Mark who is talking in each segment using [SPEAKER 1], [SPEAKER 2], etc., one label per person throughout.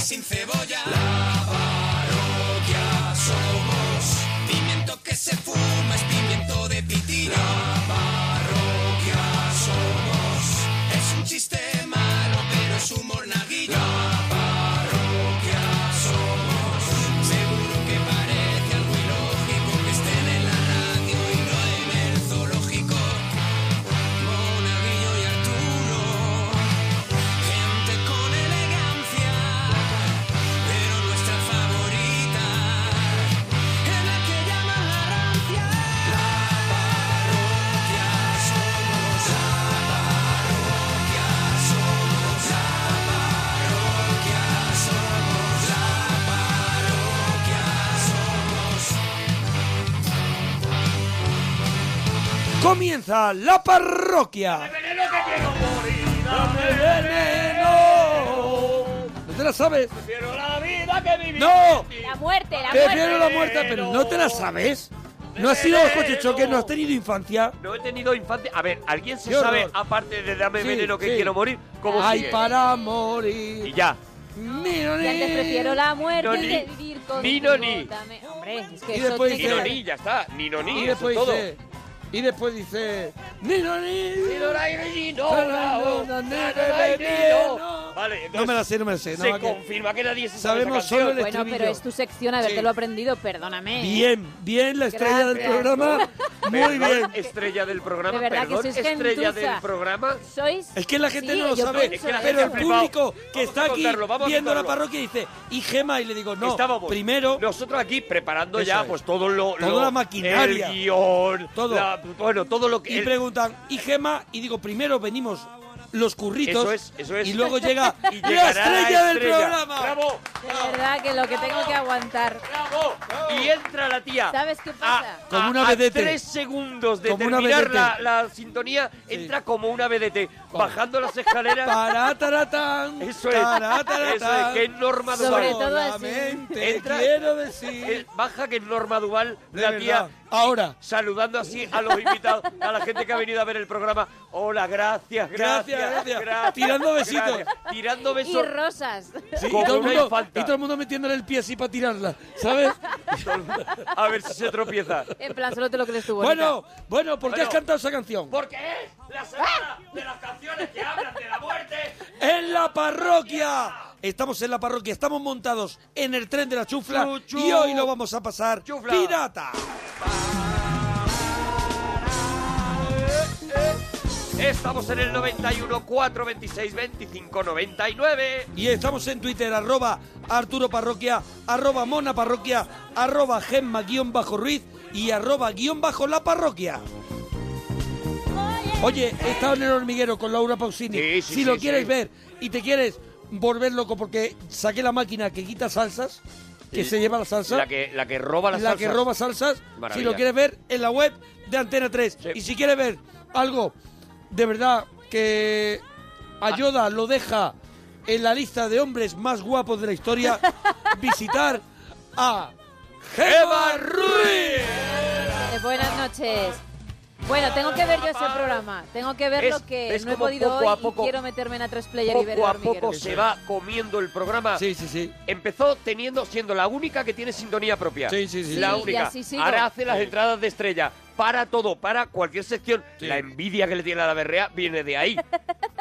[SPEAKER 1] sin cebolla. La parroquia somos. Pimiento que se fuma es pimiento de pitina. La parroquia somos. Es un chiste malo, pero es humor naguillo. La parroquia somos. Seguro que parece algo ilógico que estén en la radio y no en el zoológico. Monaguillo y Arturo. Gente con elegancia, pero nuestra favorita es la que llaman la rancia. La parroquia somos, la parroquia somos, la parroquia somos, la parroquia somos.
[SPEAKER 2] Comienza la parroquia. veneno. No te la sabes.
[SPEAKER 3] Prefiero la vida que vivir.
[SPEAKER 2] No.
[SPEAKER 4] La muerte, la
[SPEAKER 2] Prefiero la
[SPEAKER 4] muerte.
[SPEAKER 2] muerte, pero no te la sabes. No has sido los coches choques, no has tenido infancia.
[SPEAKER 3] No he tenido infancia. A ver, ¿alguien se
[SPEAKER 2] Qué
[SPEAKER 3] sabe,
[SPEAKER 2] horror.
[SPEAKER 3] aparte de darme
[SPEAKER 2] Sí,
[SPEAKER 3] veneno que
[SPEAKER 2] sí.
[SPEAKER 3] quiero morir? ¿Cómo
[SPEAKER 2] Ay,
[SPEAKER 3] sigue?
[SPEAKER 2] para morir.
[SPEAKER 3] Y ya.
[SPEAKER 4] Y antes prefiero la muerte
[SPEAKER 3] Noni.
[SPEAKER 4] que vivir con
[SPEAKER 3] Noni.
[SPEAKER 4] Hombre, es que
[SPEAKER 2] Y
[SPEAKER 4] eso
[SPEAKER 2] después dice-
[SPEAKER 4] tiene que-
[SPEAKER 2] Noni.
[SPEAKER 3] Ni, ya está. Ni no, ni,
[SPEAKER 2] Y
[SPEAKER 3] eso
[SPEAKER 2] después
[SPEAKER 3] es todo.
[SPEAKER 2] dice. Y después dice. Ni no ni.
[SPEAKER 3] Vale,
[SPEAKER 2] No
[SPEAKER 3] entonces
[SPEAKER 2] me la sé, no me la sé. no,
[SPEAKER 3] se
[SPEAKER 2] aquí-
[SPEAKER 3] confirma que nadie se
[SPEAKER 2] Sabemos
[SPEAKER 3] sabe esa
[SPEAKER 2] solo el
[SPEAKER 3] canción.
[SPEAKER 4] Bueno, pero
[SPEAKER 2] estribillo.
[SPEAKER 4] es tu sección, habértelo aprendido, perdóname. ¿eh?
[SPEAKER 2] Bien, bien la estrella del
[SPEAKER 4] Gracias.
[SPEAKER 2] programa. Muy
[SPEAKER 3] Perdón,
[SPEAKER 2] bien.
[SPEAKER 3] Estrella del programa,
[SPEAKER 4] De verdad que
[SPEAKER 3] perdón,
[SPEAKER 4] sois
[SPEAKER 3] estrella del
[SPEAKER 4] gentuza.
[SPEAKER 3] programa.
[SPEAKER 4] Sois...
[SPEAKER 2] Es que la gente
[SPEAKER 4] Sí,
[SPEAKER 2] no lo
[SPEAKER 4] yo
[SPEAKER 2] sabe,
[SPEAKER 4] pienso,
[SPEAKER 3] Es que la
[SPEAKER 2] pero
[SPEAKER 3] gente
[SPEAKER 2] el
[SPEAKER 3] ha flipado.
[SPEAKER 2] público que
[SPEAKER 3] Vamos
[SPEAKER 2] está
[SPEAKER 3] a
[SPEAKER 2] aquí
[SPEAKER 3] contarlo, vamos a
[SPEAKER 2] viendo la
[SPEAKER 3] contarlo.
[SPEAKER 2] parroquia dice, y Gema, y le digo, no,
[SPEAKER 3] Estábamos
[SPEAKER 2] primero,
[SPEAKER 3] nosotros aquí preparando
[SPEAKER 2] Eso
[SPEAKER 3] ya
[SPEAKER 2] es.
[SPEAKER 3] pues todo lo,
[SPEAKER 2] Toda
[SPEAKER 3] lo-
[SPEAKER 2] la maquinaria.
[SPEAKER 3] el guión,
[SPEAKER 2] Todo.
[SPEAKER 3] la- bueno, todo lo que
[SPEAKER 2] y
[SPEAKER 3] el-
[SPEAKER 2] preguntan, y Gema, y digo, primero venimos los curritos,
[SPEAKER 3] Eso es, eso es.
[SPEAKER 2] y luego llega
[SPEAKER 3] y
[SPEAKER 2] la
[SPEAKER 3] llegará
[SPEAKER 2] estrella, del
[SPEAKER 3] estrella.
[SPEAKER 2] programa.
[SPEAKER 3] Bravo,
[SPEAKER 4] De verdad que lo que tengo que aguantar.
[SPEAKER 3] bravo. Y entra la tía.
[SPEAKER 4] ¿Sabes qué pasa?
[SPEAKER 3] A,
[SPEAKER 2] Ah, Como
[SPEAKER 3] a-
[SPEAKER 2] una
[SPEAKER 3] a
[SPEAKER 2] vedette.
[SPEAKER 3] tres segundos de
[SPEAKER 2] Como una
[SPEAKER 3] terminar la,
[SPEAKER 2] vedette.
[SPEAKER 3] la sintonía, entra como una vedete, bajando las escaleras.
[SPEAKER 2] Para, taratán,
[SPEAKER 3] Eso es,
[SPEAKER 2] para,
[SPEAKER 3] eso es,
[SPEAKER 2] taratán.
[SPEAKER 3] que es Norma
[SPEAKER 4] Sobre
[SPEAKER 3] Duval.
[SPEAKER 4] todo así.
[SPEAKER 2] Solamente
[SPEAKER 3] Entra-
[SPEAKER 2] quiero decir,
[SPEAKER 3] Eh, Baja que es Norma Duval,
[SPEAKER 2] de
[SPEAKER 3] la
[SPEAKER 2] verdad.
[SPEAKER 3] tía
[SPEAKER 2] Ahora,
[SPEAKER 3] saludando así a los invitados, a la gente que ha venido a ver el programa. Hola, gracias, gracias,
[SPEAKER 2] Gracias, gracias. Tirando besitos.
[SPEAKER 3] gracias. Tirando
[SPEAKER 4] Y
[SPEAKER 3] besos.
[SPEAKER 4] rosas.
[SPEAKER 2] sí, y,
[SPEAKER 3] Como
[SPEAKER 2] todo el
[SPEAKER 3] una
[SPEAKER 2] mundo,
[SPEAKER 3] infanta.
[SPEAKER 2] y todo el mundo metiéndole el pie así para tirarla, ¿sabes?
[SPEAKER 3] A ver si se tropieza.
[SPEAKER 4] En plan, solo te lo crees tú, bonita.
[SPEAKER 2] bueno, bueno, ¿por qué
[SPEAKER 3] Bueno.
[SPEAKER 2] has cantado esa canción?
[SPEAKER 3] Porque es la semana de las canciones que hablan de la muerte.
[SPEAKER 2] en la parroquia. Estamos en la parroquia, estamos montados en el tren de la chufla
[SPEAKER 3] Chu, chu.
[SPEAKER 2] y hoy lo vamos a pasar
[SPEAKER 3] Chufla.
[SPEAKER 2] pirata.
[SPEAKER 3] Eh, Estamos en el 91 4 26 25 99.
[SPEAKER 2] Y estamos en Twitter, arroba Arturo Parroquia, arroba Mona Parroquia, arroba Gemma guión bajo Ruiz y arroba guión bajo la parroquia. Oye, he estado en el hormiguero con Laura Pausini.
[SPEAKER 3] Sí, sí,
[SPEAKER 2] si
[SPEAKER 3] sí,
[SPEAKER 2] lo
[SPEAKER 3] sí.
[SPEAKER 2] quieres ver y te quieres volver loco porque saqué la máquina que quita salsas, que
[SPEAKER 3] Y-
[SPEAKER 2] se lleva la salsa.
[SPEAKER 3] La que, la que roba las
[SPEAKER 2] la
[SPEAKER 3] salsas.
[SPEAKER 2] que roba salsas. Si
[SPEAKER 3] Maravilla.
[SPEAKER 2] lo quieres ver en la web de Antena 3.
[SPEAKER 3] Sí.
[SPEAKER 2] Y si quieres ver algo de verdad que a Yoda lo deja en la lista de hombres más guapos de la historia, visitar a Gemma Ruiz.
[SPEAKER 4] Eh, buenas noches. Bueno, tengo que ver yo ese programa. Tengo que ver
[SPEAKER 3] Es-
[SPEAKER 4] lo que
[SPEAKER 3] es
[SPEAKER 4] no he
[SPEAKER 3] como
[SPEAKER 4] podido
[SPEAKER 3] poco a
[SPEAKER 4] hoy
[SPEAKER 3] poco-
[SPEAKER 4] y quiero meterme en a 3 player y ver el
[SPEAKER 3] Poco a
[SPEAKER 4] hormiguero.
[SPEAKER 3] poco se va comiendo el programa.
[SPEAKER 2] Sí, sí, sí.
[SPEAKER 3] Empezó teniendo, siendo la única que tiene sintonía propia.
[SPEAKER 2] Sí, sí, sí.
[SPEAKER 3] La
[SPEAKER 4] Sí, y
[SPEAKER 3] única.
[SPEAKER 4] así sigo.
[SPEAKER 3] Ahora hace las entradas de estrella. Para todo, para cualquier sección.
[SPEAKER 2] Sí.
[SPEAKER 3] La envidia que le tiene a la berrea viene de ahí.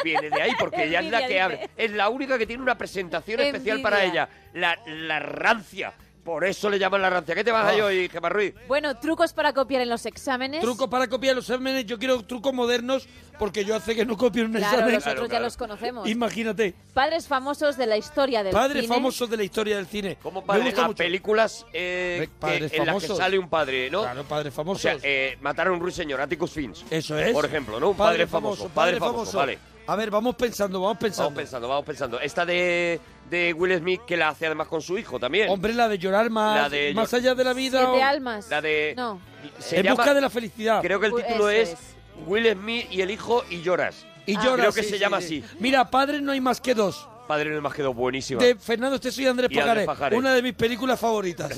[SPEAKER 3] Viene de ahí, porque ella es la
[SPEAKER 4] Envidia,
[SPEAKER 3] que
[SPEAKER 4] dice.
[SPEAKER 3] abre. Es la única que tiene una presentación especial
[SPEAKER 4] Envidia.
[SPEAKER 3] para ella. La, la rancia. Por eso le llaman la rancia. ¿Qué te vas
[SPEAKER 2] Ah.
[SPEAKER 3] a ir hoy, Gemma Ruiz?
[SPEAKER 4] Bueno, trucos para copiar en los exámenes.
[SPEAKER 2] Trucos para copiar los exámenes. Yo quiero trucos modernos porque yo hace que no copio un
[SPEAKER 4] Claro,
[SPEAKER 2] examen.
[SPEAKER 4] nosotros
[SPEAKER 3] Claro,
[SPEAKER 4] ya
[SPEAKER 3] claro.
[SPEAKER 4] los conocemos.
[SPEAKER 2] Imagínate,
[SPEAKER 4] Padres famosos de la historia del
[SPEAKER 2] padres
[SPEAKER 4] cine.
[SPEAKER 2] famosos de la historia del cine.
[SPEAKER 3] Como
[SPEAKER 2] Me
[SPEAKER 3] padre, Ah,
[SPEAKER 2] gusta
[SPEAKER 3] a
[SPEAKER 2] mucho.
[SPEAKER 3] películas eh,
[SPEAKER 2] Ve- padres
[SPEAKER 3] que- en las que
[SPEAKER 2] famosos.
[SPEAKER 3] sale un padre, ¿no?
[SPEAKER 2] Claro, padres
[SPEAKER 3] O
[SPEAKER 2] famosos.
[SPEAKER 3] sea, eh, matar a un ruiseñor, Atticus Finch.
[SPEAKER 2] Eso es.
[SPEAKER 3] Por ejemplo, ¿no? Un padre, famoso, Padre famoso, vale.
[SPEAKER 2] A ver, vamos pensando, vamos pensando.
[SPEAKER 3] Vamos pensando, vamos pensando. Esta de, de Will Smith, que la hace además con su hijo también.
[SPEAKER 2] Hombre, la de llorar más,
[SPEAKER 3] La de
[SPEAKER 2] más
[SPEAKER 3] llor-
[SPEAKER 2] allá de la vida.
[SPEAKER 4] Siete
[SPEAKER 2] o-
[SPEAKER 4] almas.
[SPEAKER 3] La de...
[SPEAKER 4] No.
[SPEAKER 3] se
[SPEAKER 2] En
[SPEAKER 3] llama-
[SPEAKER 2] busca de la felicidad.
[SPEAKER 3] Creo que el
[SPEAKER 4] Pues
[SPEAKER 3] título
[SPEAKER 4] eso
[SPEAKER 3] es,
[SPEAKER 4] es.
[SPEAKER 3] Will Smith y el hijo y lloras.
[SPEAKER 2] Y
[SPEAKER 4] Ah.
[SPEAKER 2] llora,
[SPEAKER 3] Creo que
[SPEAKER 2] sí,
[SPEAKER 3] se
[SPEAKER 2] sí,
[SPEAKER 3] llama
[SPEAKER 2] sí.
[SPEAKER 3] así.
[SPEAKER 2] Mira, padre no hay más que dos.
[SPEAKER 3] Padre no más quedó buenísima.
[SPEAKER 2] De Fernando Esteso y Andrés
[SPEAKER 3] Y Andrés
[SPEAKER 2] Pajares.
[SPEAKER 3] Pajares.
[SPEAKER 2] Una de mis películas favoritas.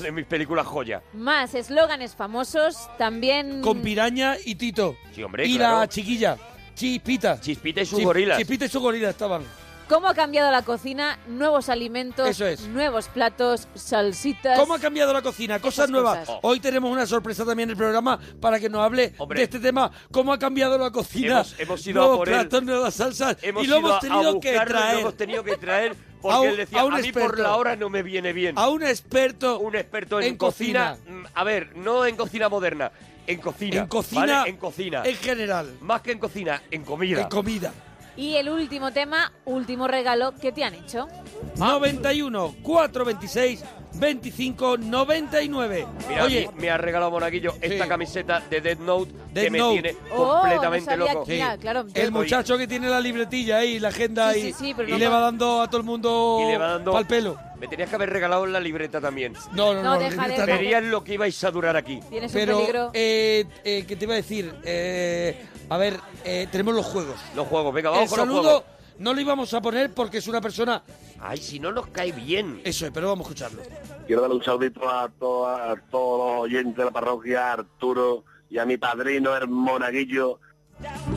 [SPEAKER 3] De mis películas joya.
[SPEAKER 4] Más eslóganes famosos, también...
[SPEAKER 2] Con Piraña y Tito.
[SPEAKER 3] Sí, hombre,
[SPEAKER 2] y la
[SPEAKER 3] claro.
[SPEAKER 2] chiquilla. Chispita.
[SPEAKER 3] Chispita y sus
[SPEAKER 2] Chis-
[SPEAKER 3] gorilas.
[SPEAKER 2] Chispita y su gorila estaban.
[SPEAKER 4] ¿Cómo ha cambiado la cocina? Nuevos alimentos,
[SPEAKER 2] Eso es.
[SPEAKER 4] nuevos platos, salsitas.
[SPEAKER 2] ¿Cómo ha cambiado la cocina? Cosas
[SPEAKER 4] Esas
[SPEAKER 2] nuevas.
[SPEAKER 4] cosas.
[SPEAKER 2] Hoy tenemos una sorpresa también en el programa para que nos hable
[SPEAKER 3] Hombre.
[SPEAKER 2] de este tema. ¿Cómo ha cambiado la cocina?
[SPEAKER 3] Hemos- hemos ido a
[SPEAKER 2] Nuevos
[SPEAKER 3] por él.
[SPEAKER 2] platos, nuevas salsas.
[SPEAKER 3] Hemos
[SPEAKER 2] y lo
[SPEAKER 3] ido
[SPEAKER 2] hemos
[SPEAKER 3] a-
[SPEAKER 2] tenido
[SPEAKER 3] a buscarlo
[SPEAKER 2] que
[SPEAKER 3] y lo
[SPEAKER 2] traer
[SPEAKER 3] hemos tenido que traer porque
[SPEAKER 2] A un-
[SPEAKER 3] él decía,
[SPEAKER 2] a
[SPEAKER 3] a,
[SPEAKER 2] un
[SPEAKER 3] mí por
[SPEAKER 2] experto.
[SPEAKER 3] la hora no me viene bien.
[SPEAKER 2] a un experto.
[SPEAKER 3] un experto en,
[SPEAKER 2] en
[SPEAKER 3] cocina. mm, A ver, no en cocina moderna, en cocina.
[SPEAKER 2] en cocina.
[SPEAKER 3] ¿vale? En cocina.
[SPEAKER 2] En general.
[SPEAKER 3] Más que en cocina, en comida.
[SPEAKER 2] En comida.
[SPEAKER 4] Y el último tema, último regalo que te han hecho.
[SPEAKER 2] 91 426 25 99.
[SPEAKER 3] Mira,
[SPEAKER 2] Oye,
[SPEAKER 3] me, me ha regalado Monaguillo esta
[SPEAKER 2] Sí.
[SPEAKER 3] camiseta de Dead Note
[SPEAKER 2] Death
[SPEAKER 3] que me
[SPEAKER 2] Note.
[SPEAKER 3] tiene
[SPEAKER 4] Oh,
[SPEAKER 3] completamente
[SPEAKER 4] no sabía
[SPEAKER 3] loco.
[SPEAKER 4] que- Mira, claro.
[SPEAKER 2] el muchacho que tiene la libretilla ahí, la agenda
[SPEAKER 4] Sí,
[SPEAKER 2] ahí,
[SPEAKER 4] sí, sí, pero
[SPEAKER 2] y
[SPEAKER 4] no
[SPEAKER 2] le
[SPEAKER 4] pa-
[SPEAKER 2] va dando a todo el mundo
[SPEAKER 3] Y le va dando-
[SPEAKER 2] pal pelo.
[SPEAKER 3] Me tenías que haber regalado la libreta también.
[SPEAKER 2] No, no,
[SPEAKER 4] No,
[SPEAKER 2] no,
[SPEAKER 4] deja,
[SPEAKER 2] libreta
[SPEAKER 4] deja.
[SPEAKER 2] no.
[SPEAKER 4] Pero-
[SPEAKER 3] Verías lo que ibais a durar aquí.
[SPEAKER 4] Tienes un
[SPEAKER 2] Pero,
[SPEAKER 4] peligro.
[SPEAKER 2] eh, eh, ¿qué te iba a decir? Eh, a ver, eh, tenemos los juegos.
[SPEAKER 3] Los juegos, venga, vamos
[SPEAKER 2] el
[SPEAKER 3] con los
[SPEAKER 2] saludo
[SPEAKER 3] juegos.
[SPEAKER 2] no lo íbamos a poner porque es una persona...
[SPEAKER 3] Ay, si no nos cae bien.
[SPEAKER 2] Eso es, pero vamos a escucharlo.
[SPEAKER 5] Quiero darle un saludito a, to- a todos los oyentes de la parroquia, a Arturo y a mi padrino, el monaguillo.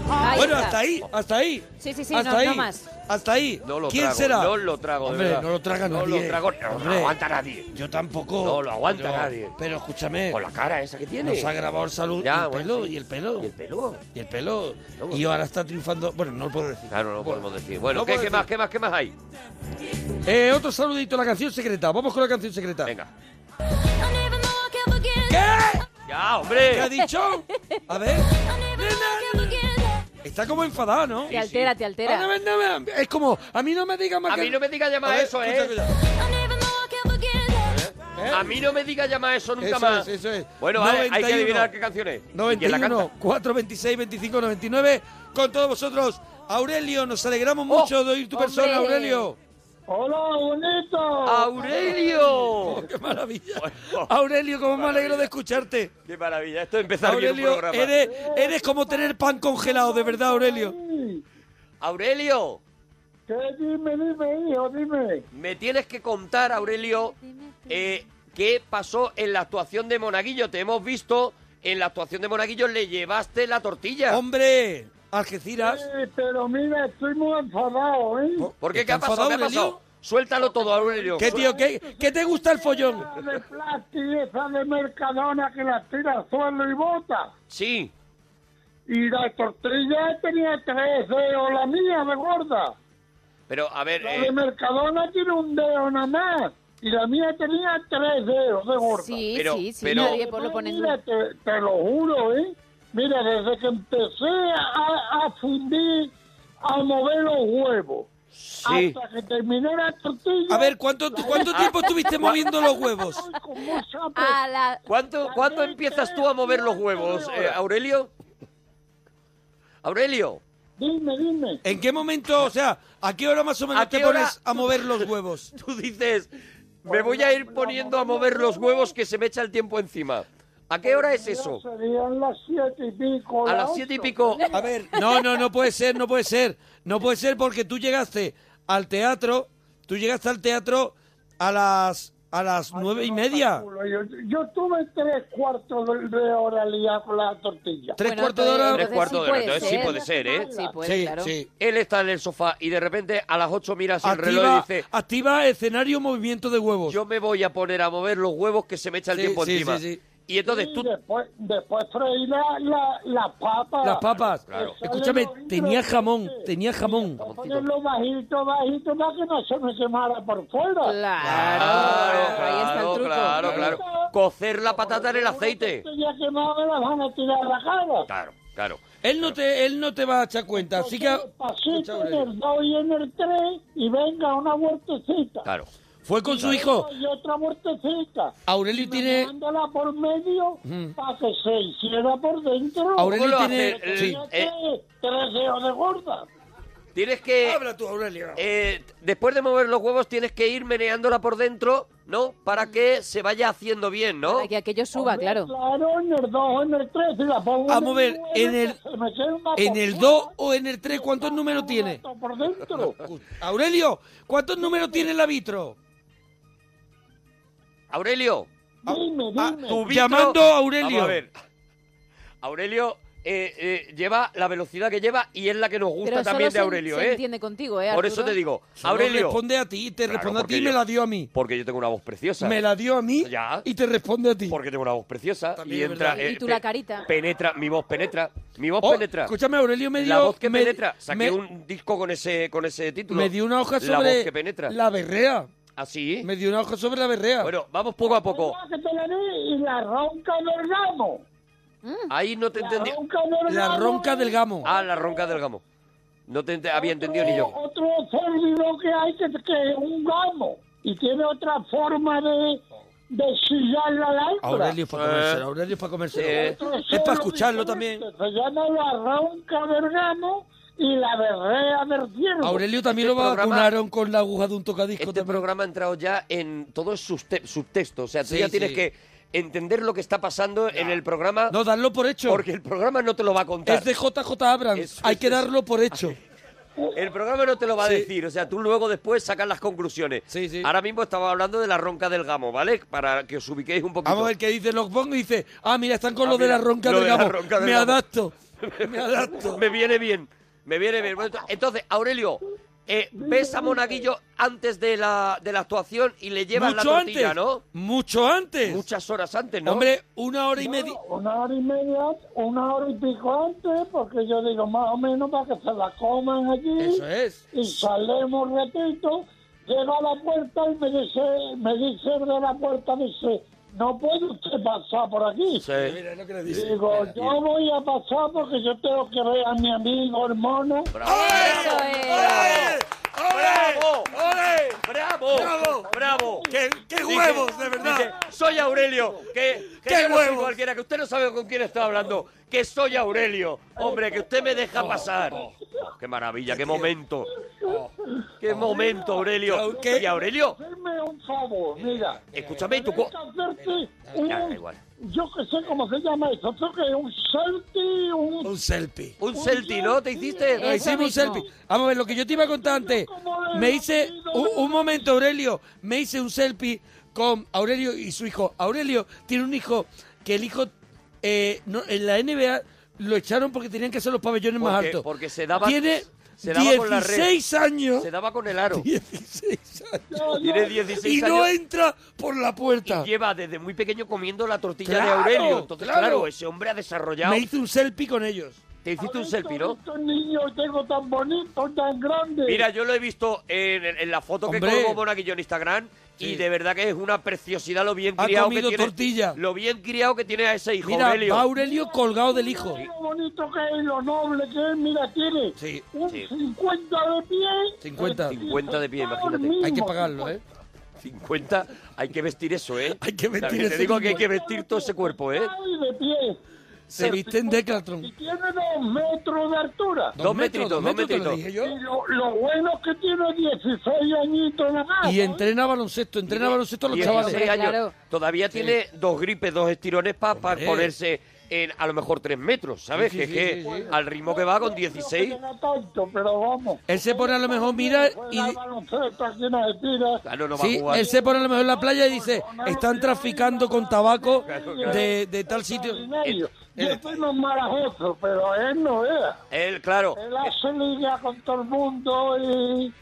[SPEAKER 4] Ahí
[SPEAKER 2] bueno,
[SPEAKER 4] está.
[SPEAKER 2] hasta ahí, hasta ahí.
[SPEAKER 4] Sí, sí, sí,
[SPEAKER 2] hasta
[SPEAKER 4] no-
[SPEAKER 2] ahí,
[SPEAKER 4] no más.
[SPEAKER 2] Hasta ahí.
[SPEAKER 3] No lo
[SPEAKER 2] ¿Quién
[SPEAKER 3] trago,
[SPEAKER 2] será?
[SPEAKER 3] no lo trago, de
[SPEAKER 2] Hombre,
[SPEAKER 3] verdad.
[SPEAKER 2] no lo traga
[SPEAKER 3] No
[SPEAKER 2] nadie.
[SPEAKER 3] lo trago, no, no
[SPEAKER 2] Hombre,
[SPEAKER 3] aguanta nadie.
[SPEAKER 2] Yo tampoco.
[SPEAKER 3] No lo aguanta
[SPEAKER 2] Pero-
[SPEAKER 3] nadie.
[SPEAKER 2] Pero escúchame.
[SPEAKER 3] Con la cara esa que tiene.
[SPEAKER 2] Nos ha grabado el salud
[SPEAKER 3] Ya,
[SPEAKER 2] y, el
[SPEAKER 3] bueno,
[SPEAKER 2] pelo,
[SPEAKER 3] sí.
[SPEAKER 2] y el pelo,
[SPEAKER 3] Y el pelo.
[SPEAKER 2] y el pelo.
[SPEAKER 3] Luego.
[SPEAKER 2] Y ahora está triunfando. Bueno, no lo puedo decir.
[SPEAKER 3] Claro, no lo
[SPEAKER 2] Bueno.
[SPEAKER 3] podemos decir. Bueno,
[SPEAKER 2] No
[SPEAKER 3] ¿qué,
[SPEAKER 2] puedo
[SPEAKER 3] qué
[SPEAKER 2] decir.
[SPEAKER 3] más, qué más, qué más hay?
[SPEAKER 2] Eh, otro saludito a la canción secreta. Vamos con la canción secreta.
[SPEAKER 3] Venga.
[SPEAKER 2] ¿Qué?
[SPEAKER 3] Ya,
[SPEAKER 2] ¿Qué ha
[SPEAKER 3] hombre.
[SPEAKER 2] dicho? A ver. Está como enfadada, ¿no?
[SPEAKER 4] Te altera, te
[SPEAKER 2] Ah, no
[SPEAKER 4] altera.
[SPEAKER 2] me- no me- es como, a mí no me diga más
[SPEAKER 3] A
[SPEAKER 2] que-
[SPEAKER 3] mí no me diga ya
[SPEAKER 2] A
[SPEAKER 3] más
[SPEAKER 2] ver,
[SPEAKER 3] eso,
[SPEAKER 2] escucha,
[SPEAKER 3] ¿eh?
[SPEAKER 2] escucha. ¿Eh?
[SPEAKER 3] A mí no me diga ya más eso nunca
[SPEAKER 2] Eso
[SPEAKER 3] más.
[SPEAKER 2] es, eso es.
[SPEAKER 3] Bueno, vale, hay que
[SPEAKER 2] 91.
[SPEAKER 3] adivinar qué canción es. ¿Y quién la canta?
[SPEAKER 2] 91, 426, 25, 99. Con todos vosotros, Aurelio, nos alegramos
[SPEAKER 3] Oh.
[SPEAKER 2] mucho de oír tu
[SPEAKER 4] hombre.
[SPEAKER 2] persona, Aurelio.
[SPEAKER 6] ¡Hola, bonito!
[SPEAKER 3] ¡Aurelio!
[SPEAKER 2] Oh, ¡Qué maravilla! Aurelio, cómo me alegro de escucharte.
[SPEAKER 3] ¡Qué maravilla! Esto es empezar bien un
[SPEAKER 2] Aurelio,
[SPEAKER 3] programa.
[SPEAKER 2] eres, eres como tener pan congelado, de verdad, Aurelio.
[SPEAKER 3] ¡Aurelio!
[SPEAKER 6] ¿Qué? Dime, dime, hijo, dime.
[SPEAKER 3] Me tienes que contar, Aurelio, eh, qué pasó en la actuación de Monaguillo. Te hemos visto en la actuación de Monaguillo, le llevaste la tortilla.
[SPEAKER 2] Hombre, Algeciras.
[SPEAKER 6] Sí, pero mira, estoy muy enfadado, ¿eh?
[SPEAKER 3] ¿Por qué? ¿Qué
[SPEAKER 2] ¿Está
[SPEAKER 3] ha pasado?
[SPEAKER 2] enfadado,
[SPEAKER 3] ¿Qué ha
[SPEAKER 2] Aurelio?
[SPEAKER 3] pasado? Suéltalo todo, Aurelio.
[SPEAKER 2] ¿Qué, tío? ¿Qué, qué te gusta el follón?
[SPEAKER 6] Esa de plástico, esa de Mercadona que la tira al suelo y bota.
[SPEAKER 3] Sí.
[SPEAKER 6] Y la tortilla tenía tres dedos, la mía de gorda.
[SPEAKER 3] Pero, a ver,
[SPEAKER 6] La
[SPEAKER 3] eh,
[SPEAKER 6] de Mercadona tiene un dedo nada más. Y la mía tenía tres dedos de gorda.
[SPEAKER 4] Sí,
[SPEAKER 3] Pero-
[SPEAKER 4] sí, sí,
[SPEAKER 3] pero-
[SPEAKER 4] nadie por lo pone en
[SPEAKER 6] Mira, te, te lo juro, ¿eh? Mira, desde que empecé a, a fundir, a mover los huevos,
[SPEAKER 3] sí.
[SPEAKER 6] hasta que terminé la tortilla...
[SPEAKER 2] A ver, ¿cuánto, cuánto tiempo estuviste moviendo los huevos?
[SPEAKER 6] estoy con mucha pe-
[SPEAKER 4] A la...
[SPEAKER 3] ¿Cuánto, cuánto empiezas tú a mover los huevos, eh, Aurelio? Aurelio,
[SPEAKER 6] Dime, dime.
[SPEAKER 2] ¿En qué momento, o sea, a qué hora más o menos
[SPEAKER 3] ¿A qué
[SPEAKER 2] te pones
[SPEAKER 3] hora?
[SPEAKER 2] a mover los huevos?
[SPEAKER 3] tú dices, me voy a ir poniendo a mover los huevos que se me echa el tiempo encima. ¿A qué hora es eso?
[SPEAKER 6] Serían las siete y pico.
[SPEAKER 3] A las siete y
[SPEAKER 6] ocho.
[SPEAKER 3] pico.
[SPEAKER 2] A ver, no, no, no puede ser, no puede ser. No puede ser porque tú llegaste al teatro, tú llegaste al teatro a las a las nueve y media.
[SPEAKER 6] Yo, yo tuve tres cuartos de, de hora liada con la tortilla.
[SPEAKER 2] Tres
[SPEAKER 4] Bueno,
[SPEAKER 2] cuartos de
[SPEAKER 4] entonces-
[SPEAKER 2] hora.
[SPEAKER 3] Tres cuartos de hora,
[SPEAKER 4] puede
[SPEAKER 3] entonces sí puede ser, ¿eh?
[SPEAKER 4] Sí, puede,
[SPEAKER 2] sí,
[SPEAKER 4] claro.
[SPEAKER 2] sí.
[SPEAKER 3] Él está en el sofá y de repente a las 8 mira hacia el reloj
[SPEAKER 2] Activa,
[SPEAKER 3] y dice,
[SPEAKER 2] activa escenario movimiento de huevos.
[SPEAKER 3] yo me voy a poner a mover los huevos que se me echa el
[SPEAKER 2] Sí,
[SPEAKER 3] tiempo
[SPEAKER 2] sí,
[SPEAKER 3] encima.
[SPEAKER 2] sí, sí.
[SPEAKER 3] Y entonces tú...
[SPEAKER 6] Y después, después freí la, la, las papas.
[SPEAKER 2] Las papas.
[SPEAKER 3] Claro.
[SPEAKER 2] Escúchame, tenía jamón, tenía jamón.
[SPEAKER 6] Ponerlo bajito, bajito, para que no se me quemara por fuera. Ah.
[SPEAKER 4] Claro, ahí está el
[SPEAKER 3] claro,
[SPEAKER 4] truco.
[SPEAKER 3] claro, claro. Cocer la patata en el aceite.
[SPEAKER 6] Ya quemado, me las van a tirar a la cara.
[SPEAKER 3] Claro, claro.
[SPEAKER 2] Él no te él no te va a echar cuenta, así que Escucha,
[SPEAKER 6] Pasito en
[SPEAKER 2] Aurelio.
[SPEAKER 6] el 2 y en el 3 y venga una vueltecita.
[SPEAKER 3] Claro.
[SPEAKER 2] Ah, fue con su hijo.
[SPEAKER 6] Y otra vueltecita.
[SPEAKER 2] Aurelio tiene
[SPEAKER 6] Dándola por medio para que se hiciera por dentro.
[SPEAKER 2] Aurelio
[SPEAKER 3] ¿Cómo lo
[SPEAKER 2] tiene-
[SPEAKER 3] hace? El-
[SPEAKER 2] sí.
[SPEAKER 3] eh,
[SPEAKER 6] Tres, tres dedos de gorda.
[SPEAKER 3] Tienes que...
[SPEAKER 2] Habla tú, Aurelio.
[SPEAKER 3] eh, después de mover los huevos tienes que ir meneándola por dentro, ¿no? Para que se vaya haciendo bien, ¿no?
[SPEAKER 4] Para que aquello suba, claro.
[SPEAKER 6] Claro, en el 2, en el 3, si la pongo
[SPEAKER 2] Vamos a ver, en el-
[SPEAKER 6] se me queda una
[SPEAKER 2] ¿En el
[SPEAKER 6] tortilla
[SPEAKER 2] 2 o en el 3 cuántos números tiene?
[SPEAKER 6] por dentro.
[SPEAKER 2] Aurelio, ¿cuántos números tiene el vitro?
[SPEAKER 3] Aurelio,
[SPEAKER 6] Dime,
[SPEAKER 2] Ah,
[SPEAKER 6] dime.
[SPEAKER 3] Ah, tu vitro-
[SPEAKER 2] Llamando a Aurelio.
[SPEAKER 3] Vamos a ver. Aurelio eh, eh, lleva la velocidad que lleva y es la que nos gusta
[SPEAKER 4] Pero
[SPEAKER 3] también
[SPEAKER 4] solo
[SPEAKER 3] de Aurelio,
[SPEAKER 4] se,
[SPEAKER 3] ¿eh?
[SPEAKER 4] se entiende contigo, ¿eh?
[SPEAKER 3] Por eso
[SPEAKER 4] Arturo?
[SPEAKER 3] te digo,
[SPEAKER 2] Solo
[SPEAKER 3] Aurelio.
[SPEAKER 2] responde a ti, te responde a ti y me la dio a mí.
[SPEAKER 3] Porque yo tengo una voz preciosa.
[SPEAKER 2] Me la dio a mí
[SPEAKER 3] Ya.
[SPEAKER 2] y te responde a ti.
[SPEAKER 3] Porque tengo una voz preciosa.
[SPEAKER 2] También
[SPEAKER 3] y
[SPEAKER 2] es
[SPEAKER 3] entra.
[SPEAKER 2] verdad.
[SPEAKER 3] eh,
[SPEAKER 4] Y tú
[SPEAKER 3] pe-
[SPEAKER 4] la carita.
[SPEAKER 3] Penetra, mi voz penetra. Mi voz
[SPEAKER 2] Oh,
[SPEAKER 3] penetra.
[SPEAKER 2] Escúchame, Aurelio me dio...
[SPEAKER 3] la voz que
[SPEAKER 2] me-
[SPEAKER 3] penetra. Saqué
[SPEAKER 2] me-
[SPEAKER 3] un disco con ese, con ese título.
[SPEAKER 2] Me dio una hoja sobre
[SPEAKER 3] La voz que penetra.
[SPEAKER 2] la berrea.
[SPEAKER 3] Así.
[SPEAKER 2] Me dio una hoja sobre la berrea.
[SPEAKER 3] Bueno, vamos poco a poco.
[SPEAKER 6] La que te la di y la ronca del gamo.
[SPEAKER 3] Ahí no te
[SPEAKER 6] La
[SPEAKER 3] entendí.
[SPEAKER 6] ronca del
[SPEAKER 2] la
[SPEAKER 6] gamo
[SPEAKER 2] ronca
[SPEAKER 6] es
[SPEAKER 2] del gamo.
[SPEAKER 3] Ah, la ronca del gamo. No te ente- había entendido
[SPEAKER 6] otro-
[SPEAKER 3] ni yo.
[SPEAKER 6] Otro término que hay que que es un gamo. Y tiene otra forma de, de chillar la lámpara.
[SPEAKER 2] Aurelio es para
[SPEAKER 3] Eh.
[SPEAKER 2] comérselo, Aurelio es para comérselo.
[SPEAKER 3] Eh.
[SPEAKER 6] Otro
[SPEAKER 2] Es para
[SPEAKER 6] solo
[SPEAKER 2] escucharlo
[SPEAKER 6] diferente.
[SPEAKER 2] también.
[SPEAKER 6] Se llama la ronca del gamo y la berrea del ciervo.
[SPEAKER 2] Aurelio también
[SPEAKER 3] Este
[SPEAKER 2] lo
[SPEAKER 3] programa-
[SPEAKER 2] vacunaron con la aguja de un tocadisco
[SPEAKER 3] Este
[SPEAKER 2] también.
[SPEAKER 3] programa ha entrado ya en todo es subte- subtexto. O sea, tú
[SPEAKER 2] Sí,
[SPEAKER 3] ya tienes
[SPEAKER 2] sí.
[SPEAKER 3] que entender lo que está pasando en el programa.
[SPEAKER 2] No, darlo por hecho.
[SPEAKER 3] porque el programa no te lo va a contar.
[SPEAKER 2] Es de JJ Abrams.
[SPEAKER 3] Eso
[SPEAKER 2] Hay
[SPEAKER 3] es,
[SPEAKER 2] que
[SPEAKER 3] eso. Ah,
[SPEAKER 2] darlo por hecho.
[SPEAKER 3] El programa no te lo va a
[SPEAKER 2] Sí.
[SPEAKER 3] decir, o sea, tú luego después sacas las conclusiones.
[SPEAKER 2] Sí, sí.
[SPEAKER 3] Ahora mismo estaba hablando de la ronca del gamo, ¿vale? Para que os ubiquéis un poquito.
[SPEAKER 2] Vamos a ver qué dice Lockbong y dice, ah, mira, están con
[SPEAKER 3] Ah,
[SPEAKER 2] lo de
[SPEAKER 3] mira,
[SPEAKER 2] la ronca
[SPEAKER 3] lo
[SPEAKER 2] del
[SPEAKER 3] de la
[SPEAKER 2] gamo.
[SPEAKER 3] ronca del
[SPEAKER 2] Me
[SPEAKER 3] gamo.
[SPEAKER 2] adapto. Me adapto.
[SPEAKER 3] me viene bien, me viene bien. Bueno, Entonces, Aurelio, eh, ves a Monaguillo antes de la, de la actuación y le llevas
[SPEAKER 2] Mucho
[SPEAKER 3] la
[SPEAKER 2] antes.
[SPEAKER 3] tortilla, ¿no?
[SPEAKER 2] Mucho antes.
[SPEAKER 3] Muchas horas antes, ¿no?
[SPEAKER 2] Hombre, una hora y media.
[SPEAKER 6] Una hora y media, una hora y pico antes, porque yo digo más o menos para que se la coman allí.
[SPEAKER 2] Eso es.
[SPEAKER 6] Y salemos ratito, llego a la puerta y me dice, me dice el de la puerta, dice, no puede usted pasar por aquí.
[SPEAKER 3] Sí.
[SPEAKER 2] Mira lo que le
[SPEAKER 6] Y
[SPEAKER 2] dice.
[SPEAKER 6] Digo, yo voy a pasar porque yo tengo que ver a mi amigo hermano.
[SPEAKER 3] Bravo.
[SPEAKER 4] Eso es.
[SPEAKER 3] ¡Bravo!
[SPEAKER 2] ¡Ole!
[SPEAKER 3] ¡Bravo!
[SPEAKER 2] ¡Bravo!
[SPEAKER 3] ¡Bravo!
[SPEAKER 2] ¡Qué, qué
[SPEAKER 3] Dice-
[SPEAKER 2] huevos, Ah. de verdad!
[SPEAKER 3] dice, soy Aurelio, que, que
[SPEAKER 2] ¡Qué
[SPEAKER 3] yo no soy
[SPEAKER 2] huevos!
[SPEAKER 3] cualquiera, que usted no sabe con quién está hablando, que soy Aurelio, hombre, que usted me
[SPEAKER 2] Oh.
[SPEAKER 3] deja pasar. "Oh, ¡Qué maravilla, qué momento! ¡Qué momento, Aurelio!
[SPEAKER 2] ¿Qué?
[SPEAKER 3] Y Aurelio,
[SPEAKER 6] Hacerme un favor, mira.
[SPEAKER 3] escúchame, tú... co-
[SPEAKER 6] Tienes que hacerte
[SPEAKER 3] Ya, da
[SPEAKER 6] un,
[SPEAKER 3] igual.
[SPEAKER 6] yo que sé cómo se llama eso, creo que es un selfie, un
[SPEAKER 2] Un selfie.
[SPEAKER 3] Un selfie, ¿no? ¿Te hiciste?
[SPEAKER 2] Nos
[SPEAKER 4] Eso
[SPEAKER 2] hicimos un
[SPEAKER 4] mismo.
[SPEAKER 2] selfie. Vamos a ver, lo que yo te iba a contar antes. Me hice, un, un momento, Aurelio, me hice un selfie con Aurelio y su hijo. Aurelio tiene un hijo que el hijo eh, no- en la NBA lo echaron porque tenían que hacer los pabellones más
[SPEAKER 3] Porque-
[SPEAKER 2] altos.
[SPEAKER 3] porque se daba-
[SPEAKER 2] Tiene
[SPEAKER 3] se daba con la red.
[SPEAKER 2] 16 años.
[SPEAKER 3] Se daba con el aro.
[SPEAKER 2] 16 años.
[SPEAKER 3] Tiene
[SPEAKER 2] Y
[SPEAKER 3] 16
[SPEAKER 2] no
[SPEAKER 3] años.
[SPEAKER 2] entra por la puerta.
[SPEAKER 3] Lleva desde muy pequeño comiendo la tortilla de
[SPEAKER 2] Claro,
[SPEAKER 3] Aurelio. Entonces,
[SPEAKER 2] claro.
[SPEAKER 3] claro, ese hombre ha desarrollado.
[SPEAKER 2] Me hice un selfie con ellos.
[SPEAKER 3] Te hiciste un selfie, ¿no?
[SPEAKER 6] Estos niños tengo tan bonitos, tan grandes.
[SPEAKER 3] Mira, yo lo he visto en, en la foto
[SPEAKER 2] Hombre.
[SPEAKER 3] que colgó Monaguillo en Instagram
[SPEAKER 2] Sí.
[SPEAKER 3] y de verdad que es una preciosidad lo bien
[SPEAKER 2] Ha
[SPEAKER 3] criado que
[SPEAKER 2] comido
[SPEAKER 3] tiene.
[SPEAKER 2] tortilla.
[SPEAKER 3] Lo bien criado que tiene a ese hijo
[SPEAKER 2] Mira,
[SPEAKER 3] Aurelio.
[SPEAKER 2] va Aurelio colgado del hijo.
[SPEAKER 6] Mira Lo bonito que es, lo noble que es, mira, tiene
[SPEAKER 2] Sí,
[SPEAKER 6] un
[SPEAKER 3] sí.
[SPEAKER 6] 50 de pie.
[SPEAKER 2] 50.
[SPEAKER 3] 50 de pie,
[SPEAKER 6] Ahora
[SPEAKER 3] imagínate.
[SPEAKER 6] mismo,
[SPEAKER 2] Hay que pagarlo, ¿eh?
[SPEAKER 3] 50, hay que vestir eso, ¿eh?
[SPEAKER 2] Hay que vestir
[SPEAKER 3] También te
[SPEAKER 2] ese
[SPEAKER 3] digo que hay
[SPEAKER 2] cuerpo.
[SPEAKER 3] que vestir todo ese cuerpo, ¿eh?
[SPEAKER 6] Ay, de pie.
[SPEAKER 2] Se viste en
[SPEAKER 6] Y
[SPEAKER 2] Decathlon.
[SPEAKER 6] tiene dos metros de altura.
[SPEAKER 3] Dos metritos, dos
[SPEAKER 2] te lo
[SPEAKER 3] metritos.
[SPEAKER 2] dije
[SPEAKER 6] Y
[SPEAKER 2] yo.
[SPEAKER 6] lo, lo bueno es que tiene 16 añitos nada más.
[SPEAKER 2] Y entrena baloncesto, entrena baloncesto a los
[SPEAKER 3] 16
[SPEAKER 2] chavales.
[SPEAKER 4] Hombre,
[SPEAKER 3] años.
[SPEAKER 4] claro.
[SPEAKER 3] Todavía tiene dos gripes, dos estirones para
[SPEAKER 2] Hombre.
[SPEAKER 3] ponerse en a lo mejor tres metros, ¿sabes?
[SPEAKER 2] Sí,
[SPEAKER 3] que
[SPEAKER 2] sí,
[SPEAKER 3] es que
[SPEAKER 2] sí, sí, sí.
[SPEAKER 3] al ritmo que va con
[SPEAKER 6] No
[SPEAKER 3] 16.
[SPEAKER 6] creo que tenga tanto, pero vamos.
[SPEAKER 2] Él se pone a lo mejor, mira, y,
[SPEAKER 6] Juega baloncesto aquí en Argentina.
[SPEAKER 3] Claro, no va
[SPEAKER 2] sí,
[SPEAKER 3] a jugar.
[SPEAKER 2] él se pone a lo mejor en la playa y dice, están traficando con tabaco de, de tal sitio.
[SPEAKER 6] Extraordinario.
[SPEAKER 2] Él-
[SPEAKER 6] Yo
[SPEAKER 2] él-
[SPEAKER 6] soy más marajoso, pero él no era.
[SPEAKER 3] Él, claro.
[SPEAKER 6] Él hace liga con todo el mundo y...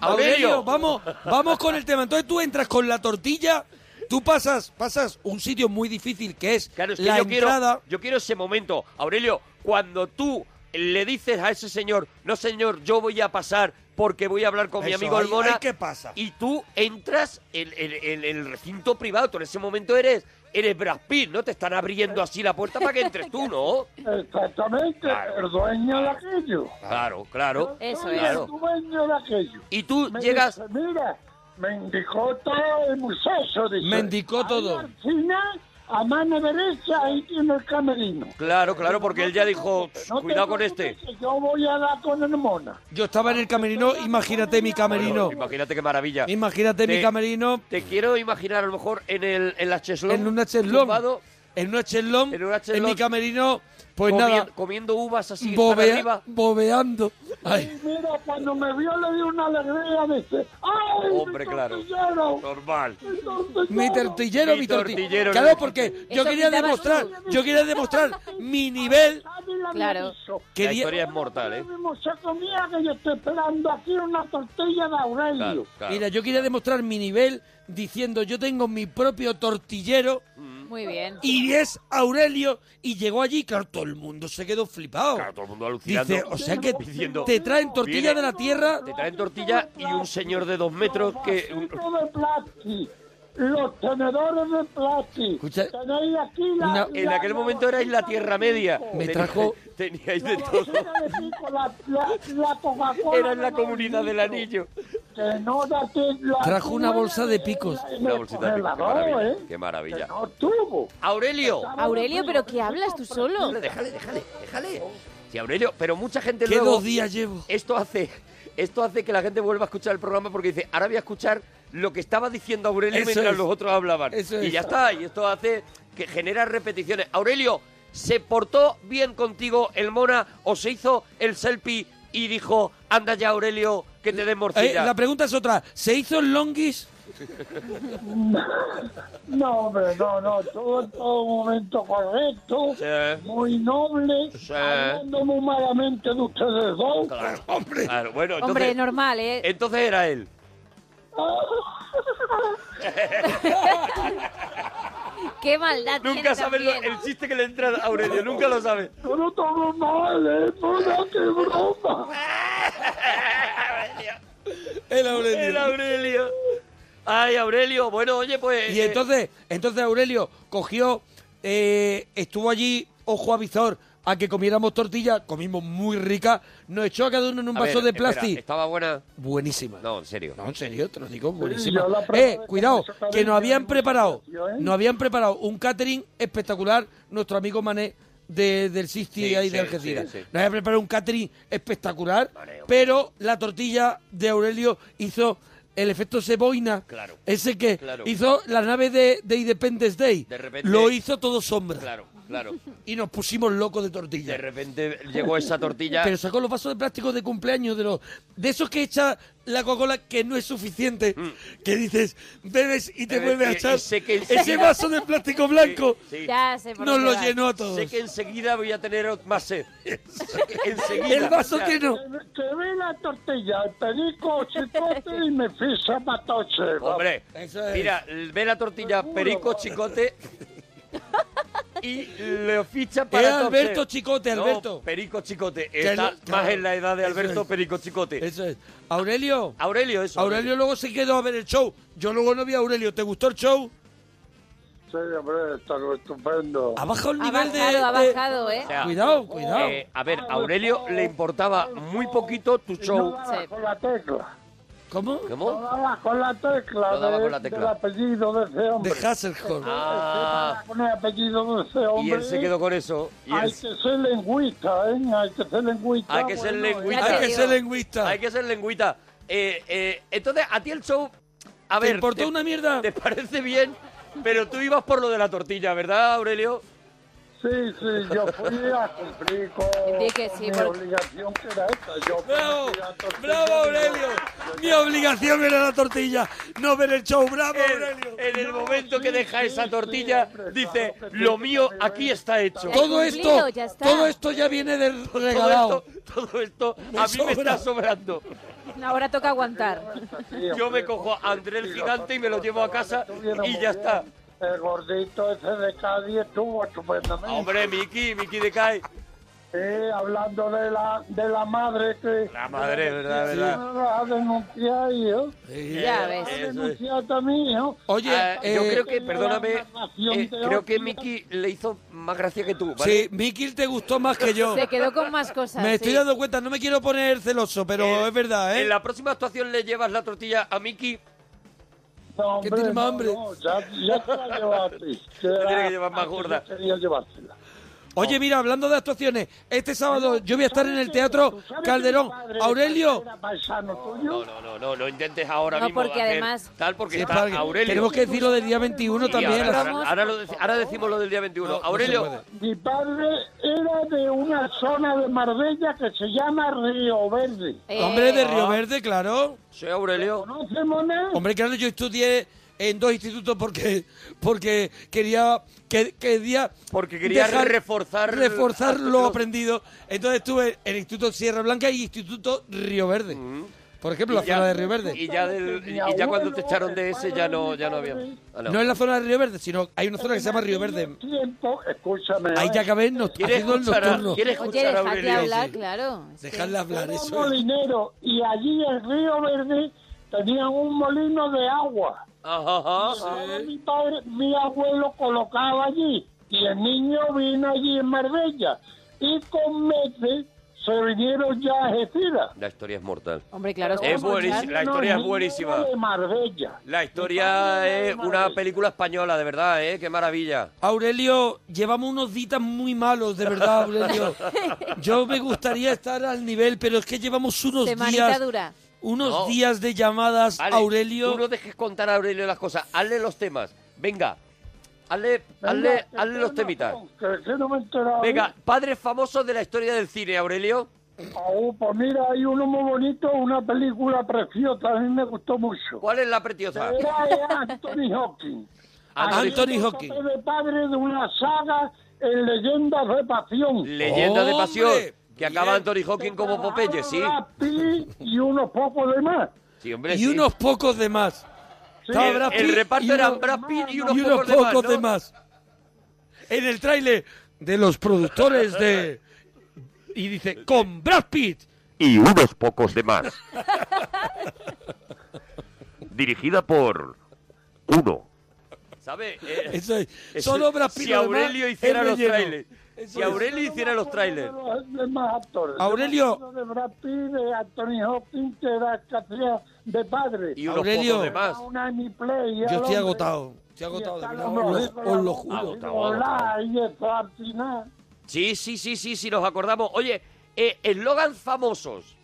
[SPEAKER 2] Aurelio,
[SPEAKER 3] Aurelio,
[SPEAKER 2] vamos, vamos con el tema. Entonces tú entras con la tortilla, tú pasas, pasas un sitio muy difícil que es
[SPEAKER 3] Claro, es que
[SPEAKER 2] la
[SPEAKER 3] yo,
[SPEAKER 2] entrada.
[SPEAKER 3] quiero, yo quiero ese momento. Aurelio, cuando tú le dices a ese señor, no señor, yo voy a pasar porque voy a hablar con mi
[SPEAKER 2] Eso,
[SPEAKER 3] amigo
[SPEAKER 2] ahí-
[SPEAKER 3] el Mona.
[SPEAKER 2] ahí ¿qué pasa?
[SPEAKER 3] Y tú entras en, en- en el recinto privado. Tú en ese momento eres, eres Brad Pitt, ¿no? Te están abriendo así la puerta para que entres tú, ¿no?
[SPEAKER 6] Exactamente,
[SPEAKER 3] Claro.
[SPEAKER 6] el dueño de aquello.
[SPEAKER 3] Claro, claro.
[SPEAKER 4] Eso
[SPEAKER 6] Soy
[SPEAKER 4] es.
[SPEAKER 6] El dueño de aquello.
[SPEAKER 3] Y tú
[SPEAKER 6] Me
[SPEAKER 3] llegas...
[SPEAKER 6] dice, mira, me indicó todo el muchacho. Dice,
[SPEAKER 2] Me indicó
[SPEAKER 6] Ahí
[SPEAKER 2] todo.
[SPEAKER 6] Al final, a mano derecha, ahí tiene el camerino.
[SPEAKER 3] Claro, claro, porque él ya dijo,
[SPEAKER 6] No te
[SPEAKER 3] cuidado con
[SPEAKER 6] preocupes,
[SPEAKER 3] este.
[SPEAKER 6] que Yo voy a dar con el mona.
[SPEAKER 2] Yo estaba en el camerino, imagínate mi camerino.
[SPEAKER 3] Bueno, imagínate qué maravilla.
[SPEAKER 2] Imagínate mi
[SPEAKER 3] Te-
[SPEAKER 2] camerino
[SPEAKER 3] Te quiero imaginar a lo mejor en, el, en la cheslón.
[SPEAKER 2] en una chelón.
[SPEAKER 3] tumbado,
[SPEAKER 2] En una chelón,
[SPEAKER 3] En una
[SPEAKER 2] en
[SPEAKER 3] chelón.
[SPEAKER 2] mi camerino, pues
[SPEAKER 3] comien-
[SPEAKER 2] nada,
[SPEAKER 3] Comiendo uvas así para
[SPEAKER 2] bobea-
[SPEAKER 3] arriba.
[SPEAKER 2] bobeando. Ay.
[SPEAKER 6] Y mira, cuando me vio le dio una alegría, dice, ¡ay,
[SPEAKER 3] Hombre,
[SPEAKER 6] mi
[SPEAKER 3] claro.
[SPEAKER 6] tortillero!
[SPEAKER 3] Normal.
[SPEAKER 6] mi tortillero".
[SPEAKER 2] Mi tortillero, mi
[SPEAKER 3] Mi
[SPEAKER 2] tortillero.
[SPEAKER 3] tortillero,
[SPEAKER 2] Claro,
[SPEAKER 3] mi-
[SPEAKER 2] porque yo
[SPEAKER 4] Eso
[SPEAKER 2] quería
[SPEAKER 4] quitabas
[SPEAKER 2] demostrar,
[SPEAKER 4] tú.
[SPEAKER 2] yo quería demostrar mi nivel
[SPEAKER 6] nadie le había
[SPEAKER 4] Claro.
[SPEAKER 6] visto.
[SPEAKER 2] ¿Qué
[SPEAKER 3] la
[SPEAKER 2] día-
[SPEAKER 3] historia es mortal, ¿eh?
[SPEAKER 6] mismo se comía que yo estoy esperando aquí una tortilla de Aurelio.
[SPEAKER 3] Claro, claro.
[SPEAKER 2] Mira, yo quería demostrar mi nivel diciendo yo tengo mi propio tortillero
[SPEAKER 4] Muy bien.
[SPEAKER 2] y es Aurelio y llegó allí, claro, todo el mundo se quedó flipado.
[SPEAKER 3] Claro, todo el mundo alucinando.
[SPEAKER 2] Dice, o sea que
[SPEAKER 3] diciendo,
[SPEAKER 2] te traen tortilla
[SPEAKER 3] viene-
[SPEAKER 2] de la tierra.
[SPEAKER 3] Te traen tortilla y un señor de dos metros
[SPEAKER 6] Los
[SPEAKER 3] que... un-
[SPEAKER 6] vasitos de plástico, los tenedores de plástico.
[SPEAKER 2] Escucha,
[SPEAKER 6] Tenéis aquí la-
[SPEAKER 2] una-
[SPEAKER 3] En
[SPEAKER 6] la-
[SPEAKER 3] aquel
[SPEAKER 6] la
[SPEAKER 3] momento erais la
[SPEAKER 6] vasija de
[SPEAKER 3] Tierra Media.
[SPEAKER 6] pico.
[SPEAKER 2] Me
[SPEAKER 3] Tenía-
[SPEAKER 2] trajo-
[SPEAKER 3] Teníais
[SPEAKER 6] La
[SPEAKER 3] de todo.
[SPEAKER 6] vasija de pico, la- la- la Coca-Cola
[SPEAKER 3] Era en la
[SPEAKER 6] de
[SPEAKER 3] comunidad del
[SPEAKER 6] litros.
[SPEAKER 3] anillo.
[SPEAKER 6] Que no da ti- la-
[SPEAKER 2] Trajo una
[SPEAKER 6] no
[SPEAKER 2] bolsa de
[SPEAKER 6] la-
[SPEAKER 2] picos.
[SPEAKER 6] la-
[SPEAKER 3] Una
[SPEAKER 6] el
[SPEAKER 3] bolsita de
[SPEAKER 6] congelador,
[SPEAKER 3] maravilla.
[SPEAKER 6] ¿eh?
[SPEAKER 3] Qué maravilla.
[SPEAKER 6] Que no tuvo.
[SPEAKER 3] Aurelio.
[SPEAKER 4] Aurelio, ¿pero qué hablas tú solo?
[SPEAKER 3] Déjale, déjale, déjale, déjale. Sí, Aurelio, pero mucha gente
[SPEAKER 2] ¿Qué
[SPEAKER 3] luego...
[SPEAKER 2] dos días llevo?
[SPEAKER 3] Esto hace, esto hace que la gente vuelva a escuchar el programa porque dice, ahora voy a escuchar lo que estaba diciendo Aurelio
[SPEAKER 2] Eso
[SPEAKER 3] mientras
[SPEAKER 2] es.
[SPEAKER 3] los otros hablaban.
[SPEAKER 2] Eso
[SPEAKER 3] y
[SPEAKER 2] es.
[SPEAKER 3] ya está, y esto hace que genera repeticiones. Aurelio, ¿se portó bien contigo el Mona o se hizo el selfie y dijo, anda ya Aurelio, que te den
[SPEAKER 2] Eh,
[SPEAKER 3] morcilla?
[SPEAKER 2] la pregunta es otra. ¿Se hizo el longis?
[SPEAKER 6] No, hombre, no, no, todo en todo momento correcto,
[SPEAKER 3] Sí.
[SPEAKER 6] muy noble,
[SPEAKER 3] Sí.
[SPEAKER 6] hablando muy malamente de ustedes dos.
[SPEAKER 3] Claro,
[SPEAKER 2] Hombre.
[SPEAKER 3] claro, bueno, entonces,
[SPEAKER 4] Hombre, normal, ¿eh?
[SPEAKER 3] entonces era él.
[SPEAKER 4] Qué maldad
[SPEAKER 3] Nunca
[SPEAKER 4] tiene
[SPEAKER 3] sabes lo-
[SPEAKER 4] también.
[SPEAKER 3] el chiste que le entra a Aurelio, nunca lo sabes.
[SPEAKER 6] Yo lo tomo mal, ¿eh? Mona, qué broma.
[SPEAKER 2] El Aurelio.
[SPEAKER 3] Era Aurelio. Ay, Aurelio, bueno, oye, pues...
[SPEAKER 2] Y
[SPEAKER 3] eh,
[SPEAKER 2] entonces, entonces Aurelio cogió, eh, estuvo allí, ojo avizor, a que comiéramos tortilla, comimos muy rica, nos echó a cada uno en un
[SPEAKER 3] eh, a
[SPEAKER 2] vaso
[SPEAKER 3] ver,
[SPEAKER 2] de
[SPEAKER 3] espera,
[SPEAKER 2] plástico.
[SPEAKER 3] ¿Estaba buena?
[SPEAKER 2] Buenísima.
[SPEAKER 3] No, en serio.
[SPEAKER 2] No, en serio, te lo digo, buenísima.
[SPEAKER 6] yo la prueba de
[SPEAKER 2] Eh,
[SPEAKER 6] cómo
[SPEAKER 2] cuidado,
[SPEAKER 6] se sabe
[SPEAKER 2] que nos
[SPEAKER 6] que
[SPEAKER 2] habían
[SPEAKER 6] hay
[SPEAKER 2] preparado,
[SPEAKER 6] mucho, ¿eh?
[SPEAKER 2] nos habían preparado un catering espectacular, nuestro amigo Mané de- del Sisti
[SPEAKER 3] Sí,
[SPEAKER 2] ahí
[SPEAKER 3] sí,
[SPEAKER 2] de Algeciras.
[SPEAKER 3] sí, sí.
[SPEAKER 2] Nos habían preparado un catering espectacular,
[SPEAKER 3] Vale, hombre.
[SPEAKER 2] pero la tortilla de Aurelio hizo el efecto Seboina,
[SPEAKER 3] Claro.
[SPEAKER 2] ese que
[SPEAKER 3] Claro.
[SPEAKER 2] hizo la nave de, de Independence Day.
[SPEAKER 3] De repente-
[SPEAKER 2] Lo hizo todo sombra.
[SPEAKER 3] Claro, claro.
[SPEAKER 2] Y nos pusimos locos de
[SPEAKER 3] De
[SPEAKER 2] tortilla.
[SPEAKER 3] repente llegó esa tortilla.
[SPEAKER 2] Pero sacó los vasos de plástico de cumpleaños de los de esos que echa la Coca-Cola que no es suficiente,
[SPEAKER 3] Mm.
[SPEAKER 2] que dices, bebes y te
[SPEAKER 3] Bebes
[SPEAKER 2] vuelve a
[SPEAKER 3] y-
[SPEAKER 2] echar
[SPEAKER 3] y sé Eh, que
[SPEAKER 2] ese
[SPEAKER 3] enseguida-
[SPEAKER 2] vaso de plástico blanco.
[SPEAKER 3] Sí,
[SPEAKER 4] Ya sé por
[SPEAKER 2] Nos
[SPEAKER 4] dónde
[SPEAKER 2] lo
[SPEAKER 4] vas.
[SPEAKER 2] llenó a todos.
[SPEAKER 3] sé que enseguida voy a tener ot- más sed. enseguida.
[SPEAKER 2] El vaso
[SPEAKER 3] o sea,
[SPEAKER 2] que no.
[SPEAKER 6] Que- Que ve la tortilla, el perico, chicote y me fisa matoche.
[SPEAKER 3] Hombre,
[SPEAKER 2] Eso es.
[SPEAKER 3] mira, ve la tortilla Perico Chicote y le ficha para.
[SPEAKER 2] Es Alberto
[SPEAKER 3] Top Chef.
[SPEAKER 2] Chicote,
[SPEAKER 3] No,
[SPEAKER 2] Alberto.
[SPEAKER 3] Perico Chicote.
[SPEAKER 2] Que
[SPEAKER 3] Está
[SPEAKER 2] lo-
[SPEAKER 3] más
[SPEAKER 2] claro.
[SPEAKER 3] en la edad de
[SPEAKER 2] Eso
[SPEAKER 3] Alberto
[SPEAKER 2] es.
[SPEAKER 3] Perico Chicote.
[SPEAKER 2] Eso es. Aurelio,
[SPEAKER 3] Aurelio, eso.
[SPEAKER 2] Aurelio luego se quedó a ver el show. Yo luego no vi a Aurelio. ¿Te gustó el show?
[SPEAKER 6] Sí, hombre, está estupendo.
[SPEAKER 2] Ha bajado el
[SPEAKER 4] Ha
[SPEAKER 2] nivel de-
[SPEAKER 4] bajado, ha
[SPEAKER 2] de,
[SPEAKER 4] bajado, ¿eh?
[SPEAKER 3] O sea,
[SPEAKER 2] Cuidado, cuidado.
[SPEAKER 3] eh, a ver,
[SPEAKER 6] Ah,
[SPEAKER 3] a Aurelio le importaba muy poquito tu
[SPEAKER 6] Y no
[SPEAKER 3] show.
[SPEAKER 6] daba
[SPEAKER 4] Sí.
[SPEAKER 6] con la tecla.
[SPEAKER 2] ¿Cómo?
[SPEAKER 6] No
[SPEAKER 3] ¿Cómo?
[SPEAKER 6] daba con la tecla,
[SPEAKER 3] No daba
[SPEAKER 6] de-
[SPEAKER 3] con la tecla.
[SPEAKER 6] del apellido de ese hombre.
[SPEAKER 2] De Hasselhoff.
[SPEAKER 3] Ah,
[SPEAKER 6] Con el apellido de ese hombre.
[SPEAKER 3] y él se quedó con eso. Y
[SPEAKER 6] Hay
[SPEAKER 3] él-
[SPEAKER 6] que ser lingüista, ¿eh? Hay que ser lingüista.
[SPEAKER 3] Hay que ser
[SPEAKER 6] bueno, ¿eh?
[SPEAKER 3] lingüista.
[SPEAKER 4] Ya
[SPEAKER 2] Hay
[SPEAKER 4] te
[SPEAKER 2] que
[SPEAKER 4] digo.
[SPEAKER 2] ser lingüista.
[SPEAKER 3] Hay que ser lengüita. Eh, eh, entonces, a ti el show. A
[SPEAKER 2] ¿Te
[SPEAKER 3] ver.
[SPEAKER 2] importó una mierda?
[SPEAKER 3] ¿Te parece bien? Pero tú ibas por lo de la tortilla, ¿verdad, Aurelio?
[SPEAKER 6] Sí, sí, yo fui a cumplir con,
[SPEAKER 4] Di que
[SPEAKER 6] con
[SPEAKER 4] sí,
[SPEAKER 6] mi
[SPEAKER 4] porque-
[SPEAKER 6] obligación que era esta. Yo fui
[SPEAKER 2] ¡Bravo!
[SPEAKER 6] a tortilla
[SPEAKER 2] ¡Bravo,
[SPEAKER 6] y-
[SPEAKER 2] Aurelio! Mi obligación era la tortilla, no ver el show. ¡Bravo, Aurelio!
[SPEAKER 3] En, en el momento que
[SPEAKER 6] sí,
[SPEAKER 3] deja
[SPEAKER 6] sí,
[SPEAKER 3] esa
[SPEAKER 6] sí,
[SPEAKER 3] tortilla,
[SPEAKER 6] hombre,
[SPEAKER 3] dice,
[SPEAKER 6] claro que sí,
[SPEAKER 3] lo mío
[SPEAKER 6] que también
[SPEAKER 3] aquí
[SPEAKER 6] es-
[SPEAKER 3] está hecho.
[SPEAKER 4] Todo
[SPEAKER 2] Todo
[SPEAKER 4] cumplido,
[SPEAKER 2] esto,
[SPEAKER 4] ya está.
[SPEAKER 2] todo esto ya viene de regalado.
[SPEAKER 3] Todo esto, todo esto
[SPEAKER 2] Me
[SPEAKER 3] a mí me
[SPEAKER 2] sobra.
[SPEAKER 3] está sobrando.
[SPEAKER 4] Ahora toca aguantar.
[SPEAKER 6] Sí,
[SPEAKER 3] Yo me
[SPEAKER 6] hombre,
[SPEAKER 3] cojo a André el gigante y me lo llevo a casa
[SPEAKER 6] estuvieron
[SPEAKER 3] y
[SPEAKER 6] muy
[SPEAKER 3] ya
[SPEAKER 6] bien.
[SPEAKER 3] está.
[SPEAKER 6] El gordito ese de Cádiz estuvo estupendamente.
[SPEAKER 3] Hombre, Miki, Miki de Kai.
[SPEAKER 6] Eh, hablando de la, de la madre que...
[SPEAKER 3] La madre, ¿verdad?
[SPEAKER 6] que
[SPEAKER 3] verdad?
[SPEAKER 6] no la ha denunciado yo.
[SPEAKER 2] Sí.
[SPEAKER 4] Ya
[SPEAKER 6] Ha
[SPEAKER 4] ves.
[SPEAKER 3] Eso es.
[SPEAKER 6] denunciado también yo.
[SPEAKER 2] Oye,
[SPEAKER 3] Ah, yo
[SPEAKER 2] eh,
[SPEAKER 3] creo que, perdóname,
[SPEAKER 6] la narración
[SPEAKER 3] eh,
[SPEAKER 6] de
[SPEAKER 3] creo que
[SPEAKER 6] Otis.
[SPEAKER 3] Miki le hizo más gracia que tú, ¿vale?
[SPEAKER 2] sí, Mikil te gustó más que yo.
[SPEAKER 4] Se quedó con más cosas. ¿eh?
[SPEAKER 2] Me estoy
[SPEAKER 4] sí.
[SPEAKER 2] dando cuenta, no me quiero poner celoso, pero
[SPEAKER 3] Eh,
[SPEAKER 2] es verdad, ¿eh?
[SPEAKER 3] En la próxima actuación le llevas la tortilla a Miki.
[SPEAKER 6] No,
[SPEAKER 2] ¿Qué
[SPEAKER 6] hombre,
[SPEAKER 2] tiene más
[SPEAKER 6] no,
[SPEAKER 2] hambre?
[SPEAKER 6] no, ya, ya te la llevaste.
[SPEAKER 3] tiene que llevar más gorda.
[SPEAKER 6] Quería llevársela.
[SPEAKER 2] Oye, mira, hablando de actuaciones, este sábado yo voy a estar en el Teatro
[SPEAKER 6] ¿Tú sabes que
[SPEAKER 2] Calderón.
[SPEAKER 6] mi padre
[SPEAKER 2] Aurelio,
[SPEAKER 6] era paisano tuyo?
[SPEAKER 3] No, no, no, no, no intentes ahora
[SPEAKER 4] No,
[SPEAKER 3] mismo.
[SPEAKER 4] porque
[SPEAKER 3] hacer
[SPEAKER 4] además-
[SPEAKER 3] Tal, porque
[SPEAKER 2] Sí,
[SPEAKER 3] está
[SPEAKER 2] padre,
[SPEAKER 3] Aurelio.
[SPEAKER 2] tenemos que decir lo del día 21
[SPEAKER 3] Y
[SPEAKER 2] también.
[SPEAKER 3] Ahora,
[SPEAKER 4] Vamos.
[SPEAKER 3] ahora lo deci- ahora decimos lo del día 21.
[SPEAKER 2] No, no se
[SPEAKER 3] Aurelio,
[SPEAKER 2] puede.
[SPEAKER 6] Mi padre era de una zona de Marbella que se llama Río Verde.
[SPEAKER 4] Eh,
[SPEAKER 2] Hombre de
[SPEAKER 3] Ah.
[SPEAKER 2] Río Verde, claro.
[SPEAKER 3] soy Aurelio.
[SPEAKER 6] ¿Conoce, Monet?
[SPEAKER 2] Hombre, claro, yo estudié en dos institutos porque porque quería que, quería
[SPEAKER 3] porque quería reforzar-
[SPEAKER 2] reforzar lo aprendido. Entonces estuve en el Instituto Sierra Blanca y Instituto Río Verde. Por ejemplo, la
[SPEAKER 3] Mm. Y ya-
[SPEAKER 2] zona de Río Verde.
[SPEAKER 3] Y ya, del- y ya cuando te echaron de ese ya no, ya no había. Ah,
[SPEAKER 2] No es la zona de Río Verde, sino hay una zona que se llama Río Verde.
[SPEAKER 6] Tiempo, escúchame. eh.
[SPEAKER 2] Ahí ya acabé no, haciendo el nocturno.
[SPEAKER 4] Oye, dejadle hablar, claro. Es que-
[SPEAKER 2] Dejadle hablar,
[SPEAKER 6] Era un
[SPEAKER 2] eso es.
[SPEAKER 6] molinero y allí en Río Verde tenían un molino de agua.
[SPEAKER 3] Ajá,
[SPEAKER 6] Ahora mi padre, mi abuelo colocaba allí y el niño vino allí en Marbella y con meses se vinieron ya a Algeciras.
[SPEAKER 3] La historia es mortal.
[SPEAKER 4] Hombre, claro,
[SPEAKER 3] Es
[SPEAKER 4] como
[SPEAKER 3] buenísima,
[SPEAKER 4] escuchar.
[SPEAKER 3] la historia es
[SPEAKER 6] Niño
[SPEAKER 3] buenísima.
[SPEAKER 6] De Marbella.
[SPEAKER 3] La historia es una película española, de verdad, ¿eh? Qué maravilla.
[SPEAKER 2] Aurelio, llevamos unos días muy malos, de verdad, Aurelio. Yo me gustaría estar al nivel, pero es que llevamos unos
[SPEAKER 4] Semanita
[SPEAKER 2] días,
[SPEAKER 4] dura.
[SPEAKER 2] unos
[SPEAKER 3] No.
[SPEAKER 2] días de llamadas,
[SPEAKER 3] Ale,
[SPEAKER 2] Aurelio.
[SPEAKER 3] Tú no dejes contar a Aurelio las cosas. Hazle los temas. Venga. Hazle, hazle,
[SPEAKER 6] Venga,
[SPEAKER 3] hazle
[SPEAKER 6] que
[SPEAKER 3] los
[SPEAKER 6] no,
[SPEAKER 3] temitas.
[SPEAKER 6] Que, que no me he enterado.
[SPEAKER 3] Venga, padres famosos de la historia del cine, Aurelio.
[SPEAKER 6] Oh, pues mira, hay uno muy bonito, una película preciosa, a mí me gustó mucho.
[SPEAKER 3] ¿Cuál es la preciosa?
[SPEAKER 6] Era eh, Anthony Hopkins.
[SPEAKER 3] Anthony-
[SPEAKER 2] Anthony
[SPEAKER 6] Aquí
[SPEAKER 2] Hopkins.
[SPEAKER 6] trata De padre de una saga en leyendas de pasión.
[SPEAKER 3] Leyenda de
[SPEAKER 2] ¡Hombre!
[SPEAKER 3] pasión. Que
[SPEAKER 2] Bien.
[SPEAKER 3] acaba Anthony Hawking como Popeye, sí.
[SPEAKER 6] Brad Pitt Y unos pocos de más.
[SPEAKER 3] Sí, hombre,
[SPEAKER 2] Y
[SPEAKER 3] sí.
[SPEAKER 2] unos pocos de más. Estaba
[SPEAKER 3] El-
[SPEAKER 2] Brad
[SPEAKER 3] el
[SPEAKER 2] Pitt
[SPEAKER 3] reparto
[SPEAKER 2] y uno-
[SPEAKER 3] eran Brad Pitt y unos pocos de más, ¿no?
[SPEAKER 2] de más. En el tráiler de los productores de... Y dice, con Brad Pitt.
[SPEAKER 5] y unos pocos de más. Dirigida por uno.
[SPEAKER 3] ¿Sabe? Eh,
[SPEAKER 2] Eso es.
[SPEAKER 3] eso-
[SPEAKER 2] Solo Brad Pitt.
[SPEAKER 3] si
[SPEAKER 2] lo demás
[SPEAKER 3] Aurelio
[SPEAKER 2] es
[SPEAKER 3] hiciera los
[SPEAKER 2] relleno.
[SPEAKER 3] trailers.
[SPEAKER 2] Eso
[SPEAKER 3] Si
[SPEAKER 2] es.
[SPEAKER 3] Aurelio hiciera los trailers.
[SPEAKER 6] De más actores. Yo
[SPEAKER 2] Aurelio.
[SPEAKER 6] me acuerdo De Brad Pitt, de Anthony Hopkins, que era que hacía de padre.
[SPEAKER 3] Y unos
[SPEAKER 2] Aurelio.
[SPEAKER 3] pocos de más.
[SPEAKER 6] Era una Amy Play,
[SPEAKER 2] Yo
[SPEAKER 6] era
[SPEAKER 2] estoy
[SPEAKER 6] hombre.
[SPEAKER 2] agotado. Estoy agotado, de
[SPEAKER 6] está
[SPEAKER 2] verdad.
[SPEAKER 6] el hombre
[SPEAKER 2] Os
[SPEAKER 6] con la
[SPEAKER 2] lo, os lo
[SPEAKER 6] boca
[SPEAKER 2] juro.
[SPEAKER 3] Agotado.
[SPEAKER 6] volada y eso al final.
[SPEAKER 3] Sí, sí, sí, sí, sí, nos acordamos. Oye, eh, eslogan famosos.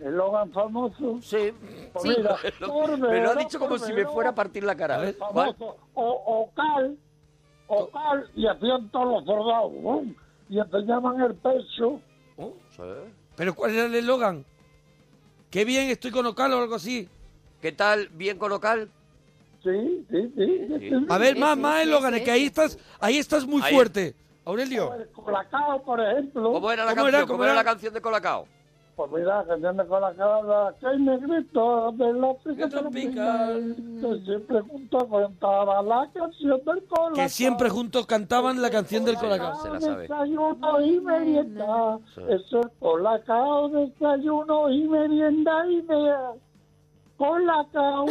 [SPEAKER 6] El Logan famoso.
[SPEAKER 3] Sí.
[SPEAKER 6] Pues mira, por
[SPEAKER 3] Me lo ha
[SPEAKER 6] verano,
[SPEAKER 3] dicho como
[SPEAKER 6] por
[SPEAKER 3] si me
[SPEAKER 6] verano,
[SPEAKER 3] fuera a partir la cara. ¿eh?
[SPEAKER 2] A ver.
[SPEAKER 3] ¿Cuál?
[SPEAKER 6] famoso, o, Ocal, Ocal, y hacían todos los soldados, ¡bum! y enseñaban el pecho,
[SPEAKER 2] ¿Oh?
[SPEAKER 3] Sí.
[SPEAKER 2] ¿Pero cuál era el eslogan? Qué bien estoy con Ocalo o algo así.
[SPEAKER 3] ¿Qué tal? ¿Bien con local?
[SPEAKER 6] sí, sí, sí, sí.
[SPEAKER 2] A ver,
[SPEAKER 4] Sí,
[SPEAKER 2] más,
[SPEAKER 4] sí,
[SPEAKER 2] más
[SPEAKER 4] sí,
[SPEAKER 2] eslóganes,
[SPEAKER 4] sí,
[SPEAKER 2] que
[SPEAKER 4] sí.
[SPEAKER 2] ahí estás, ahí estás muy
[SPEAKER 3] Ahí.
[SPEAKER 2] fuerte. Aurelio,
[SPEAKER 6] el colacao, por ejemplo,
[SPEAKER 3] ¿Cómo era la
[SPEAKER 2] ¿Cómo
[SPEAKER 3] canción?
[SPEAKER 2] era?
[SPEAKER 3] ¿Cómo,
[SPEAKER 2] ¿Cómo
[SPEAKER 3] era
[SPEAKER 2] era?
[SPEAKER 3] la canción de Colacao?
[SPEAKER 6] pues mira, que tiene colacao, la que hay negrito del África
[SPEAKER 2] Que tropical.
[SPEAKER 6] tropical, que siempre junto contaba la canción del colacao.
[SPEAKER 2] que siempre juntos cantaban la canción del Colacao.
[SPEAKER 3] Se la sabe.
[SPEAKER 6] Desayuno y merienda, eso es colacao, desayuno y merienda y mea. Colacao.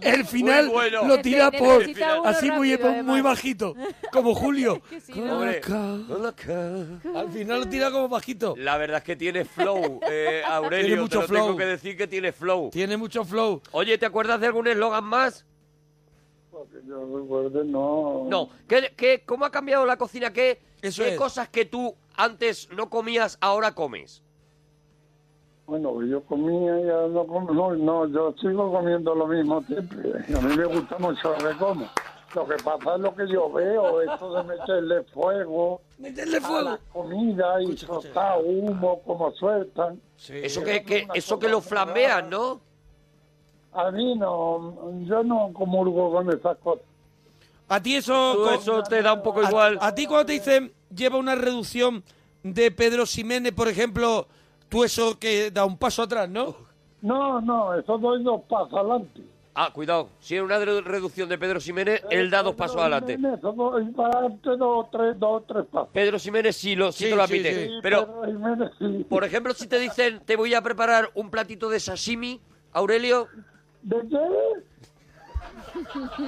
[SPEAKER 2] El final
[SPEAKER 3] Muy bueno.
[SPEAKER 2] lo tira
[SPEAKER 4] Te- te
[SPEAKER 2] por
[SPEAKER 4] necesita uno
[SPEAKER 2] así muy,
[SPEAKER 4] rápido,
[SPEAKER 2] muy
[SPEAKER 4] además.
[SPEAKER 2] bajito, como Julio.
[SPEAKER 4] Que sí, ¿no?
[SPEAKER 3] Hombre.
[SPEAKER 2] Colacao. Al final lo tira como bajito.
[SPEAKER 3] La verdad es que tiene flow, eh, Aurelio.
[SPEAKER 2] Tiene
[SPEAKER 3] te
[SPEAKER 2] mucho
[SPEAKER 3] lo tengo
[SPEAKER 2] flow.
[SPEAKER 3] que decir que tiene flow.
[SPEAKER 2] Tiene mucho flow.
[SPEAKER 3] Oye, ¿te acuerdas de algún eslogan más?
[SPEAKER 6] Porque yo recuerde, no.
[SPEAKER 3] No. ¿Qué, qué, cómo ha cambiado la cocina? ¿Qué,
[SPEAKER 2] Eso
[SPEAKER 3] qué
[SPEAKER 2] es.
[SPEAKER 3] cosas que tú antes no comías, ahora comes?
[SPEAKER 6] Bueno, yo comía y ahora no como. No, no, yo sigo comiendo lo mismo siempre. A mí me gusta mucho lo que como. Lo que pasa es lo que yo veo, esto de meterle fuego
[SPEAKER 2] Meterle
[SPEAKER 6] a la
[SPEAKER 2] fuego.
[SPEAKER 6] comida y
[SPEAKER 2] Escucha, escucha.
[SPEAKER 6] soltar humo como sueltan.
[SPEAKER 3] Eso
[SPEAKER 2] Sí.
[SPEAKER 3] que, que-
[SPEAKER 6] Una
[SPEAKER 3] eso
[SPEAKER 6] cosa
[SPEAKER 3] que lo
[SPEAKER 6] muy
[SPEAKER 3] flambean,
[SPEAKER 6] rara.
[SPEAKER 3] ¿no?
[SPEAKER 6] A mí no, yo no comulgo con esas cosas.
[SPEAKER 2] A ti eso,
[SPEAKER 3] Tú
[SPEAKER 2] co-
[SPEAKER 3] eso te da un poco
[SPEAKER 2] a-
[SPEAKER 3] igual.
[SPEAKER 2] A, ti cuando te dicen lleva una reducción de Pedro Ximénez, por ejemplo, tú eso que da un paso atrás, ¿no?
[SPEAKER 6] No, no, eso doy dos pasos adelante.
[SPEAKER 3] Ah, cuidado. Si era una redu- reducción de Pedro Ximénez, él da dos pasos adelante.
[SPEAKER 6] Eso doy para adelante dos, tres, dos, tres pasos.
[SPEAKER 3] Pedro Ximénez sí lo, sí
[SPEAKER 2] Sí,
[SPEAKER 3] te lo
[SPEAKER 2] sí,
[SPEAKER 3] admite.
[SPEAKER 2] sí.
[SPEAKER 3] Pero,
[SPEAKER 6] Jiménez, sí.
[SPEAKER 3] por ejemplo, si te dicen, te voy a preparar un platito de sashimi, Aurelio,
[SPEAKER 6] ¿De qué?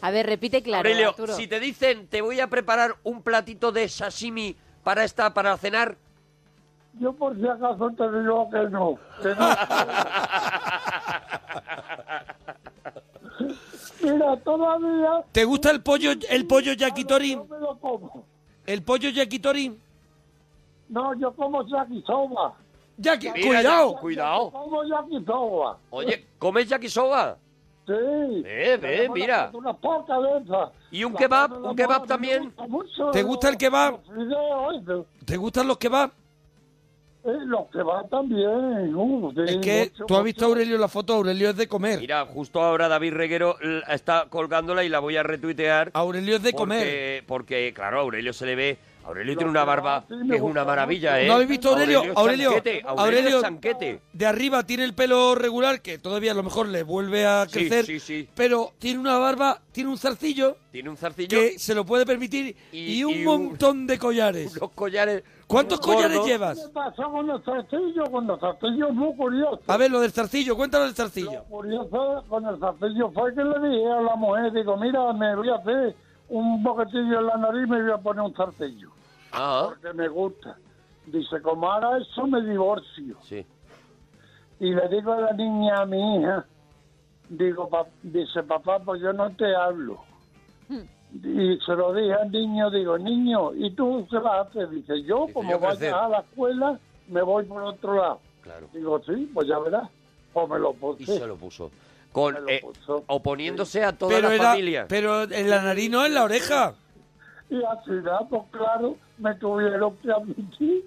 [SPEAKER 4] A ver, repite claro,
[SPEAKER 3] Aurelio,
[SPEAKER 4] Arturo.
[SPEAKER 3] si te dicen, te voy a preparar un platito de sashimi para esta, para cenar,
[SPEAKER 6] Yo por si acaso te digo que no. Que no. Mira, todavía
[SPEAKER 2] ¿Te gusta el pollo el pollo yakitori?
[SPEAKER 6] Ah, no me lo como.
[SPEAKER 2] El pollo yakitori.
[SPEAKER 6] No, yo como yakisoba.
[SPEAKER 2] Yaki,
[SPEAKER 3] Mira,
[SPEAKER 2] cuidado.
[SPEAKER 3] ya- cuidado.
[SPEAKER 6] Como yakisoba.
[SPEAKER 3] Oye, ¿comes yakisoba?
[SPEAKER 6] Sí.
[SPEAKER 3] Ve, ve, Eh, mira.
[SPEAKER 6] Una poca de esas.
[SPEAKER 3] ¿Y un
[SPEAKER 6] La
[SPEAKER 3] kebab?
[SPEAKER 6] carne de
[SPEAKER 3] ¿Un kebab
[SPEAKER 6] mora me
[SPEAKER 3] también?
[SPEAKER 6] gusta mucho.
[SPEAKER 2] ¿Te gusta el kebab?
[SPEAKER 6] Los fideos, eso.
[SPEAKER 2] ¿Te gustan los que van?
[SPEAKER 6] Eh, los que van también. uh, de
[SPEAKER 2] Es que
[SPEAKER 6] mucho,
[SPEAKER 2] tú has
[SPEAKER 6] mucho.
[SPEAKER 2] visto Aurelio la foto, Aurelio es de comer.
[SPEAKER 3] Mira, justo ahora David Reguero l- está colgándola y la voy a retuitear.
[SPEAKER 2] Aurelio es de
[SPEAKER 3] comer. Porque, claro, a Aurelio se le ve. Aurelio
[SPEAKER 2] Lo
[SPEAKER 3] tiene una
[SPEAKER 2] que
[SPEAKER 3] barba
[SPEAKER 2] hace me
[SPEAKER 3] que es
[SPEAKER 2] gusta
[SPEAKER 3] una maravilla,
[SPEAKER 2] mucho.
[SPEAKER 3] ¿eh?
[SPEAKER 2] ¿No habéis visto Aurelio? Aurelio,
[SPEAKER 3] Chanquete, Aurelio,
[SPEAKER 2] Aurelio-
[SPEAKER 3] Chanquete.
[SPEAKER 2] De arriba tiene el pelo regular, que todavía a lo mejor le vuelve a
[SPEAKER 3] Sí,
[SPEAKER 2] crecer.
[SPEAKER 3] sí, sí.
[SPEAKER 2] Pero tiene una barba, tiene un zarcillo.
[SPEAKER 3] Tiene un zarcillo.
[SPEAKER 2] Que se lo puede permitir. Y,
[SPEAKER 3] Y-
[SPEAKER 2] un
[SPEAKER 3] y un-
[SPEAKER 2] montón de collares.
[SPEAKER 3] Los collares.
[SPEAKER 2] ¿Cuántos
[SPEAKER 3] unos
[SPEAKER 2] collares
[SPEAKER 3] gordos.
[SPEAKER 2] llevas?
[SPEAKER 6] ¿Qué pasó con los zarcillos? Con los zarcillos muy curioso.
[SPEAKER 2] A ver, lo del zarcillo, cuéntalo del zarcillo.
[SPEAKER 6] curioso con el zarcillo fue que le dije a la mujer, digo, mira, me voy a hacer un boquetillo en la nariz y me voy a poner un zarcillo,
[SPEAKER 3] Ah,
[SPEAKER 6] porque me gusta. Dice, como ahora eso me divorcio.
[SPEAKER 3] sí.
[SPEAKER 6] Y le digo a la niña, a mi hija, digo, pa- dice, papá, pues yo no te hablo. Y se lo dije al niño, digo, niño, ¿y tú qué vas a hacer? Dice, yo,
[SPEAKER 3] Dice,
[SPEAKER 6] como
[SPEAKER 3] yo crecer.
[SPEAKER 6] vayas a la escuela, me voy por otro lado.
[SPEAKER 3] Claro.
[SPEAKER 6] Digo, sí, pues ya verás. Pues me lo puse.
[SPEAKER 3] Y se lo puso. Con,
[SPEAKER 6] Me lo
[SPEAKER 3] eh,
[SPEAKER 6] puso.
[SPEAKER 3] oponiéndose a toda
[SPEAKER 2] Pero,
[SPEAKER 3] la
[SPEAKER 2] era,
[SPEAKER 3] familia.
[SPEAKER 2] pero en la nariz no, en la oreja.
[SPEAKER 6] Y al final, pues claro, me tuvieron que admitir.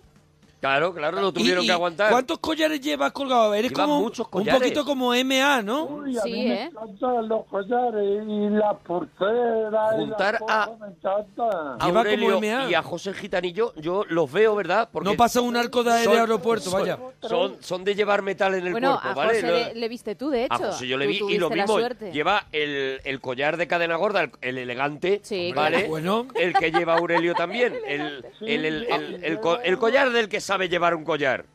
[SPEAKER 3] Claro, claro, lo tuvieron
[SPEAKER 2] Y- y
[SPEAKER 3] que aguantar.
[SPEAKER 2] ¿Cuántos collares llevas colgado? Eres
[SPEAKER 3] Llevan
[SPEAKER 2] como
[SPEAKER 3] muchos
[SPEAKER 2] un
[SPEAKER 3] collares.
[SPEAKER 2] poquito como MA, ¿no?
[SPEAKER 6] Uy, a
[SPEAKER 4] Sí,
[SPEAKER 6] mí me
[SPEAKER 4] ¿eh?
[SPEAKER 6] encantan los collares y las pulseras
[SPEAKER 3] Juntar
[SPEAKER 6] y las cosas,
[SPEAKER 3] a-
[SPEAKER 6] me encantan.
[SPEAKER 3] A
[SPEAKER 2] Lleva como
[SPEAKER 3] Aurelio
[SPEAKER 2] MA.
[SPEAKER 3] y a José el Gitanillo yo los veo, ¿verdad? Porque
[SPEAKER 2] No pasa un arco de aire
[SPEAKER 3] son-
[SPEAKER 2] aeropuerto,
[SPEAKER 3] son-
[SPEAKER 2] vaya.
[SPEAKER 3] Son, son de llevar metal en el
[SPEAKER 4] Bueno,
[SPEAKER 3] cuerpo,
[SPEAKER 4] a
[SPEAKER 3] ¿vale?
[SPEAKER 4] José
[SPEAKER 3] No-
[SPEAKER 4] le, le viste tú, de hecho.
[SPEAKER 3] a José Ah, pues yo le
[SPEAKER 4] Tú
[SPEAKER 3] vi y lo
[SPEAKER 4] tuviste la
[SPEAKER 3] mismo.
[SPEAKER 4] suerte.
[SPEAKER 3] Lleva el, el collar de cadena gorda, el, el elegante,
[SPEAKER 4] Sí, Hombre,
[SPEAKER 3] ¿vale?
[SPEAKER 2] qué Ah, bueno. Ah.
[SPEAKER 3] El que lleva Aurelio también. El, el, el, el- el co- el collar del que sabe llevar un collar.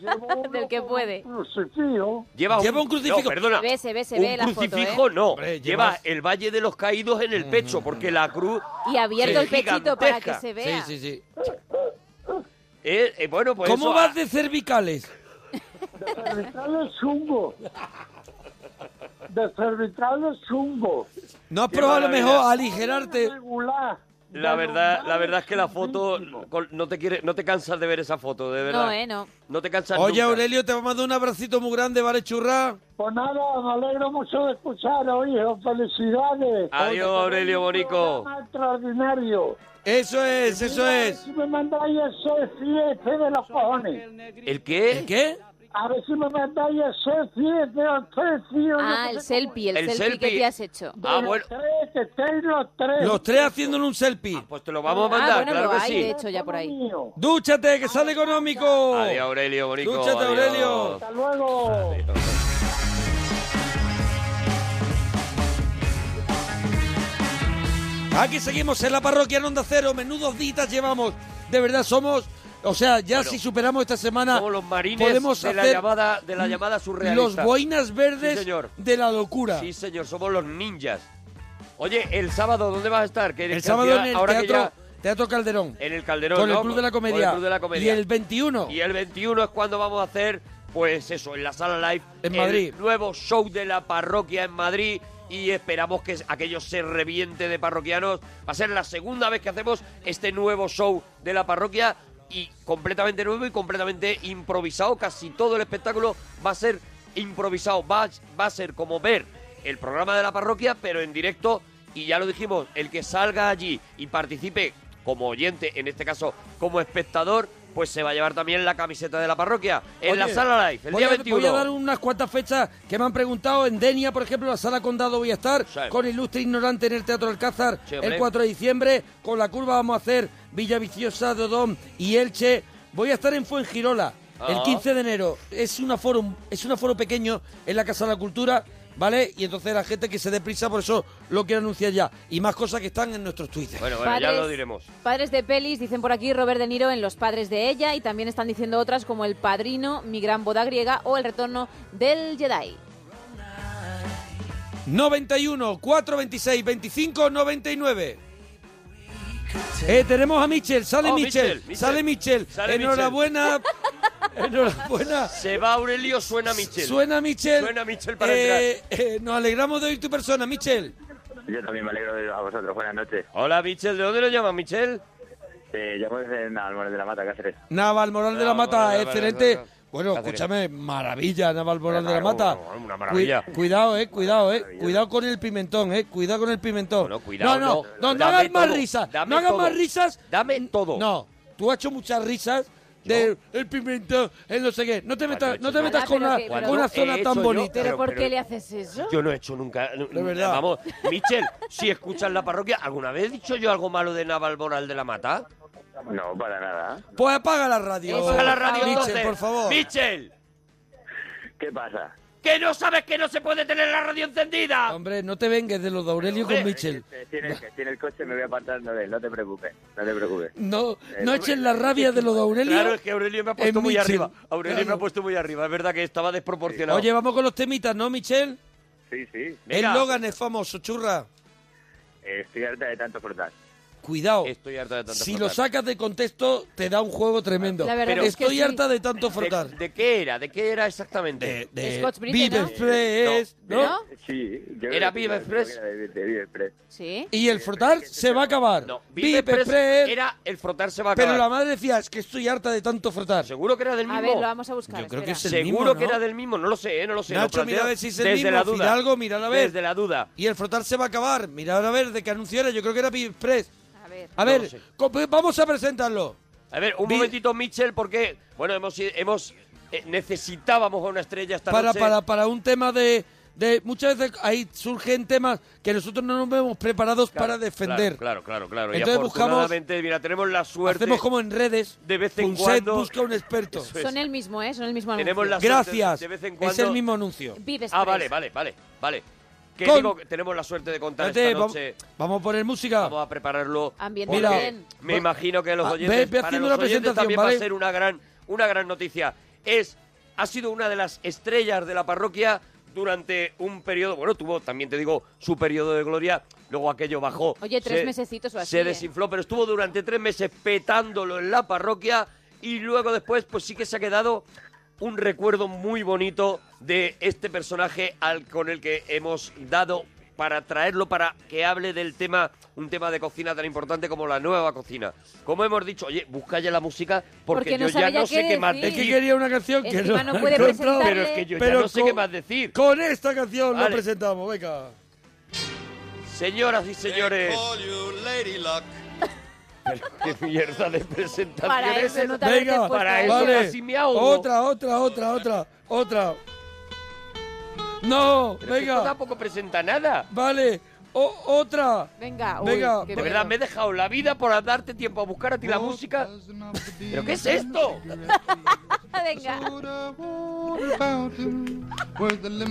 [SPEAKER 6] Llevo uno
[SPEAKER 4] Del que
[SPEAKER 6] con
[SPEAKER 4] puede.
[SPEAKER 6] un Crucifijo.
[SPEAKER 3] Lleva,
[SPEAKER 2] Lleva un crucifijo.
[SPEAKER 3] No, perdona.
[SPEAKER 4] Se ve, se ve, se
[SPEAKER 3] un
[SPEAKER 4] ve la foto,
[SPEAKER 3] crucifijo,
[SPEAKER 4] ¿eh?
[SPEAKER 3] no.
[SPEAKER 2] Hombre,
[SPEAKER 3] lleva
[SPEAKER 2] llevas- Mm.
[SPEAKER 3] el Valle de los Caídos en el pecho, porque la cruz.
[SPEAKER 4] Y abierto
[SPEAKER 3] Sí.
[SPEAKER 4] el pechito para que
[SPEAKER 3] Gigantesca.
[SPEAKER 4] se
[SPEAKER 2] Sí,
[SPEAKER 4] vea.
[SPEAKER 2] sí, sí.
[SPEAKER 3] eh, eh, bueno, pues.
[SPEAKER 2] ¿Cómo
[SPEAKER 3] eso-
[SPEAKER 2] vas de cervicales?
[SPEAKER 6] De cervicales chungo. De cervicales chungo.
[SPEAKER 2] ¿No has
[SPEAKER 3] Qué
[SPEAKER 2] probado a lo
[SPEAKER 3] maravilla.
[SPEAKER 2] mejor aligerarte?
[SPEAKER 6] Regular.
[SPEAKER 3] ah, La
[SPEAKER 6] De
[SPEAKER 3] verdad, la
[SPEAKER 6] normales
[SPEAKER 3] verdad es que la foto
[SPEAKER 6] chunguísimo.
[SPEAKER 3] col- no te quiere, no te cansas de ver esa foto, de verdad.
[SPEAKER 4] No, eh, no.
[SPEAKER 3] No te cansas
[SPEAKER 2] Oye,
[SPEAKER 3] nunca.
[SPEAKER 2] Aurelio, te vamos a dar un abracito muy grande, ¿vale, churra?
[SPEAKER 6] Pues nada, me alegro mucho de escucharos, hijo. Felicidades.
[SPEAKER 3] Adiós, Aurelio
[SPEAKER 6] Un
[SPEAKER 3] Bonico.
[SPEAKER 6] programa Extraordinario.
[SPEAKER 2] Eso es, eso
[SPEAKER 6] Mira,
[SPEAKER 2] es.
[SPEAKER 6] Si me mandáis ese fieste de los cojones.
[SPEAKER 3] ¿El qué?
[SPEAKER 2] ¿El qué?
[SPEAKER 6] A ver si me mandáis ese fieste de los tres, tío.
[SPEAKER 4] Ah, el selfie, el,
[SPEAKER 3] El
[SPEAKER 4] selfie,
[SPEAKER 3] selfie.
[SPEAKER 4] que te has hecho.
[SPEAKER 3] Ah, bueno.
[SPEAKER 6] Tres, que estéis los tres.
[SPEAKER 2] Los tres haciéndole un selfie.
[SPEAKER 3] Pues te lo vamos a
[SPEAKER 4] ah,
[SPEAKER 3] mandar,
[SPEAKER 4] bueno,
[SPEAKER 3] claro
[SPEAKER 4] lo
[SPEAKER 3] que
[SPEAKER 4] hay, de
[SPEAKER 3] sí.
[SPEAKER 4] hecho, ya por ahí.
[SPEAKER 6] Mío.
[SPEAKER 2] ¡Dúchate, que sale económico!
[SPEAKER 3] Adiós, Aurelio, bonito.
[SPEAKER 2] Dúchate,
[SPEAKER 3] adiós.
[SPEAKER 2] Aurelio.
[SPEAKER 6] Hasta luego.
[SPEAKER 2] Aquí seguimos en la parroquia en Onda Cero. Menudos ditas llevamos. De verdad, somos... O sea, ya
[SPEAKER 3] Bueno,
[SPEAKER 2] si superamos esta semana...
[SPEAKER 3] Somos los marines
[SPEAKER 2] podemos
[SPEAKER 3] de, la
[SPEAKER 2] hacer
[SPEAKER 3] llamada, de la llamada
[SPEAKER 2] los
[SPEAKER 3] surrealista.
[SPEAKER 2] boinas verdes
[SPEAKER 3] Sí, señor.
[SPEAKER 2] de la locura.
[SPEAKER 3] Sí, señor, somos los ninjas. Oye, el sábado, ¿dónde vas a estar? Que- que
[SPEAKER 2] El
[SPEAKER 3] al
[SPEAKER 2] sábado
[SPEAKER 3] final,
[SPEAKER 2] en el
[SPEAKER 3] ahora
[SPEAKER 2] teatro,
[SPEAKER 3] que
[SPEAKER 2] teatro Calderón.
[SPEAKER 3] ya, en el Calderón,
[SPEAKER 2] Con el,
[SPEAKER 3] ¿no?
[SPEAKER 2] Club de la
[SPEAKER 3] Con el
[SPEAKER 2] Comedia.
[SPEAKER 3] Club de la Comedia.
[SPEAKER 2] Y el 21.
[SPEAKER 3] Y el 21 es cuando vamos a hacer, pues eso, en la sala live.
[SPEAKER 2] En Madrid.
[SPEAKER 3] El nuevo show de la parroquia en Madrid. Y esperamos que aquello se reviente de parroquianos. Va a ser la segunda vez que hacemos este nuevo show de la parroquia. Y completamente nuevo y completamente improvisado. Casi todo el espectáculo va a ser improvisado. Va, va a ser como ver el programa de la parroquia, pero en directo. Y ya lo dijimos, el que salga allí y participe como oyente, en este caso como espectador, pues se va a llevar también la camiseta de la parroquia en
[SPEAKER 2] Oye,
[SPEAKER 3] la sala live, el
[SPEAKER 2] voy
[SPEAKER 3] día
[SPEAKER 2] a-
[SPEAKER 3] 21.
[SPEAKER 2] Voy a dar unas cuantas fechas que me han preguntado. En Denia, por ejemplo, la sala Condado voy a estar.
[SPEAKER 3] Sí.
[SPEAKER 2] Con Ilustre Ignorante en el Teatro Alcázar
[SPEAKER 3] Sí, hombre.
[SPEAKER 2] el 4 de diciembre. Con La Curva vamos a hacer Villaviciosa, Dodón y Elche. Voy a estar en Fuengirola el
[SPEAKER 3] Ah.
[SPEAKER 2] 15 de enero. Es un aforo, es un aforo pequeño en la Casa de la Cultura. ¿Vale? Y entonces la gente que se dé prisa, por eso lo quiero anunciar ya. Y más cosas que están en nuestros Twitter.
[SPEAKER 3] Bueno, bueno, ya lo diremos.
[SPEAKER 4] Padres de pelis, dicen por aquí Robert De Niro en Los padres de ella y también están diciendo otras como El padrino, Mi gran boda griega o El retorno del Jedi.
[SPEAKER 2] 91 426 25 99. Eh, tenemos a Michel, sale
[SPEAKER 3] Oh,
[SPEAKER 2] Michel,
[SPEAKER 3] Michel, Michel.
[SPEAKER 2] sale Michel.
[SPEAKER 3] Sale
[SPEAKER 2] enhorabuena, enhorabuena.
[SPEAKER 3] Se va Aurelio, suena Michel.
[SPEAKER 2] Suena Michel.
[SPEAKER 3] Suena Michel para
[SPEAKER 2] Eh, eh, nos alegramos de oír tu persona, Michel.
[SPEAKER 7] Yo también me alegro de a vosotros. Buenas noches.
[SPEAKER 3] Hola Michel, ¿de dónde lo llamas Michel?
[SPEAKER 7] Te llamo desde Almores de la Mata, Cáceres.
[SPEAKER 2] Naval Moral de la
[SPEAKER 3] Naval
[SPEAKER 2] Mata,
[SPEAKER 3] Moral,
[SPEAKER 2] excelente.
[SPEAKER 3] Naval, Naval.
[SPEAKER 2] Bueno,
[SPEAKER 3] Cáceres.
[SPEAKER 2] escúchame, maravilla, Naval Moral de la
[SPEAKER 3] Claro,
[SPEAKER 2] Mata.
[SPEAKER 3] una- una maravilla.
[SPEAKER 2] Cui- cuidado, eh, cuidado, eh.
[SPEAKER 7] Maravilla.
[SPEAKER 2] Cuidado con el pimentón, eh. Cuidado con el pimentón.
[SPEAKER 3] Bueno, cuidado,
[SPEAKER 2] no, no,
[SPEAKER 3] no.
[SPEAKER 2] no, no
[SPEAKER 3] Dame
[SPEAKER 2] hagas más
[SPEAKER 3] todo,
[SPEAKER 2] risas.
[SPEAKER 3] dame
[SPEAKER 2] No hagas
[SPEAKER 3] todo.
[SPEAKER 2] más risas.
[SPEAKER 3] Dame todo.
[SPEAKER 2] No, tú has hecho muchas risas de el pimiento, el no sé qué. No te metas, no te metas con una,
[SPEAKER 4] Pero-
[SPEAKER 2] con una zona
[SPEAKER 3] He
[SPEAKER 2] tan
[SPEAKER 3] hecho yo,
[SPEAKER 2] bonita.
[SPEAKER 4] ¿Pero por
[SPEAKER 3] pero-
[SPEAKER 4] qué le haces eso?
[SPEAKER 3] Yo no he hecho nunca. De
[SPEAKER 2] verdad.
[SPEAKER 3] Vamos, Michel, si escuchas la parroquia, ¿alguna vez he dicho yo algo malo de Navalmoral de la Mata?
[SPEAKER 7] No, para nada.
[SPEAKER 2] Pues apaga la radio.
[SPEAKER 4] Eso,
[SPEAKER 3] Apaga la radio
[SPEAKER 2] Michel,
[SPEAKER 3] entonces.
[SPEAKER 2] por favor.
[SPEAKER 3] Michel,
[SPEAKER 7] ¿Qué pasa?
[SPEAKER 3] que no sabes que no se puede tener la radio encendida.
[SPEAKER 2] Hombre, no te vengues de los de Aurelio con
[SPEAKER 3] Hombre,
[SPEAKER 2] Michel.
[SPEAKER 7] Que Estoy en, el, que estoy en el coche, me voy apartando de él, no te preocupes, no te preocupes.
[SPEAKER 3] Eh,
[SPEAKER 2] No, no eches la rabia de los de Aurelio.
[SPEAKER 3] Claro, es que Aurelio me ha puesto
[SPEAKER 2] en
[SPEAKER 3] muy
[SPEAKER 2] Michel.
[SPEAKER 3] arriba. Aurelio me
[SPEAKER 2] Claro.
[SPEAKER 3] ha puesto muy arriba. Es verdad que estaba desproporcionado.
[SPEAKER 2] Oye, vamos con los temitas, ¿no, Michel?
[SPEAKER 7] Sí, sí,
[SPEAKER 3] Venga.
[SPEAKER 2] El Logan es famoso, churra.
[SPEAKER 7] estoy harta de tanto frotar.
[SPEAKER 2] Cuidado.
[SPEAKER 3] estoy harta de tanto
[SPEAKER 2] Si
[SPEAKER 3] frotar.
[SPEAKER 2] lo sacas de contexto, te da un juego tremendo.
[SPEAKER 4] La verdad Pero- es que
[SPEAKER 2] Estoy
[SPEAKER 4] sí.
[SPEAKER 2] harta de tanto frotar.
[SPEAKER 3] ¿De, de qué era? ¿De qué era exactamente?
[SPEAKER 4] Scotch Brite,
[SPEAKER 2] Vive
[SPEAKER 4] ¿no?
[SPEAKER 2] Express,
[SPEAKER 3] No,
[SPEAKER 2] ¿no?
[SPEAKER 4] ¿No?
[SPEAKER 7] Sí, yo
[SPEAKER 3] ¿Era
[SPEAKER 7] creo que-
[SPEAKER 3] Viva Express?
[SPEAKER 7] creo que era De, de Viva Express.
[SPEAKER 4] Sí.
[SPEAKER 2] Y el frotar se va a acabar.
[SPEAKER 3] No,
[SPEAKER 2] Vive
[SPEAKER 3] Vive Press
[SPEAKER 2] Express.
[SPEAKER 3] era el frotarse va a
[SPEAKER 2] Pero
[SPEAKER 3] acabar.
[SPEAKER 2] la madre decía, es que estoy harta de tanto frotar.
[SPEAKER 3] Seguro que era del mismo.
[SPEAKER 4] A ver, lo vamos a buscar.
[SPEAKER 2] Yo creo que
[SPEAKER 4] espera.
[SPEAKER 2] es el-
[SPEAKER 3] Seguro
[SPEAKER 2] mismo,
[SPEAKER 3] que
[SPEAKER 2] ¿no?
[SPEAKER 3] era del mismo, no lo sé, ¿eh? no lo sé. lo
[SPEAKER 2] Nacho,
[SPEAKER 3] planteo
[SPEAKER 2] mira a ver si es el
[SPEAKER 3] desde
[SPEAKER 2] mismo,
[SPEAKER 3] La duda.
[SPEAKER 2] Fidalgo, mirad a ver.
[SPEAKER 3] Desde la duda.
[SPEAKER 2] Y el frotar se va a acabar. Mirad a ver de qué anunciara. Yo creo que era Vive Express.
[SPEAKER 4] A ver.
[SPEAKER 2] A
[SPEAKER 3] No
[SPEAKER 2] ver,
[SPEAKER 3] lo sé.
[SPEAKER 2] co- Pues vamos a presentarlo.
[SPEAKER 3] A ver, un
[SPEAKER 2] Vi-
[SPEAKER 3] momentito, Mitchell, porque, bueno, hemos, hemos eh, necesitábamos a una estrella esta
[SPEAKER 2] para,
[SPEAKER 3] noche.
[SPEAKER 2] para, para un tema de, de- Muchas veces ahí surgen temas que nosotros no nos vemos preparados
[SPEAKER 3] Claro,
[SPEAKER 2] para defender.
[SPEAKER 3] Claro, claro, claro.
[SPEAKER 2] Entonces
[SPEAKER 3] y
[SPEAKER 2] buscamos-
[SPEAKER 3] afortunadamente, mira, tenemos la suerte.
[SPEAKER 2] Hacemos como en redes.
[SPEAKER 3] de vez en
[SPEAKER 2] Punset
[SPEAKER 3] cuando-
[SPEAKER 2] busca un experto.
[SPEAKER 3] Eso es.
[SPEAKER 4] Son el mismo, ¿eh? Son el mismo
[SPEAKER 3] pues, Tenemos
[SPEAKER 4] anuncio.
[SPEAKER 3] la-
[SPEAKER 2] Gracias.
[SPEAKER 3] de vez en
[SPEAKER 2] Es el
[SPEAKER 3] cuando-
[SPEAKER 2] mismo anuncio.
[SPEAKER 4] Vive
[SPEAKER 3] Ah,
[SPEAKER 4] Express.
[SPEAKER 3] vale, vale, vale, vale. Que
[SPEAKER 2] Con-
[SPEAKER 3] digo que tenemos la suerte de contar
[SPEAKER 2] Espérate,
[SPEAKER 3] esta
[SPEAKER 2] vamos,
[SPEAKER 3] noche.
[SPEAKER 2] vamos a poner música.
[SPEAKER 3] Vamos a prepararlo.
[SPEAKER 4] Ambiente
[SPEAKER 3] porque
[SPEAKER 4] bien.
[SPEAKER 3] Me imagino que los
[SPEAKER 2] Ah, ve-
[SPEAKER 3] oyentes,
[SPEAKER 2] ve
[SPEAKER 3] para
[SPEAKER 2] haciendo
[SPEAKER 3] los
[SPEAKER 2] la
[SPEAKER 3] oyentes
[SPEAKER 2] presentación,
[SPEAKER 3] también
[SPEAKER 2] ¿vale?
[SPEAKER 3] va a ser una gran, una gran noticia. Es, ha sido una de las estrellas de la parroquia durante un periodo, bueno, tuvo también, te digo, su periodo de gloria, luego aquello bajó.
[SPEAKER 4] Oye, tres mesecitos o así,
[SPEAKER 3] Se
[SPEAKER 4] ¿eh?
[SPEAKER 3] desinfló, pero estuvo durante tres meses petándolo en la parroquia y luego después, pues sí que se ha quedado un recuerdo muy bonito de este personaje al, con el que hemos dado para traerlo para que hable del tema, un tema de cocina tan importante como la nueva cocina. Como hemos dicho, oye, busca ya la música porque,
[SPEAKER 4] Porque
[SPEAKER 3] yo
[SPEAKER 4] no
[SPEAKER 3] ya
[SPEAKER 4] sabe ya
[SPEAKER 3] no sé
[SPEAKER 4] qué
[SPEAKER 3] qué más
[SPEAKER 4] decir.
[SPEAKER 2] Es que
[SPEAKER 3] decir.
[SPEAKER 2] quería una canción que
[SPEAKER 4] Encima no
[SPEAKER 2] ha
[SPEAKER 4] puede
[SPEAKER 2] encontrado.
[SPEAKER 4] presentarle.
[SPEAKER 3] Pero es que yo
[SPEAKER 2] Pero
[SPEAKER 3] ya no sé
[SPEAKER 2] con-
[SPEAKER 3] qué más decir.
[SPEAKER 2] Con esta canción la
[SPEAKER 3] Vale.
[SPEAKER 2] presentamos, venga.
[SPEAKER 3] Señoras y señores, pero qué mierda de presentación
[SPEAKER 4] Para
[SPEAKER 3] es
[SPEAKER 4] eso no
[SPEAKER 3] esa?
[SPEAKER 4] te habéis
[SPEAKER 2] Venga,
[SPEAKER 4] puesto
[SPEAKER 3] para
[SPEAKER 4] ahí.
[SPEAKER 3] eso
[SPEAKER 2] Vale.
[SPEAKER 3] casi me ahogo.
[SPEAKER 2] Otra, otra, otra, otra, otra. No,
[SPEAKER 3] Pero es que esto
[SPEAKER 2] venga.
[SPEAKER 3] tampoco presenta nada. Ah,
[SPEAKER 2] Vale, o- otra.
[SPEAKER 4] Venga, uy,
[SPEAKER 2] Venga,
[SPEAKER 4] qué
[SPEAKER 3] De
[SPEAKER 4] miedo.
[SPEAKER 3] verdad, me he dejado la vida por darte tiempo a buscar a ti la música. ¿Pero qué es esto?
[SPEAKER 4] Venga.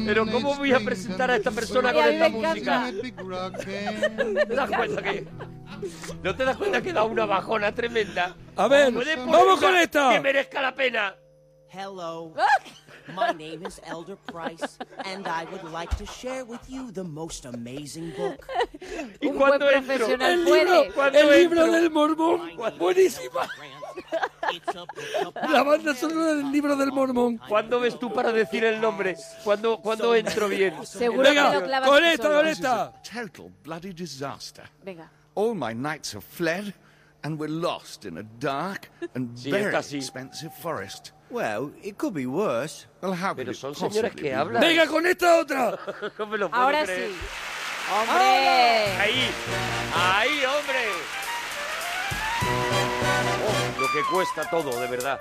[SPEAKER 8] Pero ¿cómo voy a presentar a esta persona con esta música?
[SPEAKER 3] ¿No te das cuenta que.? ¿No te das cuenta que da una bajona tremenda?
[SPEAKER 2] A ver,
[SPEAKER 3] ¿Puedes poner
[SPEAKER 2] vamos
[SPEAKER 3] una
[SPEAKER 2] con esta.
[SPEAKER 3] Que merezca la pena.
[SPEAKER 9] Hello. My name is Elder Price, and I would like to share with you the most amazing book.
[SPEAKER 3] ¿Y
[SPEAKER 4] Un
[SPEAKER 3] cuándo
[SPEAKER 4] buen
[SPEAKER 3] entro?
[SPEAKER 4] profesional
[SPEAKER 2] El
[SPEAKER 4] puede.
[SPEAKER 2] libro,
[SPEAKER 3] ¿Cuándo
[SPEAKER 2] el libro
[SPEAKER 3] entro?
[SPEAKER 2] del mormón. Buenísima.
[SPEAKER 9] It's a book about
[SPEAKER 2] La banda sonora del libro del mormón.
[SPEAKER 3] ¿Cuándo ves tú para decir el nombre? ¿Cuándo, cuándo entro bien?
[SPEAKER 4] Seguro que lo
[SPEAKER 2] Venga,
[SPEAKER 4] clavas
[SPEAKER 2] con
[SPEAKER 4] tú
[SPEAKER 2] esta,
[SPEAKER 4] solo.
[SPEAKER 2] con esta.
[SPEAKER 8] Total bloody disaster.
[SPEAKER 4] Venga.
[SPEAKER 8] All my knights have fled, and we're lost in a dark and
[SPEAKER 3] Sí,
[SPEAKER 8] very
[SPEAKER 3] está así.
[SPEAKER 8] expensive forest.
[SPEAKER 10] Well, it could be worse.
[SPEAKER 8] Well, how could
[SPEAKER 3] Pero
[SPEAKER 8] it
[SPEAKER 3] son
[SPEAKER 8] possibly
[SPEAKER 3] señoras
[SPEAKER 8] be
[SPEAKER 3] que hablan.
[SPEAKER 2] Venga, con esta otra.
[SPEAKER 3] No me lo puedo
[SPEAKER 4] Ahora
[SPEAKER 3] creer.
[SPEAKER 4] sí. ¡Hombre!
[SPEAKER 3] Ahí, ahí, hombre. Oh, lo que cuesta todo, de verdad.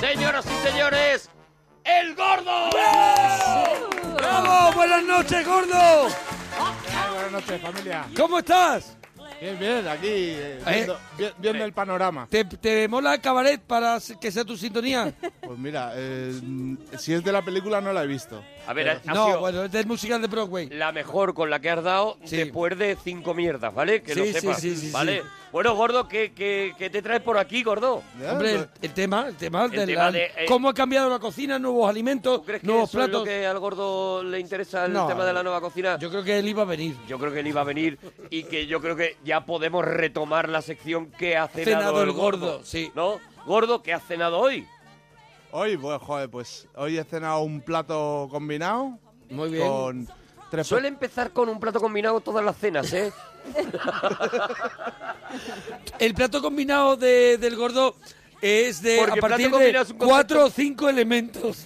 [SPEAKER 3] Señoras y señores, el gordo.
[SPEAKER 2] ¡Bravo! ¡Buenas noches, gordo!
[SPEAKER 11] Buenas noches, familia.
[SPEAKER 2] ¿Cómo estás?
[SPEAKER 11] Bien, bien, aquí eh, viendo, vi- viendo el panorama.
[SPEAKER 2] ¿Te, te mola el cabaret para que sea tu sintonía?
[SPEAKER 11] Pues mira, eh, si es de la película no la he visto. Eh,
[SPEAKER 3] A ver, ha, ha
[SPEAKER 2] No,
[SPEAKER 3] sido
[SPEAKER 2] bueno, es del musical de Broadway.
[SPEAKER 3] la mejor con la que has dado
[SPEAKER 2] Sí.
[SPEAKER 3] después de cinco mierdas, ¿vale? Que lo
[SPEAKER 2] Sí, sí,
[SPEAKER 3] sepas,
[SPEAKER 2] sí, sí,
[SPEAKER 3] ¿vale?
[SPEAKER 2] sí.
[SPEAKER 3] Bueno, gordo, ¿qué, qué, qué te traes por aquí, gordo?
[SPEAKER 11] Ya,
[SPEAKER 2] Hombre, el,
[SPEAKER 11] pues,
[SPEAKER 2] el tema, el tema, de,
[SPEAKER 3] tema
[SPEAKER 2] la-
[SPEAKER 3] de, eh,
[SPEAKER 2] cómo ha cambiado la cocina, nuevos alimentos,
[SPEAKER 3] ¿Tú crees que
[SPEAKER 2] nuevos
[SPEAKER 3] eso es lo
[SPEAKER 2] platos.
[SPEAKER 3] que al gordo le interesa el
[SPEAKER 2] No,
[SPEAKER 3] tema de la nueva cocina?
[SPEAKER 2] Yo creo que él iba a venir.
[SPEAKER 3] Yo creo que él iba a venir y que yo creo que ya podemos retomar la sección que ha cenado,
[SPEAKER 2] Cenado el
[SPEAKER 3] el gordo.
[SPEAKER 2] gordo, sí.
[SPEAKER 3] ¿No? Gordo, ¿qué ha cenado hoy?
[SPEAKER 11] Hoy, pues, joder, pues hoy he cenado un plato combinado.
[SPEAKER 2] Muy bien.
[SPEAKER 11] Con tres
[SPEAKER 3] Suele empezar con un plato combinado todas las cenas, ¿eh?
[SPEAKER 2] El plato combinado de- del gordo es de
[SPEAKER 3] Porque
[SPEAKER 2] a
[SPEAKER 3] plato
[SPEAKER 2] partir
[SPEAKER 3] combinado
[SPEAKER 2] de
[SPEAKER 3] es un concepto-
[SPEAKER 2] cuatro o cinco elementos.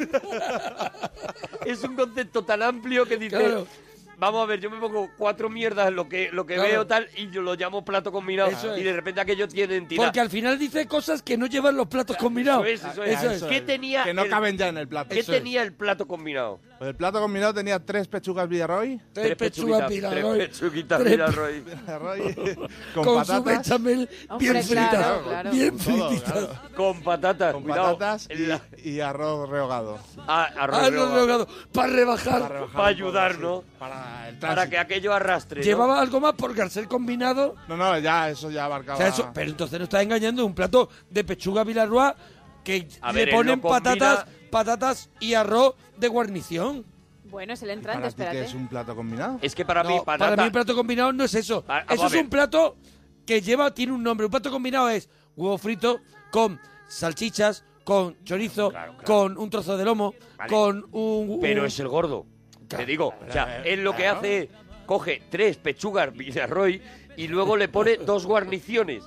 [SPEAKER 3] es un concepto tan amplio que dice...
[SPEAKER 2] Claro.
[SPEAKER 3] vamos a ver, yo me pongo cuatro mierdas en lo que, lo que
[SPEAKER 2] Claro.
[SPEAKER 3] veo tal y yo lo llamo plato combinado
[SPEAKER 2] Eso
[SPEAKER 3] y
[SPEAKER 2] es.
[SPEAKER 3] de repente aquello tiene entidad.
[SPEAKER 2] Porque al final dice cosas que no llevan los platos combinados.
[SPEAKER 3] Eso es, eso es. ¿Qué tenía
[SPEAKER 11] Que no caben ya en el plato.
[SPEAKER 3] ¿Qué
[SPEAKER 11] Eso es.
[SPEAKER 3] tenía el plato combinado?
[SPEAKER 11] Pues el plato combinado tenía tres pechugas Villarroy.
[SPEAKER 3] Tres pechugas Villarroy. Tres pechuguitas
[SPEAKER 11] Tres-
[SPEAKER 3] Villarroy.
[SPEAKER 11] Con,
[SPEAKER 3] Con su
[SPEAKER 11] patatas.
[SPEAKER 3] bechamel
[SPEAKER 2] Hombre, bien claro, frita,
[SPEAKER 3] claro. bien
[SPEAKER 11] Con todo,
[SPEAKER 3] frititas.
[SPEAKER 11] claro.
[SPEAKER 3] Con patatas.
[SPEAKER 11] Con
[SPEAKER 3] cuidado.
[SPEAKER 11] patatas y, y arroz rehogado.
[SPEAKER 3] Ah, arroz
[SPEAKER 2] Ah, arroz rehogado,
[SPEAKER 11] Para
[SPEAKER 2] para rebajar.
[SPEAKER 11] rebajar
[SPEAKER 3] Para
[SPEAKER 11] un poco,
[SPEAKER 3] ayudarnos.
[SPEAKER 11] Para, el
[SPEAKER 3] Para
[SPEAKER 11] tránsito.
[SPEAKER 3] que aquello arrastre. ¿no?
[SPEAKER 2] ¿Llevaba algo más? Porque al ser combinado...
[SPEAKER 11] No, no, ya, eso ya abarcaba...
[SPEAKER 2] O sea, eso- pero entonces no estás engañando, es un plato de pechuga vilarroa que
[SPEAKER 11] A
[SPEAKER 2] le
[SPEAKER 11] ver, él
[SPEAKER 2] ponen
[SPEAKER 11] no combina-
[SPEAKER 2] patatas, patatas y arroz de guarnición.
[SPEAKER 4] Bueno, es el
[SPEAKER 11] ¿Para
[SPEAKER 4] entrante,
[SPEAKER 11] ti qué
[SPEAKER 4] espérate.
[SPEAKER 11] es un plato combinado?
[SPEAKER 3] Es que para
[SPEAKER 2] No, para mí un plato combinado no es eso. eso
[SPEAKER 11] a
[SPEAKER 2] es
[SPEAKER 11] ver.
[SPEAKER 2] un plato que lleva, tiene un nombre. Un plato combinado es huevo frito con salchichas, con chorizo, con un trozo de lomo,
[SPEAKER 3] Vale.
[SPEAKER 2] con un...
[SPEAKER 3] Pero
[SPEAKER 2] un-
[SPEAKER 3] es el gordo. Te digo, o sea,
[SPEAKER 2] Uh. Claro.
[SPEAKER 3] él lo que hace es coge tres pechugas Villarroy y luego le pone dos guarniciones.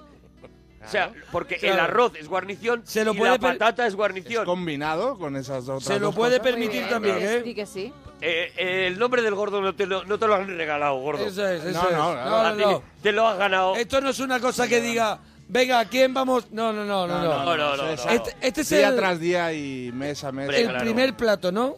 [SPEAKER 3] O sea, porque el
[SPEAKER 11] Claro.
[SPEAKER 3] arroz es guarnición
[SPEAKER 11] Se lo
[SPEAKER 3] y
[SPEAKER 11] puede
[SPEAKER 3] la
[SPEAKER 11] per-
[SPEAKER 3] patata es guarnición.
[SPEAKER 11] combinado con esas otras
[SPEAKER 3] Se lo
[SPEAKER 11] dos
[SPEAKER 3] puede
[SPEAKER 11] cosas.
[SPEAKER 3] permitir
[SPEAKER 4] Muy bien,
[SPEAKER 3] también,
[SPEAKER 4] dices,
[SPEAKER 3] ¿eh?
[SPEAKER 4] di que sí.
[SPEAKER 3] Eh, eh, el nombre del gordo no te, lo, no te lo han regalado, gordo.
[SPEAKER 2] Eso es, eso
[SPEAKER 3] no,
[SPEAKER 2] es.
[SPEAKER 3] No,
[SPEAKER 2] No,
[SPEAKER 3] a
[SPEAKER 2] no,
[SPEAKER 3] ti
[SPEAKER 2] no.
[SPEAKER 3] Te lo has ganado.
[SPEAKER 2] Esto no es una cosa que diga, venga, ¿a quién vamos? No, no, no, no. No,
[SPEAKER 3] no, no, no,
[SPEAKER 11] eso
[SPEAKER 3] no.
[SPEAKER 2] Este, este es
[SPEAKER 11] día
[SPEAKER 2] el,
[SPEAKER 11] tras día y mes a mes.
[SPEAKER 2] el primer plato, ¿no?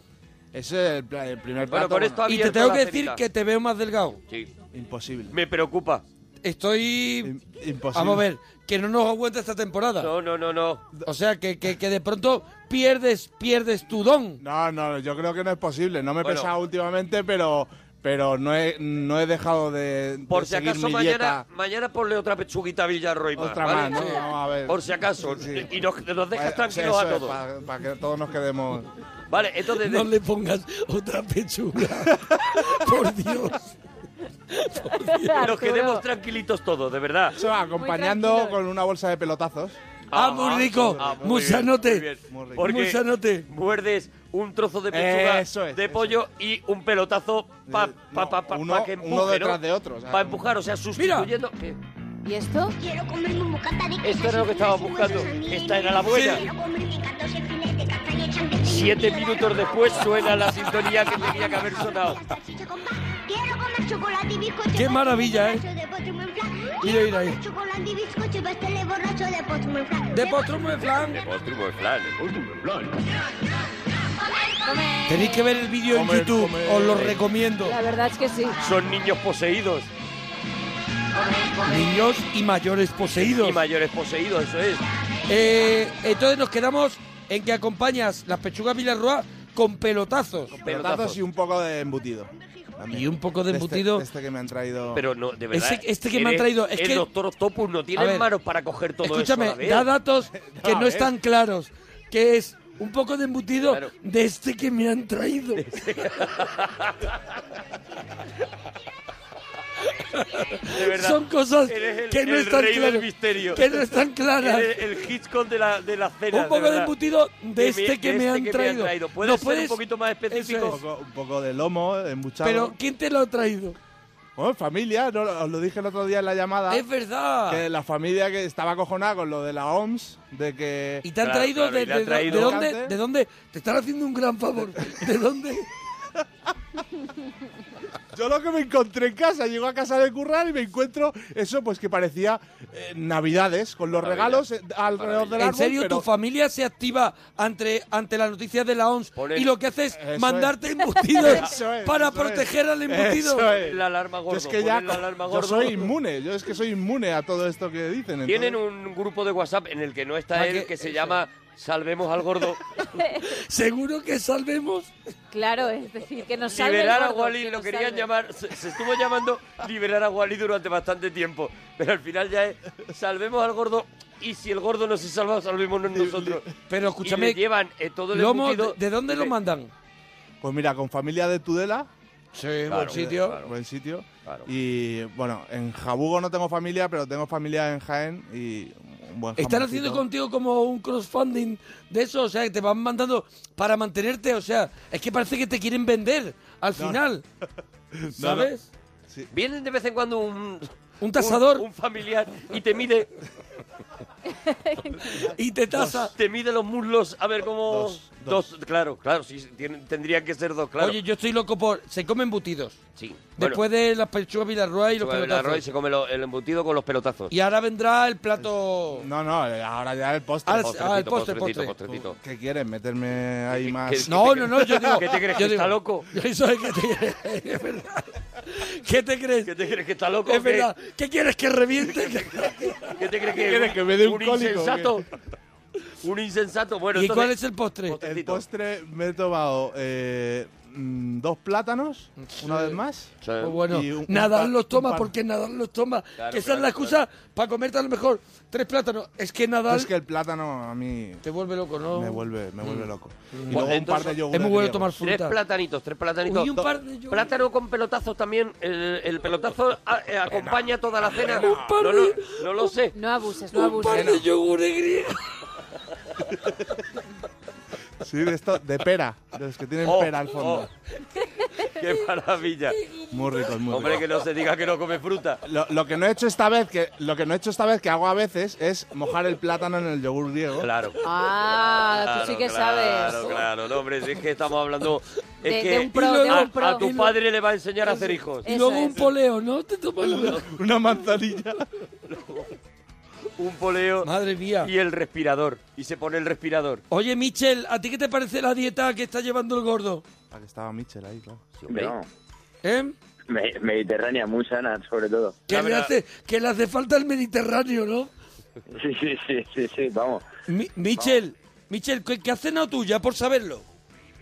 [SPEAKER 11] Ese es el, pla- el primer plato.
[SPEAKER 2] Bueno, por esto ha Y te abierto tengo la que decir cenita. que te veo más delgado.
[SPEAKER 3] Sí.
[SPEAKER 11] Imposible.
[SPEAKER 3] Me preocupa.
[SPEAKER 2] Estoy...
[SPEAKER 11] Imposible.
[SPEAKER 2] Vamos a ver, que no nos aguanta esta temporada.
[SPEAKER 3] No, no, no, no.
[SPEAKER 2] O sea, que, que, que de pronto pierdes, pierdes tu don.
[SPEAKER 11] Ah, No, no, yo creo que no es posible. No me he
[SPEAKER 2] Bueno.
[SPEAKER 11] pesado últimamente, pero, pero no, he, no he dejado de,
[SPEAKER 3] Por
[SPEAKER 11] de
[SPEAKER 3] si
[SPEAKER 11] seguir
[SPEAKER 3] acaso
[SPEAKER 11] mi
[SPEAKER 3] mañana,
[SPEAKER 11] dieta.
[SPEAKER 3] mañana ponle otra pechuguita Villarroy más.
[SPEAKER 11] Otra más,
[SPEAKER 3] ¿vale?
[SPEAKER 11] ¿no? Vamos a ver.
[SPEAKER 3] Por si acaso. Y nos, nos
[SPEAKER 11] Eh,
[SPEAKER 3] dejas tranquilos a todos.
[SPEAKER 11] Para que todos nos quedemos...
[SPEAKER 3] Vale, entonces...
[SPEAKER 2] No le pongas otra pechuga. Por Dios.
[SPEAKER 3] Nos quedemos tranquilitos todos, de verdad.
[SPEAKER 11] Eso va, acompañando con una bolsa de pelotazos.
[SPEAKER 3] Ah, muy rico. Ah, muy Musanote. bien, muy bien. Muy rico. Porque Muerdes un trozo de pechuga
[SPEAKER 11] Eso es,
[SPEAKER 3] de pollo y un pelotazo para pa, pa, pa- pa que empuje,
[SPEAKER 11] uno detrás de otro, o sea,
[SPEAKER 3] para empujar, o sea, sustituyendo... ¿Qué?
[SPEAKER 4] ¿Y esto?
[SPEAKER 1] Quiero comerme un bocata de
[SPEAKER 3] Esto era lo que estaba buscando. Esta era la buena. Siete minutos después suena la sintonía que tenía que haber sonado.
[SPEAKER 2] Qué maravilla, ¿eh? Mira, mira ahí. De postrum de flan.
[SPEAKER 11] Ah,
[SPEAKER 2] Tenéis que ver el vídeo en
[SPEAKER 3] Comer,
[SPEAKER 2] YouTube,
[SPEAKER 3] comer.
[SPEAKER 2] os lo recomiendo.
[SPEAKER 4] La verdad es que sí.
[SPEAKER 3] Son niños poseídos.
[SPEAKER 2] Niños y mayores poseídos.
[SPEAKER 3] Y mayores poseídos, eso es.
[SPEAKER 2] Eh, entonces nos quedamos en que acompañas las pechugas Villarroa con pelotazos.
[SPEAKER 11] Pelotazos y un poco de embutido.
[SPEAKER 2] Y un poco de
[SPEAKER 11] este-
[SPEAKER 2] embutido.
[SPEAKER 11] Este, que me han traído.
[SPEAKER 3] Pero no, de verdad.
[SPEAKER 2] Ese- este que me han traído, es
[SPEAKER 3] el
[SPEAKER 2] que-
[SPEAKER 3] doctor Octopus no
[SPEAKER 2] A
[SPEAKER 3] tiene
[SPEAKER 2] ver,
[SPEAKER 3] manos para coger todo
[SPEAKER 2] Escúchame,
[SPEAKER 3] eso. a la vez.
[SPEAKER 2] da datos que
[SPEAKER 3] A
[SPEAKER 2] no
[SPEAKER 3] ver.
[SPEAKER 2] están claros. Que es un poco de embutido de este que me han traído.
[SPEAKER 3] este De verdad.
[SPEAKER 2] Son cosas
[SPEAKER 3] Eres el-
[SPEAKER 2] que no
[SPEAKER 3] el
[SPEAKER 2] están
[SPEAKER 3] rey
[SPEAKER 2] claras.
[SPEAKER 3] del misterio.
[SPEAKER 2] Que no están claras.
[SPEAKER 3] Eres el Hitchcock de la, de la cena.
[SPEAKER 2] Un poco de
[SPEAKER 3] verdad.
[SPEAKER 2] embutido de
[SPEAKER 3] me-
[SPEAKER 2] este que me han traído.
[SPEAKER 3] ¿Puedes
[SPEAKER 2] ¿No
[SPEAKER 3] ser
[SPEAKER 2] puedes?
[SPEAKER 3] un poquito más
[SPEAKER 11] Un
[SPEAKER 3] específico?
[SPEAKER 11] poco, un poco de lomo, embuchado.
[SPEAKER 2] Pero ¿quién te lo ha traído?
[SPEAKER 11] Bueno, familia, no, os lo dije el otro día en la llamada.
[SPEAKER 2] Es verdad.
[SPEAKER 11] Que la familia que estaba acojonada con lo de la OMS, de que.
[SPEAKER 2] ¿Y te han traído, de, de- de dónde? ¿De dónde? Te están haciendo un gran favor. ¿De dónde?
[SPEAKER 11] Yo lo que me encontré en casa, llego a casa de currar y me encuentro eso, pues que parecía eh, Navidades, con los
[SPEAKER 2] Maravilla.
[SPEAKER 11] regalos eh, alrededor del árbol.
[SPEAKER 2] ¿En serio
[SPEAKER 11] pero-
[SPEAKER 2] tu familia se activa ante, ante las noticias de la OMS y lo que hace es
[SPEAKER 11] Eso es.
[SPEAKER 2] mandarte embutidos
[SPEAKER 11] Eso es,
[SPEAKER 2] para
[SPEAKER 11] eso
[SPEAKER 2] proteger
[SPEAKER 11] es.
[SPEAKER 2] al embutido?
[SPEAKER 11] Eso es.
[SPEAKER 3] La alarma
[SPEAKER 11] Yo
[SPEAKER 3] gordo.
[SPEAKER 11] es que ya
[SPEAKER 3] ponen la alarma
[SPEAKER 11] yo
[SPEAKER 3] gordo.
[SPEAKER 11] soy inmune, yo es que soy inmune a todo esto que dicen.
[SPEAKER 3] Tienen un grupo de WhatsApp en el que no
[SPEAKER 11] Ah,
[SPEAKER 3] está él,
[SPEAKER 11] que-
[SPEAKER 3] que se llama Salvemos al Gordo.
[SPEAKER 2] Seguro que salvemos.
[SPEAKER 4] Claro, es decir, que nos salve el
[SPEAKER 3] Liberar a
[SPEAKER 4] gordo,
[SPEAKER 3] Wally,
[SPEAKER 4] que
[SPEAKER 3] lo
[SPEAKER 4] nos
[SPEAKER 3] querían
[SPEAKER 4] salve.
[SPEAKER 3] llamar, se, se estuvo llamando Liberar a Wally durante bastante tiempo, pero al final ya es Salvemos al Gordo y si el Gordo no se salva, salvémonos nosotros.
[SPEAKER 2] Pero
[SPEAKER 3] Y
[SPEAKER 2] escúchame,
[SPEAKER 3] le llevan eh, todo el
[SPEAKER 2] lomo,
[SPEAKER 3] embutido
[SPEAKER 2] ¿de- de dónde lo mandan?
[SPEAKER 11] Pues mira, con familia de Tudela.
[SPEAKER 2] Sí, buen sitio.
[SPEAKER 11] Buen sitio. Y bueno, en Jabugo no tengo familia, pero tengo familia en Jaén y un buen
[SPEAKER 2] ¿Están
[SPEAKER 11] jamoncito.
[SPEAKER 2] haciendo contigo como un crossfunding de eso? O sea, que te van mandando para mantenerte. O sea, es que parece que te quieren vender al final.
[SPEAKER 11] No, no.
[SPEAKER 2] ¿Sabes?
[SPEAKER 11] Sí.
[SPEAKER 3] Vienen de vez en cuando un,
[SPEAKER 2] Un tasador.
[SPEAKER 3] Un, familiar y te mide.
[SPEAKER 2] y te tasa.
[SPEAKER 3] te mide los muslos. A ver cómo.
[SPEAKER 2] Dos,
[SPEAKER 3] dos. claro, claro. Sí, tienen- tendrían que ser dos, claro.
[SPEAKER 2] Oye, yo estoy loco por... Se comen embutidos.
[SPEAKER 3] Sí.
[SPEAKER 2] Después de las pechugas Villarroa y los
[SPEAKER 3] Sobre el
[SPEAKER 2] pelotazos.
[SPEAKER 3] arroz y se come lo- el embutido con los pelotazos.
[SPEAKER 2] Y ahora vendrá el plato...
[SPEAKER 11] No, no, ahora ya el postre.
[SPEAKER 2] Ah, el- ah, el postre, Postrecito, postre.
[SPEAKER 3] postrecito.
[SPEAKER 11] ¿Qué quieres? ¿Meterme ahí más?
[SPEAKER 2] No, no, no, yo digo...
[SPEAKER 11] ¿Qué te crees,
[SPEAKER 2] yo
[SPEAKER 11] que está
[SPEAKER 2] digo-
[SPEAKER 11] loco?
[SPEAKER 2] Eso es que te... es verdad. ¿Qué te crees?
[SPEAKER 3] ¿Qué te crees que está loco?
[SPEAKER 2] Es
[SPEAKER 3] o qué?
[SPEAKER 2] verdad. ¿Qué quieres que reviente?
[SPEAKER 3] ¿Qué te crees que,
[SPEAKER 2] ¿Qué quieres, que me dé un cólico,
[SPEAKER 3] insensato? Un insensato. Bueno,
[SPEAKER 11] ¿Y
[SPEAKER 3] entonces-
[SPEAKER 11] cuál es
[SPEAKER 2] el postre?
[SPEAKER 11] El postre me he tomado eh, mm, dos plátanos, una vez más.
[SPEAKER 2] Pues bueno,
[SPEAKER 11] y un- un
[SPEAKER 2] Nadal
[SPEAKER 11] par-
[SPEAKER 2] los
[SPEAKER 11] un
[SPEAKER 2] toma
[SPEAKER 11] par-
[SPEAKER 2] porque Nadal los toma.
[SPEAKER 11] Claro,
[SPEAKER 2] que esa
[SPEAKER 11] claro,
[SPEAKER 2] es la excusa para comerte a lo mejor tres plátanos. Es que Nadal
[SPEAKER 11] Es que el plátano a mí
[SPEAKER 2] te vuelve loco, ¿no?
[SPEAKER 11] me vuelve, me vuelve
[SPEAKER 2] Mm.
[SPEAKER 11] loco. Y
[SPEAKER 2] Mm.
[SPEAKER 11] luego un par
[SPEAKER 3] Entonces,
[SPEAKER 11] de yogures griegos.
[SPEAKER 3] Tres platanitos, tres platanitos.
[SPEAKER 2] Uy, un par de
[SPEAKER 3] Do- Plátano con pelotazos también. El, el pelotazo a- eh, acompaña toda la cena. no, lo- no lo sé.
[SPEAKER 4] No abuses, no abuses.
[SPEAKER 11] Sí, de esto, de pera, de los que tienen
[SPEAKER 3] Oh,
[SPEAKER 11] pera al fondo.
[SPEAKER 3] ¡Qué maravilla!
[SPEAKER 11] Muy ricos, muy
[SPEAKER 3] Hombre,
[SPEAKER 11] ricos.
[SPEAKER 3] que no se diga que no come fruta.
[SPEAKER 11] Lo, lo que no he hecho esta vez, que lo que no he hecho esta vez, que hago a veces, es mojar el plátano en el yogur griego.
[SPEAKER 3] Claro.
[SPEAKER 4] Ah, tú sí que sabes.
[SPEAKER 3] Claro, claro. No, hombre, si es que estamos hablando... Es
[SPEAKER 4] De-
[SPEAKER 3] que
[SPEAKER 4] de un pro, de
[SPEAKER 3] a,
[SPEAKER 4] un pro.
[SPEAKER 3] a tu padre le va a enseñar a hacer hijos.
[SPEAKER 2] Y luego un poleo, ¿no? Te tomas una,
[SPEAKER 11] manzanilla.
[SPEAKER 3] un poleo.
[SPEAKER 2] Madre mía.
[SPEAKER 3] Y el respirador. Y se pone el respirador.
[SPEAKER 2] Oye, Michel, ¿a ti qué te parece la dieta que está llevando el gordo?
[SPEAKER 11] Para que estaba Michel ahí, claro.
[SPEAKER 7] No.
[SPEAKER 2] ¿Eh?
[SPEAKER 7] Me- mediterránea, muy sana, sobre todo.
[SPEAKER 2] Que le, hace, que le hace falta el Mediterráneo, ¿no?
[SPEAKER 7] Sí, sí, sí, sí, sí, vamos.
[SPEAKER 2] Mi- Michel, Michel, ¿qué, qué has cenado tú ya por saberlo?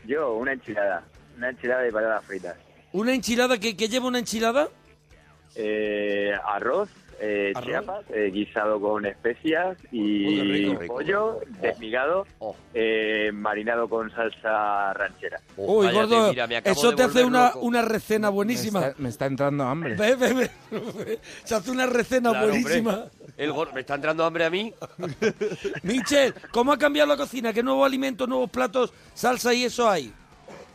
[SPEAKER 7] Yo, una enchilada. Una enchilada de patatas fritas.
[SPEAKER 2] ¿Una enchilada? ¿Qué, qué lleva una enchilada?
[SPEAKER 7] Eh, arroz, eh,
[SPEAKER 2] Arroz.
[SPEAKER 7] chiapas, eh, guisado con especias
[SPEAKER 2] Oh, qué
[SPEAKER 7] y
[SPEAKER 2] rico. Rico.
[SPEAKER 7] pollo desmigado, eh, marinado con salsa ranchera.
[SPEAKER 2] Uy, gordo, eso te hace una, una recena buenísima.
[SPEAKER 11] Me está entrando hambre.
[SPEAKER 2] Ve, ve, ve. Se hace una recena
[SPEAKER 3] Claro, hombre.
[SPEAKER 2] buenísima.
[SPEAKER 3] El gordo, ¿Me está entrando hambre a mí?
[SPEAKER 2] Michel, ¿cómo ha cambiado la cocina? ¿Qué nuevos alimentos, nuevos platos, salsa y eso hay?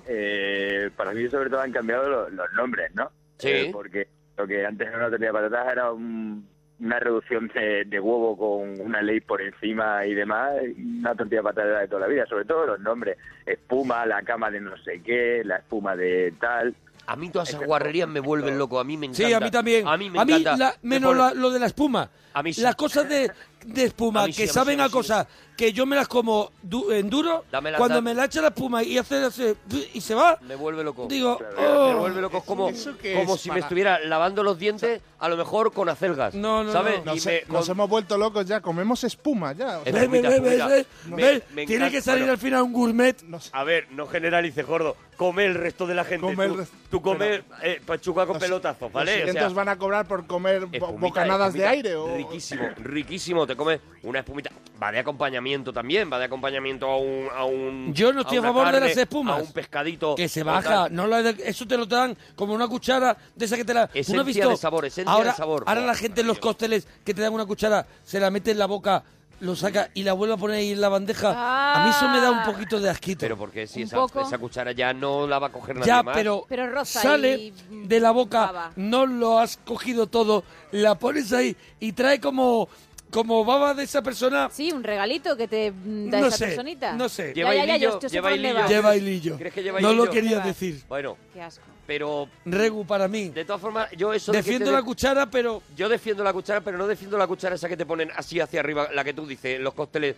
[SPEAKER 7] Eh, para mí sobre todo han cambiado lo- los nombres, ¿no?
[SPEAKER 2] Sí.
[SPEAKER 7] Eh, porque lo que antes era una tortilla de patatas era un- una reducción de, de huevo con una ley por encima y demás, y una tortilla de patatas de toda la vida, sobre todo los nombres, espuma, la cama de no sé qué, la espuma de tal.
[SPEAKER 3] A mí todas esas guarrerías me vuelven loco, a mí me encanta.
[SPEAKER 2] Sí, a mí también.
[SPEAKER 3] A mí me
[SPEAKER 2] a mí
[SPEAKER 3] encanta.
[SPEAKER 2] la-
[SPEAKER 3] Me
[SPEAKER 2] menos
[SPEAKER 3] pone-
[SPEAKER 2] la- lo de la espuma.
[SPEAKER 3] A mí sí.
[SPEAKER 2] Las cosas de, de espuma
[SPEAKER 3] A mí sí,
[SPEAKER 2] que
[SPEAKER 3] a mí
[SPEAKER 2] saben
[SPEAKER 3] sí, a
[SPEAKER 2] a,
[SPEAKER 3] mí sí.
[SPEAKER 2] cosas que yo me las como du- en duro,
[SPEAKER 3] Dámela,
[SPEAKER 2] cuando
[SPEAKER 3] dá-
[SPEAKER 2] me la echa la espuma y hace, hace- y se va,
[SPEAKER 3] Me vuelve loco.
[SPEAKER 2] Digo,
[SPEAKER 3] me
[SPEAKER 2] oh.
[SPEAKER 3] vuelve loco. Es como,
[SPEAKER 2] ¿Eso qué
[SPEAKER 3] como
[SPEAKER 2] es
[SPEAKER 3] si me
[SPEAKER 2] para-
[SPEAKER 3] estuviera lavando los dientes, a lo mejor con acelgas.
[SPEAKER 2] No, no,
[SPEAKER 3] ¿sabes?
[SPEAKER 11] Nos,
[SPEAKER 3] Y me-
[SPEAKER 11] nos
[SPEAKER 3] con-
[SPEAKER 11] hemos vuelto locos ya, comemos espuma ya. o sea,
[SPEAKER 2] Ve, ve, ve, ve,
[SPEAKER 3] espumita.
[SPEAKER 2] ve,
[SPEAKER 3] Me-
[SPEAKER 2] ve.
[SPEAKER 3] me
[SPEAKER 2] tiene
[SPEAKER 3] encanta-
[SPEAKER 2] que salir
[SPEAKER 3] bueno.
[SPEAKER 2] al final un gourmet.
[SPEAKER 3] A ver, no generalice, gordo. Come el resto de la gente.
[SPEAKER 11] Come el
[SPEAKER 3] tú,
[SPEAKER 11] resto.
[SPEAKER 3] tú come eh, pachuca con
[SPEAKER 11] los-
[SPEAKER 3] pelotazos, ¿vale?
[SPEAKER 11] Los
[SPEAKER 3] O sea,
[SPEAKER 11] siguientes van a cobrar por comer bo-
[SPEAKER 3] espumita,
[SPEAKER 11] bocanadas de
[SPEAKER 3] espumita.
[SPEAKER 11] aire o
[SPEAKER 3] Riquísimo, riquísimo. Te comes una espumita. Va de acompañamiento también, va de acompañamiento a un... A un
[SPEAKER 2] Yo no estoy a
[SPEAKER 3] una
[SPEAKER 2] favor de
[SPEAKER 3] carne,
[SPEAKER 2] las espumas.
[SPEAKER 3] A un pescadito.
[SPEAKER 2] Que se
[SPEAKER 3] o
[SPEAKER 2] baja,
[SPEAKER 3] tal.
[SPEAKER 2] no lo- eso te lo dan como una cuchara de esa que te la. ¿tú no has
[SPEAKER 3] Esencia
[SPEAKER 2] visto?
[SPEAKER 3] de sabor, esencia
[SPEAKER 2] ahora,
[SPEAKER 3] de sabor.
[SPEAKER 2] Ahora la gente en los cócteles que te dan una cuchara, se la mete en la boca, lo saca y la vuelve a poner ahí en la bandeja. A mí eso me da un poquito de asquito.
[SPEAKER 3] Pero porque si
[SPEAKER 2] Un
[SPEAKER 3] esa,
[SPEAKER 2] poco.
[SPEAKER 3] esa cuchara ya no la va a coger nadie
[SPEAKER 2] Ya,
[SPEAKER 3] más.
[SPEAKER 2] pero,
[SPEAKER 4] Pero roza
[SPEAKER 2] sale
[SPEAKER 4] y,
[SPEAKER 2] de la boca,
[SPEAKER 4] baba.
[SPEAKER 2] no lo has cogido todo, la pones ahí y trae como, como baba de esa persona.
[SPEAKER 4] Sí, un regalito que te mm, da
[SPEAKER 2] No
[SPEAKER 4] esa
[SPEAKER 2] sé,
[SPEAKER 4] personita.
[SPEAKER 2] no sé.
[SPEAKER 4] Ya, ya, ya, yo, yo sé por dónde vas.
[SPEAKER 2] Lleva hilillo.
[SPEAKER 3] ¿Crees que lleva
[SPEAKER 2] no lo
[SPEAKER 3] hilillo?
[SPEAKER 2] quería
[SPEAKER 3] Lleva.
[SPEAKER 2] decir.
[SPEAKER 3] Bueno,
[SPEAKER 4] Qué asco.
[SPEAKER 3] pero...
[SPEAKER 2] Regu para mí.
[SPEAKER 3] De todas formas, yo eso... de que
[SPEAKER 2] Defiendo
[SPEAKER 3] te-
[SPEAKER 2] la cuchara, pero
[SPEAKER 3] Yo defiendo la cuchara, pero no defiendo la cuchara esa que te ponen así hacia arriba, la que tú dices, en los cócteles.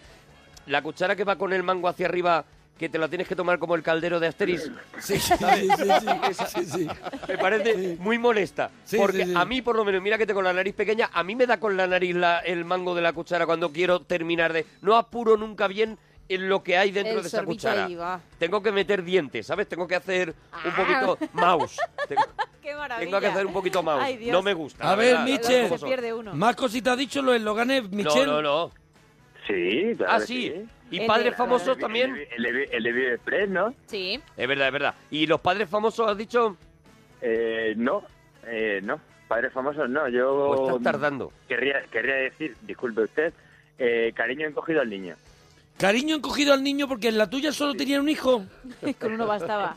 [SPEAKER 3] La cuchara que va con el mango hacia arriba, que te la tienes que tomar como el caldero de Asterix.
[SPEAKER 2] Sí, sí, sí,
[SPEAKER 3] Esa- Me parece muy molesta.
[SPEAKER 2] Sí,
[SPEAKER 3] porque
[SPEAKER 2] sí, sí.
[SPEAKER 3] a mí, por lo menos, mira que tengo la nariz pequeña, a mí me da con la nariz la- el mango de la cuchara cuando quiero terminar de... No apuro nunca bien en lo que hay dentro
[SPEAKER 4] El
[SPEAKER 3] de esa
[SPEAKER 4] sorbito
[SPEAKER 3] cuchara.
[SPEAKER 4] ahí, va.
[SPEAKER 3] Tengo que meter dientes, ¿sabes? Tengo que hacer un
[SPEAKER 4] Ah.
[SPEAKER 3] poquito mouse. Tengo,
[SPEAKER 4] Qué maravilla.
[SPEAKER 3] tengo que hacer un poquito mouse.
[SPEAKER 4] Ay, Dios.
[SPEAKER 3] no me gusta.
[SPEAKER 2] A
[SPEAKER 3] la
[SPEAKER 2] ver,
[SPEAKER 3] verdad.
[SPEAKER 2] Michel.
[SPEAKER 4] Se pierde uno.
[SPEAKER 2] Más cositas ha dicho los esloganes, Michel.
[SPEAKER 3] No, no, no.
[SPEAKER 7] Pues Sí, claro
[SPEAKER 3] Ah,
[SPEAKER 7] que
[SPEAKER 3] sí. Y
[SPEAKER 4] El
[SPEAKER 3] padres
[SPEAKER 4] de-
[SPEAKER 3] famosos
[SPEAKER 7] El de-
[SPEAKER 3] también.
[SPEAKER 7] El de, el de Vive Express, ¿no?
[SPEAKER 4] Sí.
[SPEAKER 3] Es verdad, es verdad. ¿Y los padres famosos has dicho?
[SPEAKER 7] Eh, no, eh, no. Padres famosos, no. Yo.
[SPEAKER 3] Pues estás tardando.
[SPEAKER 7] Querría, querría decir, disculpe usted, eh, cariño encogido al niño.
[SPEAKER 2] Cariño encogido al niño porque en la tuya solo tenía un hijo.
[SPEAKER 4] Con uno bastaba.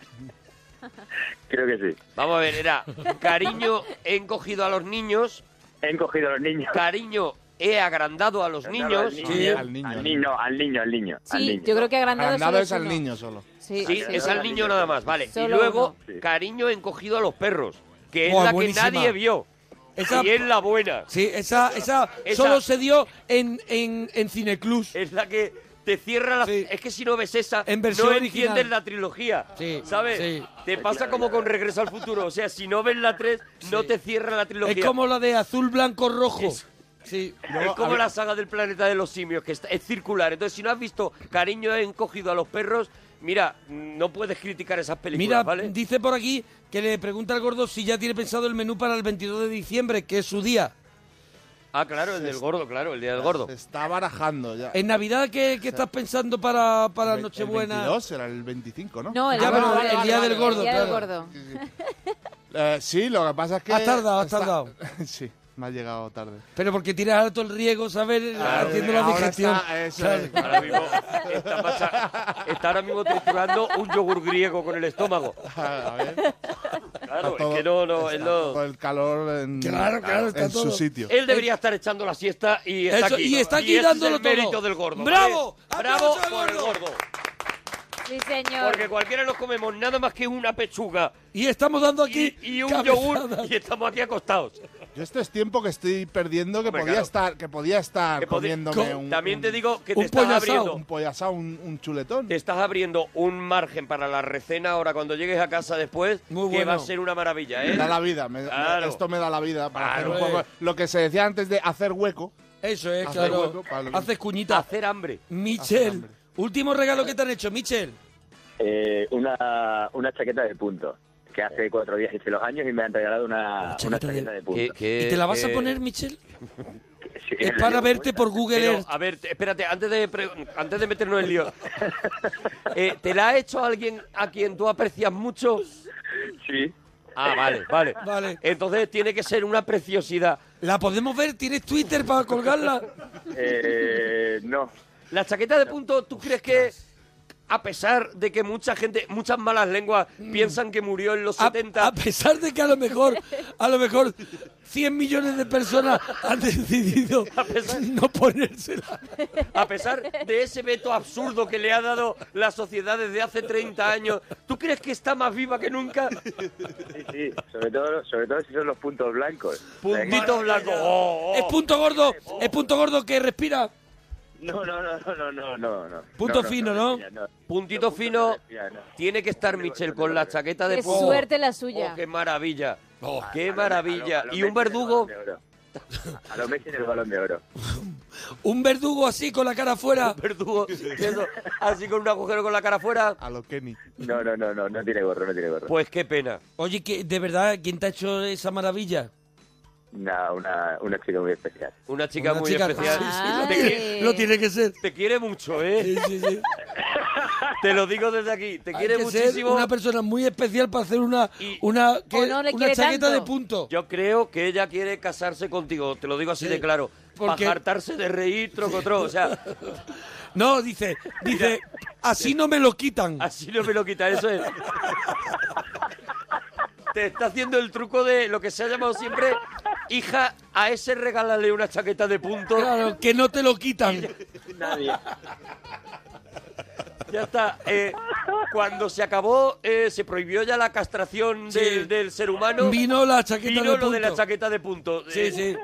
[SPEAKER 7] Creo que sí.
[SPEAKER 3] Vamos a ver, era cariño encogido a los niños.
[SPEAKER 7] He encogido a los niños.
[SPEAKER 3] Cariño, he agrandado a los
[SPEAKER 7] Agrandado
[SPEAKER 3] niños.
[SPEAKER 7] al niño. Sí, al niño. Al niño, al niño, al niño.
[SPEAKER 4] Sí, yo creo que agrandado, solo es uno.
[SPEAKER 11] solo.
[SPEAKER 4] Sí.
[SPEAKER 3] Sí, es al niño nada más, vale. Y
[SPEAKER 4] Solo
[SPEAKER 3] luego,
[SPEAKER 4] uno.
[SPEAKER 3] cariño he encogido a los perros, que es
[SPEAKER 2] Buah,
[SPEAKER 3] la
[SPEAKER 2] buenísima.
[SPEAKER 3] que nadie vio.
[SPEAKER 2] Esa-
[SPEAKER 3] Y es la buena.
[SPEAKER 2] Sí, esa, esa,
[SPEAKER 3] Esa-
[SPEAKER 2] solo se dio en, en, en Cineclus.
[SPEAKER 3] Es la que te cierra la... Es que si no ves esa,
[SPEAKER 2] En versión
[SPEAKER 3] no
[SPEAKER 2] original.
[SPEAKER 3] entiendes la trilogía. ¿Sabes?
[SPEAKER 2] sí.
[SPEAKER 3] Te pasa como con Regreso al Futuro. O sea, si no ves la 3, no te cierra la trilogía.
[SPEAKER 2] Es como la de azul, blanco, rojo. Sí.
[SPEAKER 3] es como la saga del planeta de los simios, que está- es circular. Entonces, si no has visto Cariño he encogido a los perros, mira, no puedes criticar esas películas,
[SPEAKER 2] Mira,
[SPEAKER 3] ¿vale?
[SPEAKER 2] dice por aquí que le pregunta al gordo si ya tiene pensado el menú para el 22 de diciembre, que es su día.
[SPEAKER 3] Ah, claro, el del gordo, claro, el día del gordo.
[SPEAKER 11] Se está barajando ya.
[SPEAKER 2] ¿En Navidad qué, qué estás pensando para, para Nochebuena?
[SPEAKER 11] El 22 era el 25, ¿no?
[SPEAKER 4] No, el,
[SPEAKER 2] Ya,
[SPEAKER 4] gordo,
[SPEAKER 2] pero el día del gordo,
[SPEAKER 4] El día del
[SPEAKER 2] claro.
[SPEAKER 4] gordo.
[SPEAKER 11] Eh, sí, lo que pasa es que...
[SPEAKER 2] Has tardado, has
[SPEAKER 11] está-
[SPEAKER 2] tardado.
[SPEAKER 11] sí, me ha llegado tarde.
[SPEAKER 2] Pero porque tienes alto el riego, ¿sabes?
[SPEAKER 11] Claro,
[SPEAKER 2] Haciendo
[SPEAKER 11] ahora
[SPEAKER 2] la digestión.
[SPEAKER 11] está- eso
[SPEAKER 2] Claro.
[SPEAKER 11] es.
[SPEAKER 3] Ahora mismo está, pasa- está ahora mismo triturando un yogur griego con el estómago.
[SPEAKER 2] Ah,
[SPEAKER 11] A ver,
[SPEAKER 3] Claro,
[SPEAKER 11] todo-
[SPEAKER 3] es que no, no, él
[SPEAKER 11] está
[SPEAKER 3] no-
[SPEAKER 11] todo el calor en,
[SPEAKER 2] Claro, claro, está
[SPEAKER 11] en su
[SPEAKER 2] todo.
[SPEAKER 11] sitio.
[SPEAKER 3] Él debería estar echando la siesta y está
[SPEAKER 2] Eso,
[SPEAKER 3] aquí.
[SPEAKER 2] y está aquí
[SPEAKER 3] ese
[SPEAKER 2] dándolo
[SPEAKER 3] es el mérito
[SPEAKER 2] todo.
[SPEAKER 3] del gordo.
[SPEAKER 2] ¡Bravo!
[SPEAKER 3] ¿vale?
[SPEAKER 2] ¡Aplauso
[SPEAKER 3] ¡Bravo
[SPEAKER 2] al
[SPEAKER 3] por el
[SPEAKER 2] gordo!
[SPEAKER 3] gordo!
[SPEAKER 4] Sí, señor.
[SPEAKER 3] Porque cualquiera nos comemos nada más que una pechuga
[SPEAKER 2] Y estamos dando aquí
[SPEAKER 3] y, y un
[SPEAKER 2] cabezadas.
[SPEAKER 3] yogur y estamos aquí acostados.
[SPEAKER 11] Yo este es tiempo que estoy perdiendo que
[SPEAKER 3] Hombre,
[SPEAKER 11] podía
[SPEAKER 3] claro.
[SPEAKER 11] estar que podía estar
[SPEAKER 3] Que podi-
[SPEAKER 11] comiéndome
[SPEAKER 3] Co-
[SPEAKER 11] un,
[SPEAKER 3] También te digo que te
[SPEAKER 2] un
[SPEAKER 3] estás
[SPEAKER 2] pollo asado,
[SPEAKER 3] abriendo.
[SPEAKER 11] un pollasao, un, un chuletón.
[SPEAKER 3] Te estás abriendo un margen para la recena ahora cuando llegues a casa después,
[SPEAKER 2] Muy
[SPEAKER 3] que va a
[SPEAKER 2] bueno.
[SPEAKER 3] ser una maravilla,
[SPEAKER 11] Me
[SPEAKER 3] ¿eh?
[SPEAKER 11] da la vida, me- me-
[SPEAKER 3] Claro.
[SPEAKER 11] esto me da la vida para
[SPEAKER 3] Claro,
[SPEAKER 11] hacer un poco
[SPEAKER 2] eh.
[SPEAKER 11] lo que se decía antes de hacer hueco.
[SPEAKER 2] Eso es,
[SPEAKER 11] Hace
[SPEAKER 2] claro.
[SPEAKER 11] hueco para lo-
[SPEAKER 2] Haces cuñita.
[SPEAKER 3] Hacer hambre.
[SPEAKER 2] Michel,
[SPEAKER 11] hambre.
[SPEAKER 2] último regalo que te han hecho, Michel.
[SPEAKER 7] Eh, una, una chaqueta de punto, que hace cuatro días hice los años y me han regalado una, una
[SPEAKER 2] chaqueta
[SPEAKER 7] chaqueta,
[SPEAKER 2] de-
[SPEAKER 7] de
[SPEAKER 3] ¿Qué-
[SPEAKER 7] punto.
[SPEAKER 3] qué-
[SPEAKER 2] ¿Y te la vas a
[SPEAKER 3] qué-
[SPEAKER 2] poner, Michel?
[SPEAKER 7] Sí,
[SPEAKER 2] Es
[SPEAKER 7] la
[SPEAKER 2] para
[SPEAKER 7] llevo
[SPEAKER 2] verte
[SPEAKER 7] puesta.
[SPEAKER 2] por Google
[SPEAKER 3] Pero,
[SPEAKER 2] Earth.
[SPEAKER 3] a ver, te- espérate, antes de, pre- antes de meternos en lío. Eh, ¿Te la ha hecho alguien a quien tú aprecias mucho?
[SPEAKER 7] Sí,
[SPEAKER 3] Ah, vale, vale.
[SPEAKER 2] Vale.
[SPEAKER 3] Entonces tiene que ser una preciosidad.
[SPEAKER 2] ¿La podemos ver? ¿Tienes Twitter para colgarla?
[SPEAKER 7] eh, no.
[SPEAKER 3] La chaqueta de punto, ¿tú crees que, a pesar de que mucha gente, muchas malas lenguas piensan que murió en los
[SPEAKER 2] Mm. A,
[SPEAKER 3] 70,
[SPEAKER 2] a pesar de que a lo mejor, a lo mejor 100 millones de personas han decidido
[SPEAKER 3] pesar-
[SPEAKER 2] no ponérsela.
[SPEAKER 3] a pesar de ese veto absurdo que le ha dado la sociedad desde hace 30 años, ¿tú crees que está más viva que nunca?
[SPEAKER 7] Sí, sí, sobre todo, sobre todo si son los puntos blancos. O sea que-
[SPEAKER 3] Puntitos blancos. Oh, oh.
[SPEAKER 2] Es punto gordo, es punto gordo que respira.
[SPEAKER 7] No, no, no, no, no, no, no.
[SPEAKER 2] Punto fino, ¿no?
[SPEAKER 7] ya, no.
[SPEAKER 3] Puntito
[SPEAKER 7] Los puntos
[SPEAKER 3] fino.
[SPEAKER 7] no, ya, no.
[SPEAKER 3] Tiene que estar Michel con la chaqueta de
[SPEAKER 4] Qué
[SPEAKER 3] punto.
[SPEAKER 4] suerte la
[SPEAKER 3] Oh,
[SPEAKER 4] suya.
[SPEAKER 3] qué maravilla. Oh, qué
[SPEAKER 7] A lo-
[SPEAKER 3] maravilla.
[SPEAKER 7] a lo- a lo Messi
[SPEAKER 3] y un
[SPEAKER 7] en el
[SPEAKER 3] verdugo.
[SPEAKER 7] Balón de Oro. A los Messi en el balón de oro.
[SPEAKER 2] Un verdugo así con la cara afuera.
[SPEAKER 3] Un verdugo. eso, así con un agujero con la cara afuera.
[SPEAKER 11] A lo Kenny.
[SPEAKER 7] No, no, no, no, no tiene gorro, no tiene gorro.
[SPEAKER 3] Pues qué pena.
[SPEAKER 2] Oye, que de verdad, ¿quién te ha hecho esa maravilla?
[SPEAKER 7] Una, una, una chica muy especial.
[SPEAKER 3] Una chica
[SPEAKER 2] Una
[SPEAKER 3] muy
[SPEAKER 2] chica- Ah,
[SPEAKER 3] especial.
[SPEAKER 2] Sí, sí,
[SPEAKER 4] Ay.
[SPEAKER 2] lo, tiene, lo tiene que ser.
[SPEAKER 3] Te quiere mucho, ¿eh?
[SPEAKER 2] Sí, sí, sí.
[SPEAKER 3] Te lo digo desde aquí. Te
[SPEAKER 2] Hay
[SPEAKER 3] quiere
[SPEAKER 2] que
[SPEAKER 3] muchísimo.
[SPEAKER 2] ser una persona muy especial para hacer una,
[SPEAKER 3] Y-
[SPEAKER 2] una,
[SPEAKER 4] O no
[SPEAKER 2] una
[SPEAKER 4] le quiere
[SPEAKER 2] chaqueta
[SPEAKER 4] tanto.
[SPEAKER 2] de punto.
[SPEAKER 3] Yo creo que ella quiere casarse contigo. Te lo digo así de claro.
[SPEAKER 2] porque-
[SPEAKER 3] Para hartarse de reír, trocotro. O sea,
[SPEAKER 2] No, dice, dice, así no me lo quitan.
[SPEAKER 3] Así no me lo quita, eso es. Te está haciendo el truco de lo que se ha llamado siempre, hija, a ese regálale una chaqueta de punto.
[SPEAKER 2] Claro, que no te lo quitan.
[SPEAKER 7] Nadie.
[SPEAKER 3] Ya está. Eh, cuando se acabó, eh, se prohibió ya la castración
[SPEAKER 2] Sí.
[SPEAKER 3] del, del ser humano.
[SPEAKER 2] Vino la chaqueta
[SPEAKER 3] Vino
[SPEAKER 2] de
[SPEAKER 3] lo
[SPEAKER 2] punto.
[SPEAKER 3] de la chaqueta de punto.
[SPEAKER 2] Sí,
[SPEAKER 3] Eh,
[SPEAKER 2] sí.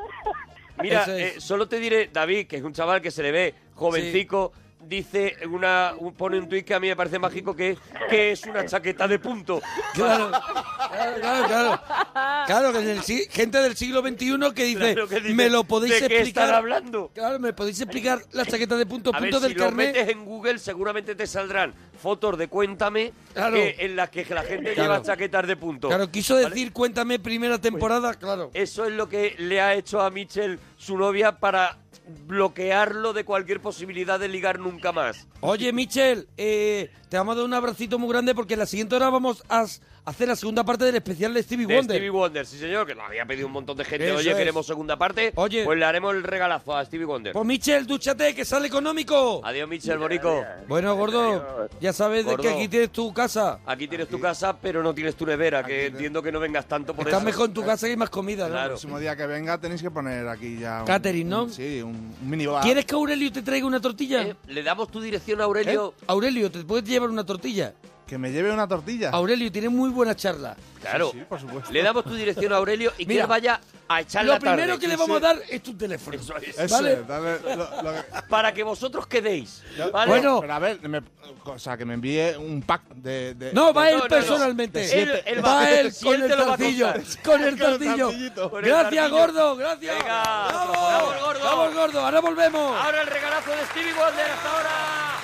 [SPEAKER 3] Mira,
[SPEAKER 2] Eso es.
[SPEAKER 3] eh, solo te diré, David, que es un chaval que se le ve jovencico, dice una, un- pone un tuit que a mí me parece mágico que es que es una chaqueta de punto.
[SPEAKER 2] Claro, claro, claro. Claro,
[SPEAKER 1] Ah,
[SPEAKER 2] Claro, que en el si- gente del siglo XXI que dice,
[SPEAKER 3] Claro que dice,
[SPEAKER 2] me lo podéis
[SPEAKER 3] ¿de qué
[SPEAKER 2] explicar.
[SPEAKER 3] están hablando?
[SPEAKER 2] Claro, me podéis explicar la chaqueta de punto,
[SPEAKER 3] A ver,
[SPEAKER 2] punto
[SPEAKER 3] si
[SPEAKER 2] del
[SPEAKER 3] lo
[SPEAKER 2] carnet.
[SPEAKER 3] metes en Google, seguramente te saldrán fotos de Cuéntame
[SPEAKER 2] Claro.
[SPEAKER 3] que- en las que la gente
[SPEAKER 2] Claro.
[SPEAKER 3] lleva chaquetas de punto.
[SPEAKER 2] Claro, quiso decir, cuéntame primera temporada, claro.
[SPEAKER 3] Eso es lo que le ha hecho a Mitchell su novia para bloquearlo de cualquier posibilidad de ligar nunca más.
[SPEAKER 2] Oye, Michel, eh, te vamos a dar un abracito muy grande porque en la siguiente hora vamos a, s- hacer la segunda parte del especial de Stevie
[SPEAKER 3] De
[SPEAKER 2] Wonder.
[SPEAKER 3] Stevie Wonder, sí señor, que lo había pedido un montón de gente.
[SPEAKER 2] Eso
[SPEAKER 3] Oye,
[SPEAKER 2] es.
[SPEAKER 3] queremos segunda parte. Oye. Pues le haremos el regalazo a Stevie Wonder.
[SPEAKER 2] Pues Michel, dúchate, que sale económico.
[SPEAKER 3] Adiós, Michel Borico.
[SPEAKER 2] Bueno, gordo, ya sabes de que
[SPEAKER 3] Gordo.
[SPEAKER 2] aquí tienes tu casa.
[SPEAKER 3] Aquí tienes tu casa, pero no tienes tu nevera,
[SPEAKER 11] ¿eh?
[SPEAKER 3] que entiendo que no vengas tanto por
[SPEAKER 2] Estás
[SPEAKER 3] eso.
[SPEAKER 2] mejor en tu casa que hay más comida, ¿no?
[SPEAKER 3] Claro.
[SPEAKER 11] El próximo día que venga tenéis que poner aquí ya. un-
[SPEAKER 2] Catering, ¿no?
[SPEAKER 11] un- sí, un, un minibar.
[SPEAKER 2] ¿Quieres que Aurelio te traiga una tortilla?
[SPEAKER 3] Eh,
[SPEAKER 2] ¿Eh?
[SPEAKER 3] ¿Le damos tu dirección a Aurelio?
[SPEAKER 2] Aurelio, ¿te puedes llevar una tortilla?
[SPEAKER 11] ¿Que me lleve una tortilla?
[SPEAKER 2] Aurelio, tiene muy buena charla.
[SPEAKER 3] Claro.
[SPEAKER 11] Sí, sí, por supuesto.
[SPEAKER 3] Le damos tu dirección a Aurelio y que
[SPEAKER 2] Mira,
[SPEAKER 3] él vaya a echar
[SPEAKER 2] Lo
[SPEAKER 3] la tarde.
[SPEAKER 2] primero que le vamos a dar es tu teléfono.
[SPEAKER 3] Eso es.
[SPEAKER 11] Eso
[SPEAKER 2] ¿Vale?
[SPEAKER 11] es, dale lo- lo que-
[SPEAKER 3] Para que vosotros quedéis. ¿vale?
[SPEAKER 11] Bueno, pero a ver, me- o sea, que me envíe un pack de. de-
[SPEAKER 2] No, va
[SPEAKER 11] de-
[SPEAKER 2] él personalmente.
[SPEAKER 11] de siete-
[SPEAKER 2] Él-
[SPEAKER 11] de
[SPEAKER 2] él va
[SPEAKER 11] siete-
[SPEAKER 2] él
[SPEAKER 11] de
[SPEAKER 2] con el
[SPEAKER 11] siete lo va a
[SPEAKER 2] tartillo,
[SPEAKER 11] contar.
[SPEAKER 2] con el tartillo.
[SPEAKER 11] Con el
[SPEAKER 2] Gracias,
[SPEAKER 11] tartillo.
[SPEAKER 2] gordo, gracias. ¡Bravo!
[SPEAKER 3] vamos, gordo.
[SPEAKER 2] Vamos, gordo, ahora volvemos.
[SPEAKER 3] Ahora el regalazo de Stevie Wonder hasta ahora.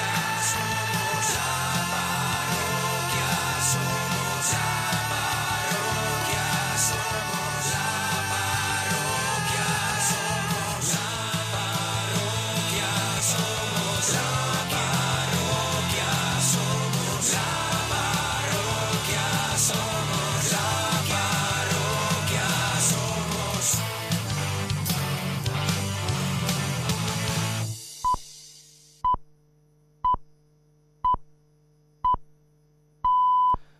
[SPEAKER 1] Somos la parroquia, somos la parroquia, somos la parroquia, somos la parroquia, somos la parroquia, somos la parroquia, somos la parroquia, somos.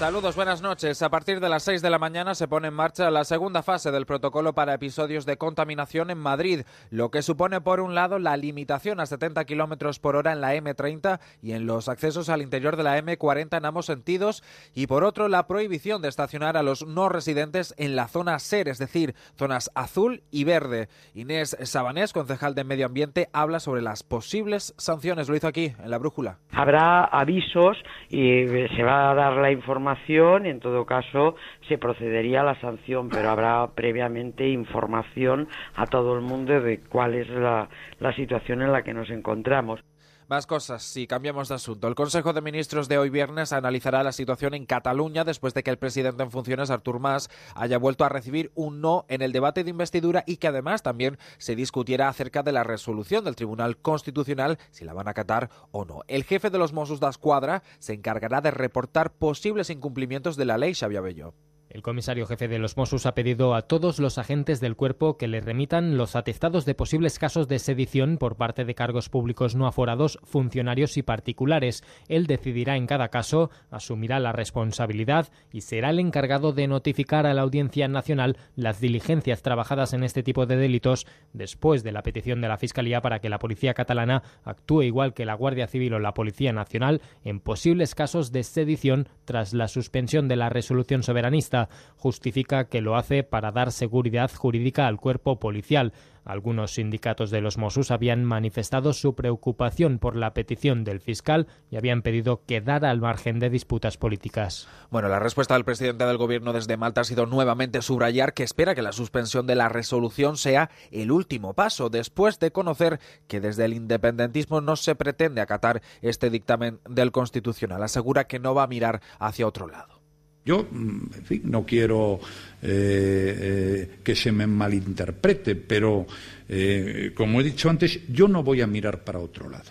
[SPEAKER 12] Saludos, buenas noches. A partir de las 6 de la mañana se pone en marcha la segunda fase del protocolo para episodios de contaminación en Madrid, lo que supone, por un lado, la limitación a 70 kilómetros por hora en la M30 y en los accesos al interior de la M40 en ambos sentidos, y por otro, la prohibición de estacionar a los no residentes en la zona SER, es decir, zonas azul y verde. Inés Sabanés, concejal de Medio Ambiente, habla sobre las posibles sanciones. Lo hizo aquí, en la brújula.
[SPEAKER 13] Habrá avisos y eh, se va a dar la información, en todo caso se procedería a la sanción, pero habrá previamente información a todo el mundo de cuál es la, la situación en la que nos encontramos.
[SPEAKER 12] Más cosas, si cambiamos de asunto. El Consejo de Ministros de hoy viernes analizará la situación en Cataluña después de que el presidente en funciones, Artur Mas, haya vuelto a recibir un no en el debate de investidura y que además también se discutiera acerca de la resolución del Tribunal Constitucional, si la van a acatar o no. El jefe de los Mossos d'Esquadra se encargará de reportar posibles incumplimientos de la ley, Xavier Bello.
[SPEAKER 14] El comisario jefe de los Mossos ha pedido a todos los agentes del cuerpo que le remitan los atestados de posibles casos de sedición por parte de cargos públicos no aforados, funcionarios y particulares. Él decidirá en cada caso, asumirá la responsabilidad y será el encargado de notificar a la Audiencia Nacional las diligencias trabajadas en este tipo de delitos después de la petición de la Fiscalía para que la policía catalana actúe igual que la Guardia Civil o la Policía Nacional en posibles casos de sedición tras la suspensión de la resolución soberanista. Justifica que lo hace para dar seguridad jurídica al cuerpo policial. Algunos sindicatos de los Mossos habían manifestado su preocupación por la petición del fiscal y habían pedido quedar al margen de disputas políticas.
[SPEAKER 12] Bueno, la respuesta del presidente del gobierno desde Malta ha sido nuevamente subrayar que espera que la suspensión de la resolución sea el último paso, después de conocer que desde el independentismo no se pretende acatar este dictamen del Constitucional. Asegura que no va a mirar hacia otro lado.
[SPEAKER 15] Yo, mm, en fin, no quiero eh, eh, que se me malinterprete, pero eh, como he dicho antes, yo no voy a mirar para otro lado.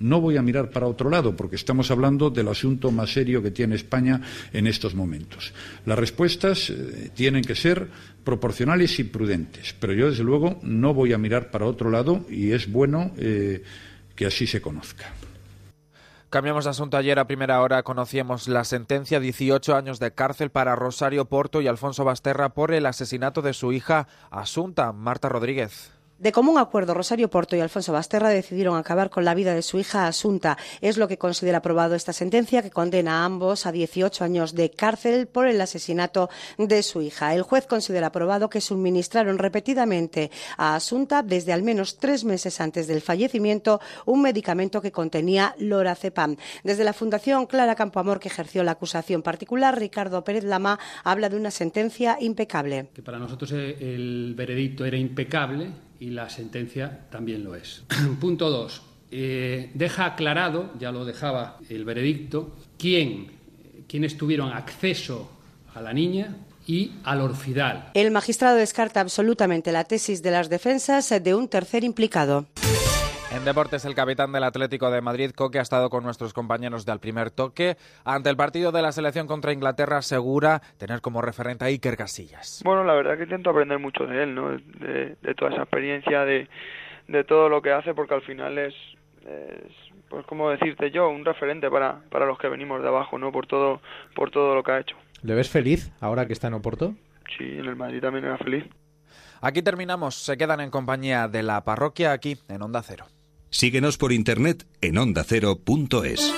[SPEAKER 15] No voy a mirar para otro lado porque estamos hablando del asunto más serio que tiene España en estos momentos. Las respuestas eh, tienen que ser proporcionales y prudentes, pero yo, desde luego, no voy a mirar para otro lado y es bueno eh, que así se conozca.
[SPEAKER 12] Cambiamos de asunto. Ayer a primera hora conocíamos la sentencia 18 años de cárcel para Rosario Porto y Alfonso Basterra por el asesinato de su hija Asunta, Marta Rodríguez.
[SPEAKER 16] De común acuerdo, Rosario Porto y Alfonso Basterra decidieron acabar con la vida de su hija Asunta. Es lo que considera aprobado esta sentencia que condena a ambos a 18 años de cárcel por el asesinato de su hija. El juez considera aprobado que suministraron repetidamente a Asunta desde al menos tres meses antes del fallecimiento un medicamento que contenía lorazepam. Desde la Fundación Clara Campoamor que ejerció la acusación particular, Ricardo Pérez Lama habla de una sentencia impecable.
[SPEAKER 17] que para nosotros eh, el veredicto era impecable y la sentencia también lo es. Punto 2. eh, deja aclarado, ya lo dejaba el veredicto, quién, quiénes tuvieron acceso a la niña y al orfidal.
[SPEAKER 16] El magistrado descarta absolutamente la tesis de las defensas de un tercer implicado.
[SPEAKER 12] En deportes, el capitán del Atlético de Madrid, Coque, ha estado con nuestros compañeros del primer toque. Ante el partido de la selección contra Inglaterra, asegura tener como referente a Iker Casillas.
[SPEAKER 18] Bueno, la verdad que intento aprender mucho de él, ¿no? De, de toda esa experiencia, de, de todo lo que hace, porque al final es, es, pues como decirte yo, un referente para, para los que venimos de abajo, ¿no? Por todo, por todo lo que ha hecho.
[SPEAKER 19] ¿Le ves feliz ahora que está en Oporto?
[SPEAKER 18] Sí, en el Madrid también era feliz.
[SPEAKER 12] Aquí terminamos. Se quedan en compañía de la parroquia aquí en Onda Cero.
[SPEAKER 20] Síguenos por internet en ondacero.es.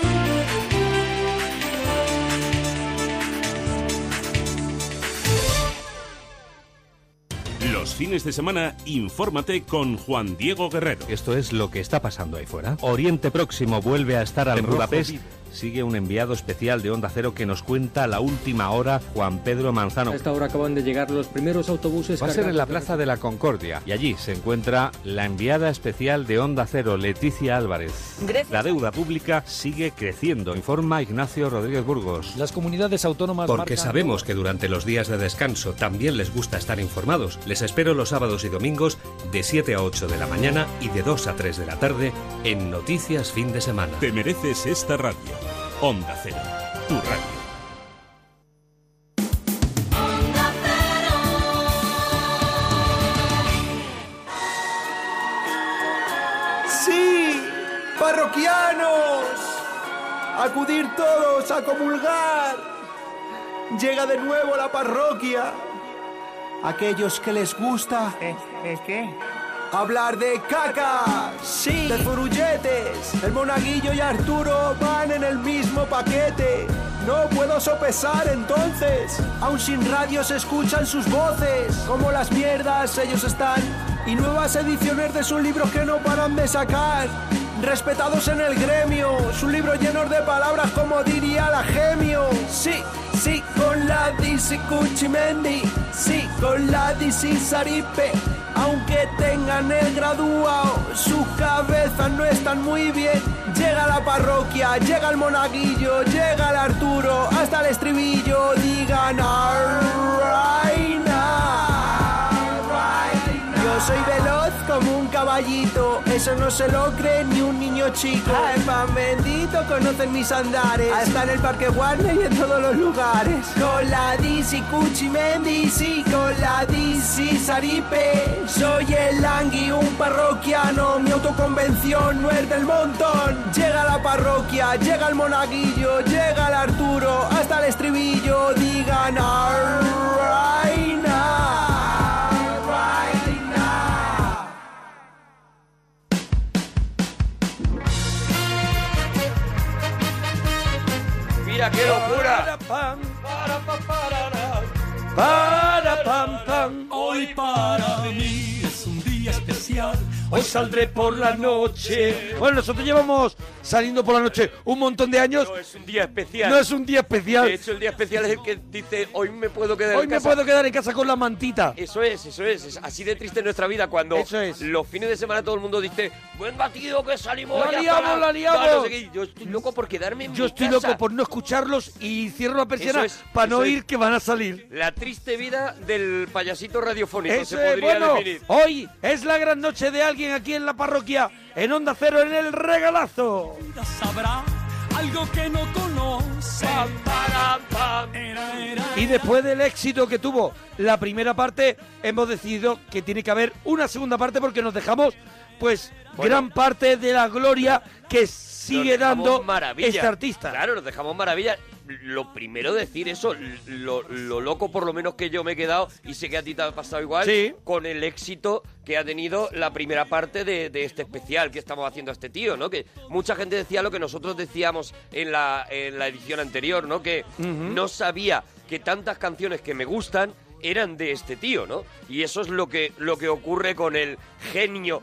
[SPEAKER 21] Los fines de semana, infórmate con Juan Diego Guerrero.
[SPEAKER 22] Esto es lo que está pasando ahí fuera. Oriente Este Próximo vuelve a estar al
[SPEAKER 21] En
[SPEAKER 22] Budapest.
[SPEAKER 21] rojo
[SPEAKER 22] Sigue un enviado especial de Onda Cero que nos cuenta la última hora, Juan Pedro Manzano.
[SPEAKER 23] A esta hora acaban de llegar los primeros autobuses.
[SPEAKER 22] Va a ser en la
[SPEAKER 23] cargados
[SPEAKER 22] Plaza de la Concordia y allí se encuentra la enviada especial de Onda Cero, Leticia Álvarez.
[SPEAKER 24] Gracias.
[SPEAKER 22] La deuda pública sigue creciendo, informa Ignacio Rodríguez Burgos.
[SPEAKER 25] Las comunidades autónomas.
[SPEAKER 22] Porque
[SPEAKER 25] marcan-
[SPEAKER 22] sabemos que durante los días de descanso también les gusta estar informados. Les espero los sábados y domingos de 7 a 8 de la mañana y de 2 a 3 de la tarde en Noticias Fin de Semana.
[SPEAKER 21] Te mereces esta radio. Onda Cero, tu radio.
[SPEAKER 10] Sí, parroquianos, acudir todos a comulgar. Llega de nuevo la parroquia. Aquellos que les gusta. qué? Hablar de caca, sí, de furulletes. El monaguillo y Arturo van en el mismo paquete. No puedo sopesar entonces. Aún sin radio se escuchan sus voces. Como las mierdas ellos están. Y nuevas ediciones de sus libros que no paran de sacar. Respetados en el gremio. Sus libros llenos de palabras como diría la gemio. Sí, sí, con la DC Cuchimendi. Sí, con la DC Saripe. Aunque tengan el graduado, sus cabezas no están muy bien. Llega la parroquia, llega el monaguillo, llega el Arturo, hasta el estribillo, digan "Arraina, arraina". Yo soy veloz como un caballito, eso no se lo cree ni un niño chico. Ay, pan bendito, conocen mis andares, hasta en el Parque Warner y en todos los lugares. Con la DC Cuchimendi, sí, con la DC Saripe. Soy el Langui, un parroquiano, mi autoconvención no es del montón. Llega la parroquia, llega el monaguillo, llega el Arturo, hasta el estribillo, digan "Arraina, arraina".
[SPEAKER 3] Mira qué locura.
[SPEAKER 2] Para pam pam, hoy para mí es un día especial. Hoy saldré por la noche. Bueno, nosotros llevamos saliendo por la noche un montón de años. No es un día especial. No es un día especial.
[SPEAKER 3] De hecho, el día especial es el que dice, hoy me puedo quedar
[SPEAKER 2] Hoy
[SPEAKER 3] en
[SPEAKER 2] me
[SPEAKER 3] casa".
[SPEAKER 2] puedo quedar en casa con la mantita.
[SPEAKER 3] Eso es, eso es, es Así de triste nuestra vida cuando los fines de semana todo el mundo dice, buen batido que salimos.
[SPEAKER 2] La
[SPEAKER 3] hoy a
[SPEAKER 2] liamos,
[SPEAKER 3] parar".
[SPEAKER 2] la liamos.
[SPEAKER 3] Tal, no sé qué. Yo estoy loco por quedarme en
[SPEAKER 2] Yo
[SPEAKER 3] mi
[SPEAKER 2] estoy
[SPEAKER 3] casa.
[SPEAKER 2] loco por no escucharlos y cierro la persiana
[SPEAKER 3] Eso es,
[SPEAKER 2] para no
[SPEAKER 3] eso es.
[SPEAKER 2] oír que van a salir.
[SPEAKER 3] La triste vida del payasito radiofónico se
[SPEAKER 2] Eso es,
[SPEAKER 3] podría
[SPEAKER 2] bueno,
[SPEAKER 3] definir.
[SPEAKER 2] hoy es la gran noche de alguien aquí en la parroquia, en Onda Cero, en el regalazo.
[SPEAKER 1] Sabrá algo que no conoce.
[SPEAKER 2] Y después del éxito que tuvo la primera parte, hemos decidido que tiene que haber una segunda parte porque nos dejamos, pues, gran parte de la gloria que sigue
[SPEAKER 3] Nos dejamos
[SPEAKER 2] dando
[SPEAKER 3] maravilla.
[SPEAKER 2] este artista.
[SPEAKER 3] Claro, nos dejamos maravilla. Lo primero decir eso, lo, lo loco por lo menos que yo me he quedado, y sé que a ti te ha pasado igual,
[SPEAKER 2] Sí.
[SPEAKER 3] con el éxito que ha tenido la primera parte de, de este especial que estamos haciendo a este tío, ¿no? Que mucha gente decía lo que nosotros decíamos en la, en la edición anterior, ¿no? Que
[SPEAKER 2] Ujú.
[SPEAKER 3] no sabía que tantas canciones que me gustan eran de este tío, ¿no? Y eso es lo que, lo que ocurre con el genio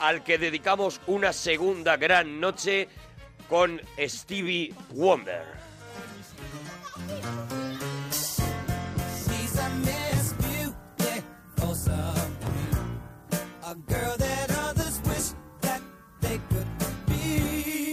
[SPEAKER 3] al que dedicamos una segunda gran noche con Stevie Wonder.
[SPEAKER 1] She's a Miss Beautiful something. A girl that others wish that they could be.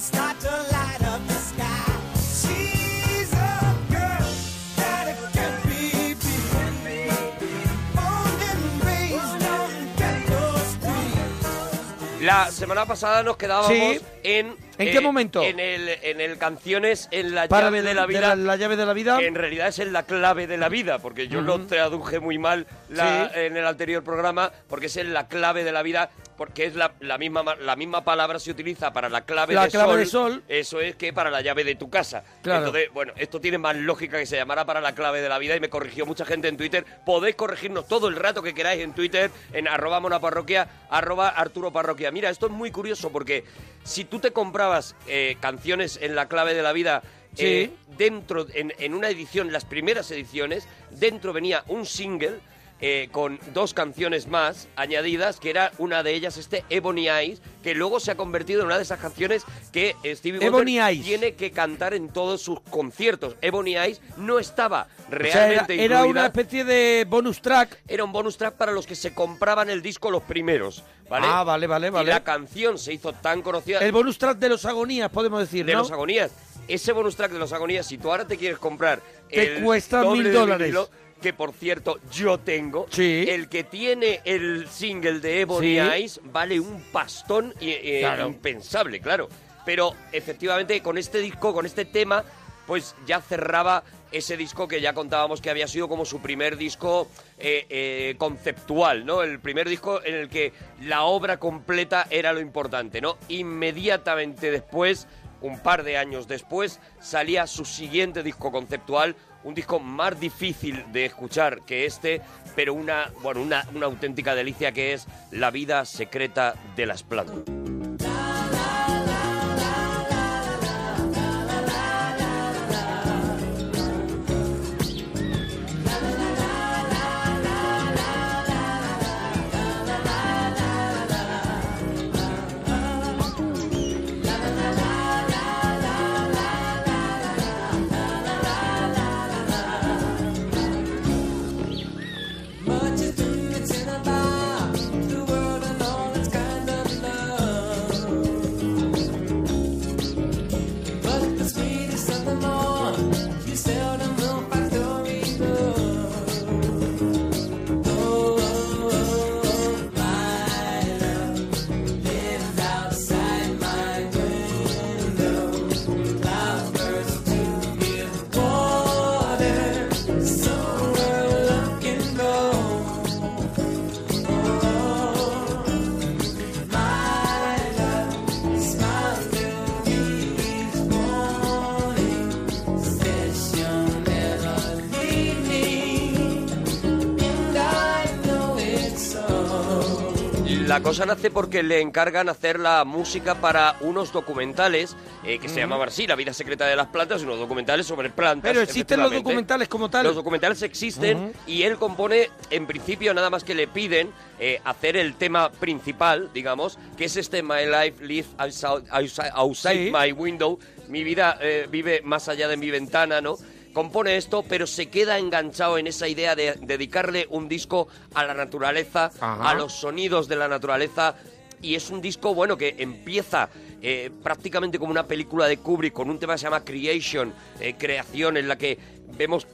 [SPEAKER 1] start to light up the sky. She's a girl that it can be beat. Born and raised on ghetto streets.
[SPEAKER 3] La semana pasada nos quedábamos
[SPEAKER 2] Sí.
[SPEAKER 3] en. eh,
[SPEAKER 2] ¿En qué momento?
[SPEAKER 3] En el, en el canciones, en la
[SPEAKER 2] Para
[SPEAKER 3] llave
[SPEAKER 2] de-
[SPEAKER 3] de la
[SPEAKER 2] de
[SPEAKER 3] vida.
[SPEAKER 2] la- la llave de la vida.
[SPEAKER 3] que en realidad es en la clave de la vida, porque yo lo
[SPEAKER 2] Ujú.
[SPEAKER 3] traduje muy mal la-
[SPEAKER 2] Sí.
[SPEAKER 3] en el anterior programa, porque es en la clave de la vida, porque es la, la misma, ma- la misma palabra se utiliza para la clave,
[SPEAKER 2] La
[SPEAKER 3] de,
[SPEAKER 2] clave
[SPEAKER 3] sol,
[SPEAKER 2] de sol.
[SPEAKER 3] Eso es que para la llave de tu casa.
[SPEAKER 2] Claro.
[SPEAKER 3] Entonces, bueno, esto tiene más lógica que se llamara para la clave de la vida y me corrigió mucha gente en Twitter. Podéis corregirnos todo el rato que queráis en Twitter, en arroba monaparroquia, arroba Arturo Parroquia. Mira, esto es muy curioso porque si tú te comprabas eh, canciones en la clave de la vida
[SPEAKER 2] Sí.
[SPEAKER 3] eh, dentro, en, en una edición, las primeras ediciones, dentro venía un single eh, con dos canciones más añadidas, que era una de ellas, este Ebony Eyes, que luego se ha convertido en una de esas canciones que eh, Stevie Wonder
[SPEAKER 2] Ebony Eyes.
[SPEAKER 3] tiene que cantar en todos sus conciertos. Ebony Eyes no estaba
[SPEAKER 2] O sea,
[SPEAKER 3] realmente
[SPEAKER 2] era, era
[SPEAKER 3] incluida.
[SPEAKER 2] una especie de bonus track.
[SPEAKER 3] Era un bonus track para los que se compraban el disco los primeros, ¿vale?
[SPEAKER 2] Ah, vale, vale,
[SPEAKER 3] Y
[SPEAKER 2] vale.
[SPEAKER 3] la canción se hizo tan conocida
[SPEAKER 2] El bonus track de los agonías, podemos decir,
[SPEAKER 3] de
[SPEAKER 2] ¿no?
[SPEAKER 3] los agonías. Ese bonus track de los agonías, si tú ahora te quieres comprar
[SPEAKER 2] Te
[SPEAKER 3] el
[SPEAKER 2] cuesta
[SPEAKER 3] doble
[SPEAKER 2] mil
[SPEAKER 3] de
[SPEAKER 2] dólares.
[SPEAKER 3] vinilo, que por cierto yo tengo,
[SPEAKER 2] Sí.
[SPEAKER 3] el que tiene el single de
[SPEAKER 2] Sí.
[SPEAKER 3] Ebony Eyes vale un pastón y, eh,
[SPEAKER 2] Claro.
[SPEAKER 3] impensable, claro. Pero efectivamente con este disco, con este tema, pues ya cerraba ese disco que ya contábamos que había sido como su primer disco eh, eh, conceptual, ¿no? El primer disco en el que la obra completa era lo importante, ¿no? Inmediatamente después, un par de años después, salía su siguiente disco conceptual, un disco más difícil de escuchar que este, pero una, bueno, una, una auténtica delicia que es La vida secreta de las plantas.
[SPEAKER 1] Much is in a box, the world and all its kind of love. But the sweetest of them all, you seldom will find story love. Oh, oh, oh, my love lives outside my window. Lovebirds to give water, so we're looking low.
[SPEAKER 3] La cosa nace porque le encargan hacer la música para unos documentales eh, que se
[SPEAKER 2] Ujú.
[SPEAKER 3] llamaban así, La vida secreta de las plantas, unos documentales sobre plantas.
[SPEAKER 2] Pero existen los
[SPEAKER 3] efectivamente.
[SPEAKER 2] documentales como tal.
[SPEAKER 3] Los documentales existen
[SPEAKER 2] Ujú.
[SPEAKER 3] y él compone, en principio, nada más que le piden eh, hacer el tema principal, digamos, que es este My Life Live Outside, outside- outside
[SPEAKER 2] Sí.
[SPEAKER 3] My Window, mi vida eh, vive más allá de mi ventana, ¿no? Compone esto, pero se queda enganchado en esa idea de dedicarle un disco a la naturaleza,
[SPEAKER 2] Ajá.
[SPEAKER 3] a los sonidos de la naturaleza. Y es un disco, bueno, que empieza eh, prácticamente como una película de Kubrick, con un tema que se llama Creation, eh, creación, en la que vemos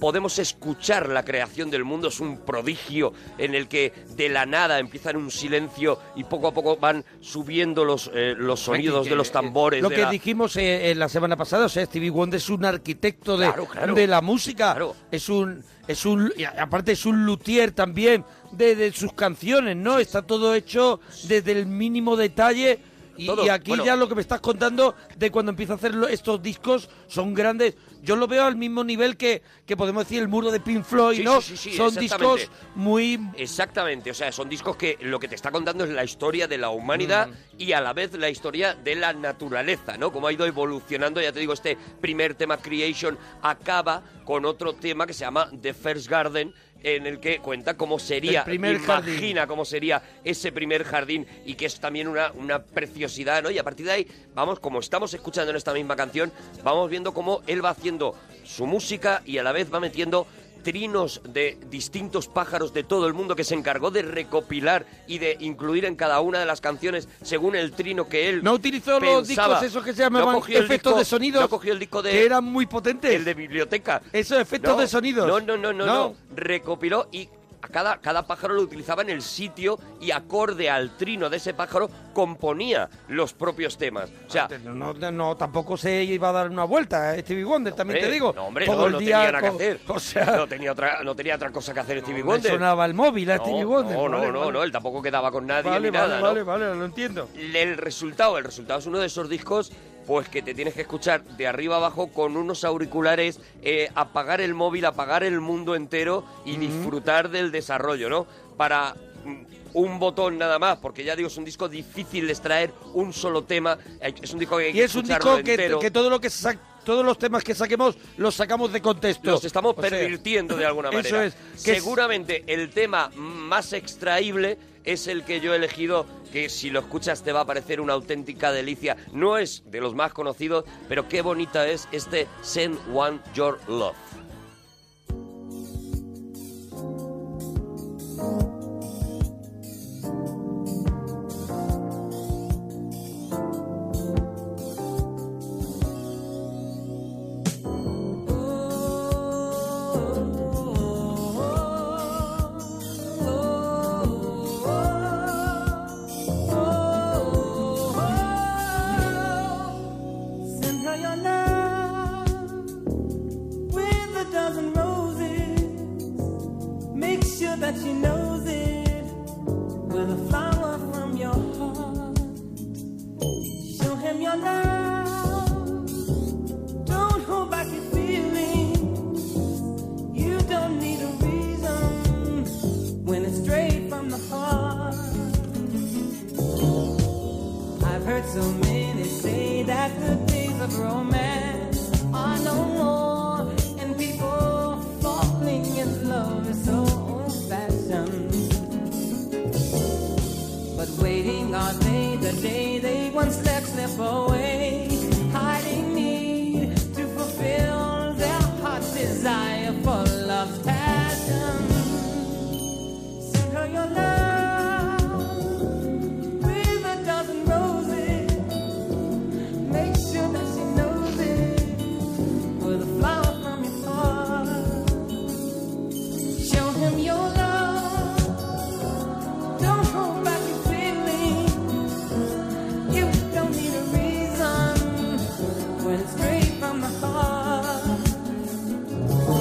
[SPEAKER 3] podemos escuchar la creación del mundo, es un prodigio en el que de la nada empiezan un silencio y poco a poco van subiendo los, eh, los sonidos de los tambores.
[SPEAKER 2] Lo
[SPEAKER 3] de
[SPEAKER 2] que
[SPEAKER 3] la-
[SPEAKER 2] dijimos eh, en la semana pasada, o sea, Stevie Wonder es un arquitecto de, de la música. Es un es un y a- aparte es un luthier también de, de sus canciones, ¿no? Está todo hecho desde el mínimo detalle. Y,
[SPEAKER 3] Todo,
[SPEAKER 2] y aquí
[SPEAKER 3] bueno.
[SPEAKER 2] ya lo que me estás contando de cuando empieza a hacer lo- estos discos son grandes. Yo lo veo al mismo nivel que, que podemos decir el muro de Pink Floyd,
[SPEAKER 3] Sí,
[SPEAKER 2] ¿no?
[SPEAKER 3] sí, sí, sí,
[SPEAKER 2] son
[SPEAKER 3] exactamente.
[SPEAKER 2] discos muy
[SPEAKER 3] Exactamente, o sea, son discos que lo que te está contando es la historia de la
[SPEAKER 2] Mm.
[SPEAKER 3] humanidad y a la vez la historia de la naturaleza, ¿no? Como ha ido evolucionando, ya te digo, este primer tema Creation acaba con otro tema que se llama The First Garden en el que cuenta cómo sería,
[SPEAKER 2] El primer jardín.
[SPEAKER 3] imagina cómo sería ese primer jardín y que es también una, una preciosidad, ¿no? Y a partir de ahí, vamos, como estamos escuchando en esta misma canción, vamos viendo cómo él va haciendo su música y a la vez va metiendo trinos de distintos pájaros de todo el mundo que se encargó de recopilar y de incluir en cada una de las canciones según el trino que él
[SPEAKER 2] No utilizó los
[SPEAKER 3] pensaba.
[SPEAKER 2] discos esos que se
[SPEAKER 3] No
[SPEAKER 2] llamaban
[SPEAKER 3] cogió el
[SPEAKER 2] efectos
[SPEAKER 3] disco-
[SPEAKER 2] de sonido.
[SPEAKER 3] no cogió el disco de
[SPEAKER 2] Que eran muy potentes.
[SPEAKER 3] el de biblioteca.
[SPEAKER 2] Esos efectos
[SPEAKER 3] No,
[SPEAKER 2] de sonidos.
[SPEAKER 3] No, no, no, no,
[SPEAKER 2] No.
[SPEAKER 3] no. Recopiló y a cada, cada pájaro lo utilizaba en el sitio y acorde al trino de ese pájaro componía los propios temas. O sea,
[SPEAKER 2] No, no, no, tampoco se iba a dar una vuelta, eh, Stevie Wonder, también te
[SPEAKER 3] hombre,
[SPEAKER 2] digo.
[SPEAKER 3] No, hombre,
[SPEAKER 2] Todo
[SPEAKER 3] no,
[SPEAKER 2] el
[SPEAKER 3] no
[SPEAKER 2] día
[SPEAKER 3] tenía nada
[SPEAKER 2] co-
[SPEAKER 3] que hacer.
[SPEAKER 2] O sea,
[SPEAKER 3] no, tenía otra, no tenía otra cosa que hacer Stevie
[SPEAKER 2] me
[SPEAKER 3] Wonder.
[SPEAKER 2] sonaba el móvil a
[SPEAKER 3] no,
[SPEAKER 2] Stevie Wonder.
[SPEAKER 3] No,
[SPEAKER 2] Vale,
[SPEAKER 3] no, no,
[SPEAKER 2] vale.
[SPEAKER 3] no, él tampoco quedaba con nadie
[SPEAKER 2] Vale,
[SPEAKER 3] ni
[SPEAKER 2] vale,
[SPEAKER 3] nada.
[SPEAKER 2] vale,
[SPEAKER 3] ¿no?
[SPEAKER 2] vale, lo entiendo.
[SPEAKER 3] El resultado, el resultado es uno de esos discos pues que te tienes que escuchar de arriba abajo con unos auriculares, eh, apagar el móvil, apagar el mundo entero y disfrutar del desarrollo, ¿no? Para mm, un botón nada más, porque ya digo, es un disco difícil de extraer un solo tema, hay- es un disco que hay
[SPEAKER 2] Y
[SPEAKER 3] que
[SPEAKER 2] es un
[SPEAKER 3] escucharlo
[SPEAKER 2] disco que,
[SPEAKER 3] entero.
[SPEAKER 2] que todo lo que sa- todos los temas que saquemos los sacamos de contexto.
[SPEAKER 3] Los estamos
[SPEAKER 2] O sea,
[SPEAKER 3] pervirtiendo de alguna manera.
[SPEAKER 2] Eso es. que es-
[SPEAKER 3] Seguramente el tema más extraíble es el que yo he elegido, que si lo escuchas te va a parecer una auténtica delicia. No es de los más conocidos, pero qué bonita es este Send One Your Love.
[SPEAKER 1] Send her your love with a dozen roses. Make sure that she knows it with a flower from your heart. Show him your love. Don't hold back your feelings. You don't need a reason when it's straight from the heart. I've heard so many say that the days of romance are no more, and people falling in love is so old fashioned. But waiting are they the day they once let slip away, hiding need to fulfill their heart's desire for love's passion. Send her your love with a dozen roses. Make sure that she knows it with a flower from your heart. Show him your love. Don't hold back your feelings. You don't need a reason when it's straight from the heart.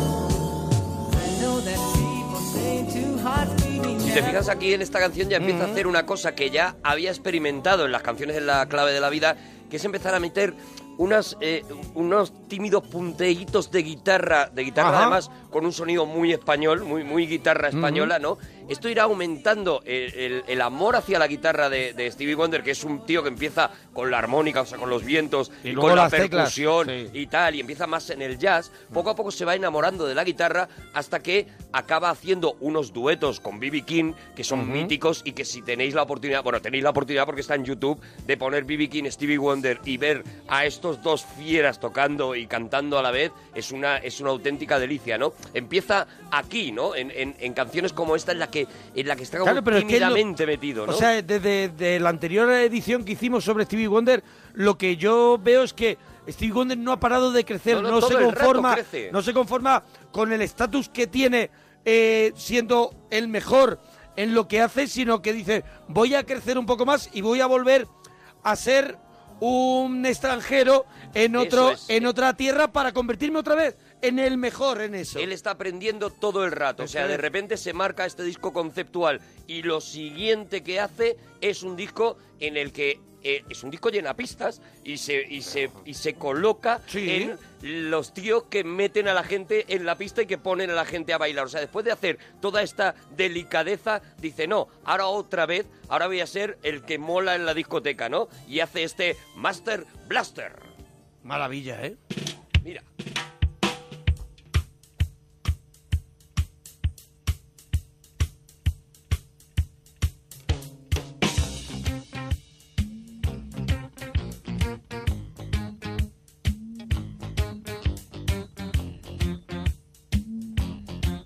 [SPEAKER 1] I know that people say two hearts beating.
[SPEAKER 3] Si te fijas aquí en esta canción ya empieza a hacer una cosa que ya había experimentado en las canciones en la clave de la vida, que es empezar a meter unas eh, unos tímidos punteitos de guitarra, de guitarra
[SPEAKER 2] Ajá.
[SPEAKER 3] además con un sonido muy español, muy muy guitarra
[SPEAKER 2] Ujú.
[SPEAKER 3] española, ¿no? Esto irá aumentando el, el- el amor hacia la guitarra de, de Stevie Wonder, que es un tío que empieza con la armónica, o sea, con los vientos y,
[SPEAKER 2] luego
[SPEAKER 3] con la
[SPEAKER 2] las teclas,
[SPEAKER 3] percusión
[SPEAKER 2] sí.
[SPEAKER 3] y tal, y empieza más en el jazz, poco a poco se va enamorando de la guitarra hasta que acaba haciendo unos duetos con B.B. King que son
[SPEAKER 2] Ujú.
[SPEAKER 3] míticos y que si tenéis la oportunidad, bueno, tenéis la oportunidad porque está en YouTube de poner B.B. King, Stevie Wonder y ver a estos dos fieras tocando y cantando a la vez, es una, es una auténtica delicia, ¿no? Empieza aquí, ¿no? En, en- en canciones como esta en la que, en la que está como
[SPEAKER 2] Claro, pero es que es lo-
[SPEAKER 3] tímidamente metido, ¿no?
[SPEAKER 2] O sea, desde desde la anterior edición que hicimos sobre Stevie Wonder, lo que yo veo es que Stevie Wonder no ha parado de crecer,
[SPEAKER 3] No,
[SPEAKER 2] no,
[SPEAKER 3] no,
[SPEAKER 2] se
[SPEAKER 3] todo el rato
[SPEAKER 2] conforma,
[SPEAKER 3] crece.
[SPEAKER 2] no se conforma con el estatus que tiene eh, siendo el mejor en lo que hace, sino que dice voy a crecer un poco más y voy a volver a ser un extranjero en
[SPEAKER 3] Eso
[SPEAKER 2] otro,
[SPEAKER 3] es.
[SPEAKER 2] en otra tierra para convertirme otra vez en el mejor en eso.
[SPEAKER 3] Él está aprendiendo todo el rato. O
[SPEAKER 2] Eso
[SPEAKER 3] sea, de
[SPEAKER 2] es.
[SPEAKER 3] repente se marca este disco conceptual y lo siguiente que hace es un disco en el que eh, es un disco llena pistas y se, y se, y se coloca en los tíos que meten a la gente en la pista y que ponen a la gente a bailar. O sea, después de hacer toda esta delicadeza, dice, no, ahora otra vez, ahora voy a ser el que mola en la discoteca, ¿no? Y hace este Master Blaster.
[SPEAKER 2] Maravilla, ¿eh?
[SPEAKER 3] Mira.
[SPEAKER 1] Send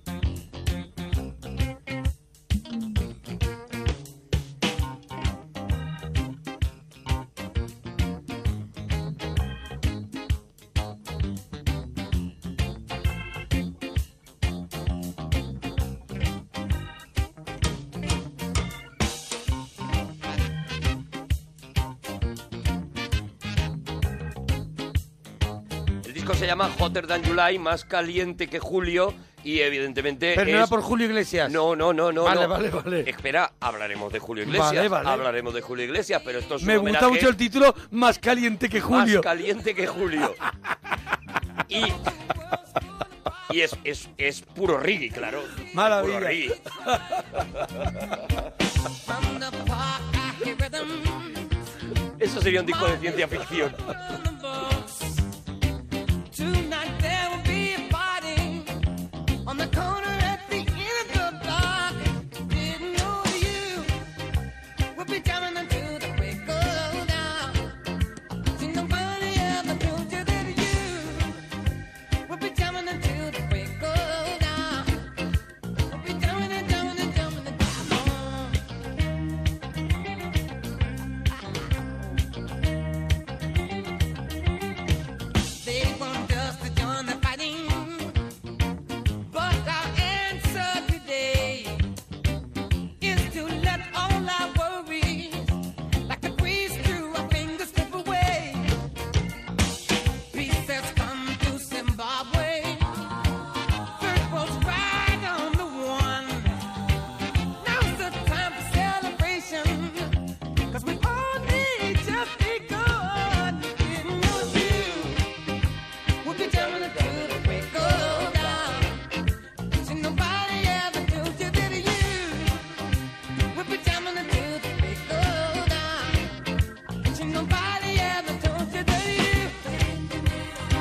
[SPEAKER 3] disco se llama Hotter Than July, más caliente que Julio, y evidentemente.
[SPEAKER 2] Pero no era
[SPEAKER 3] es-
[SPEAKER 2] por Julio Iglesias.
[SPEAKER 3] No, no, no, no.
[SPEAKER 2] Vale,
[SPEAKER 3] no.
[SPEAKER 2] vale, vale.
[SPEAKER 3] Espera, hablaremos de Julio Iglesias.
[SPEAKER 2] Vale, vale.
[SPEAKER 3] Hablaremos de Julio Iglesias, pero esto es un
[SPEAKER 2] Me gusta
[SPEAKER 3] homenaje
[SPEAKER 2] mucho el título Más caliente que Julio.
[SPEAKER 3] más caliente que Julio. Y. Y es, es, es puro reggae, claro.
[SPEAKER 2] Maravilla.
[SPEAKER 3] Puro reggae. Eso sería un disco de ciencia ficción.
[SPEAKER 1] Tonight there will be a party on the corner at the end of the block. Didn't know you would be coming until the break of dawn. Seen nobody ever told you that you would be coming until the break of dawn. Would be coming and coming and coming and coming. They want us to join the fighting, but our answer today is to let all our worries, like the breeze through our fingers, slip away. Peace has come to Zimbabwe. Third world's right on the one. Now's the time for celebration, 'cause we all need just a good. Didn't know you We'll be down and through the break of dawn. See, nobody ever told you that you would be down and through the break of dawn. See, nobody ever told you that you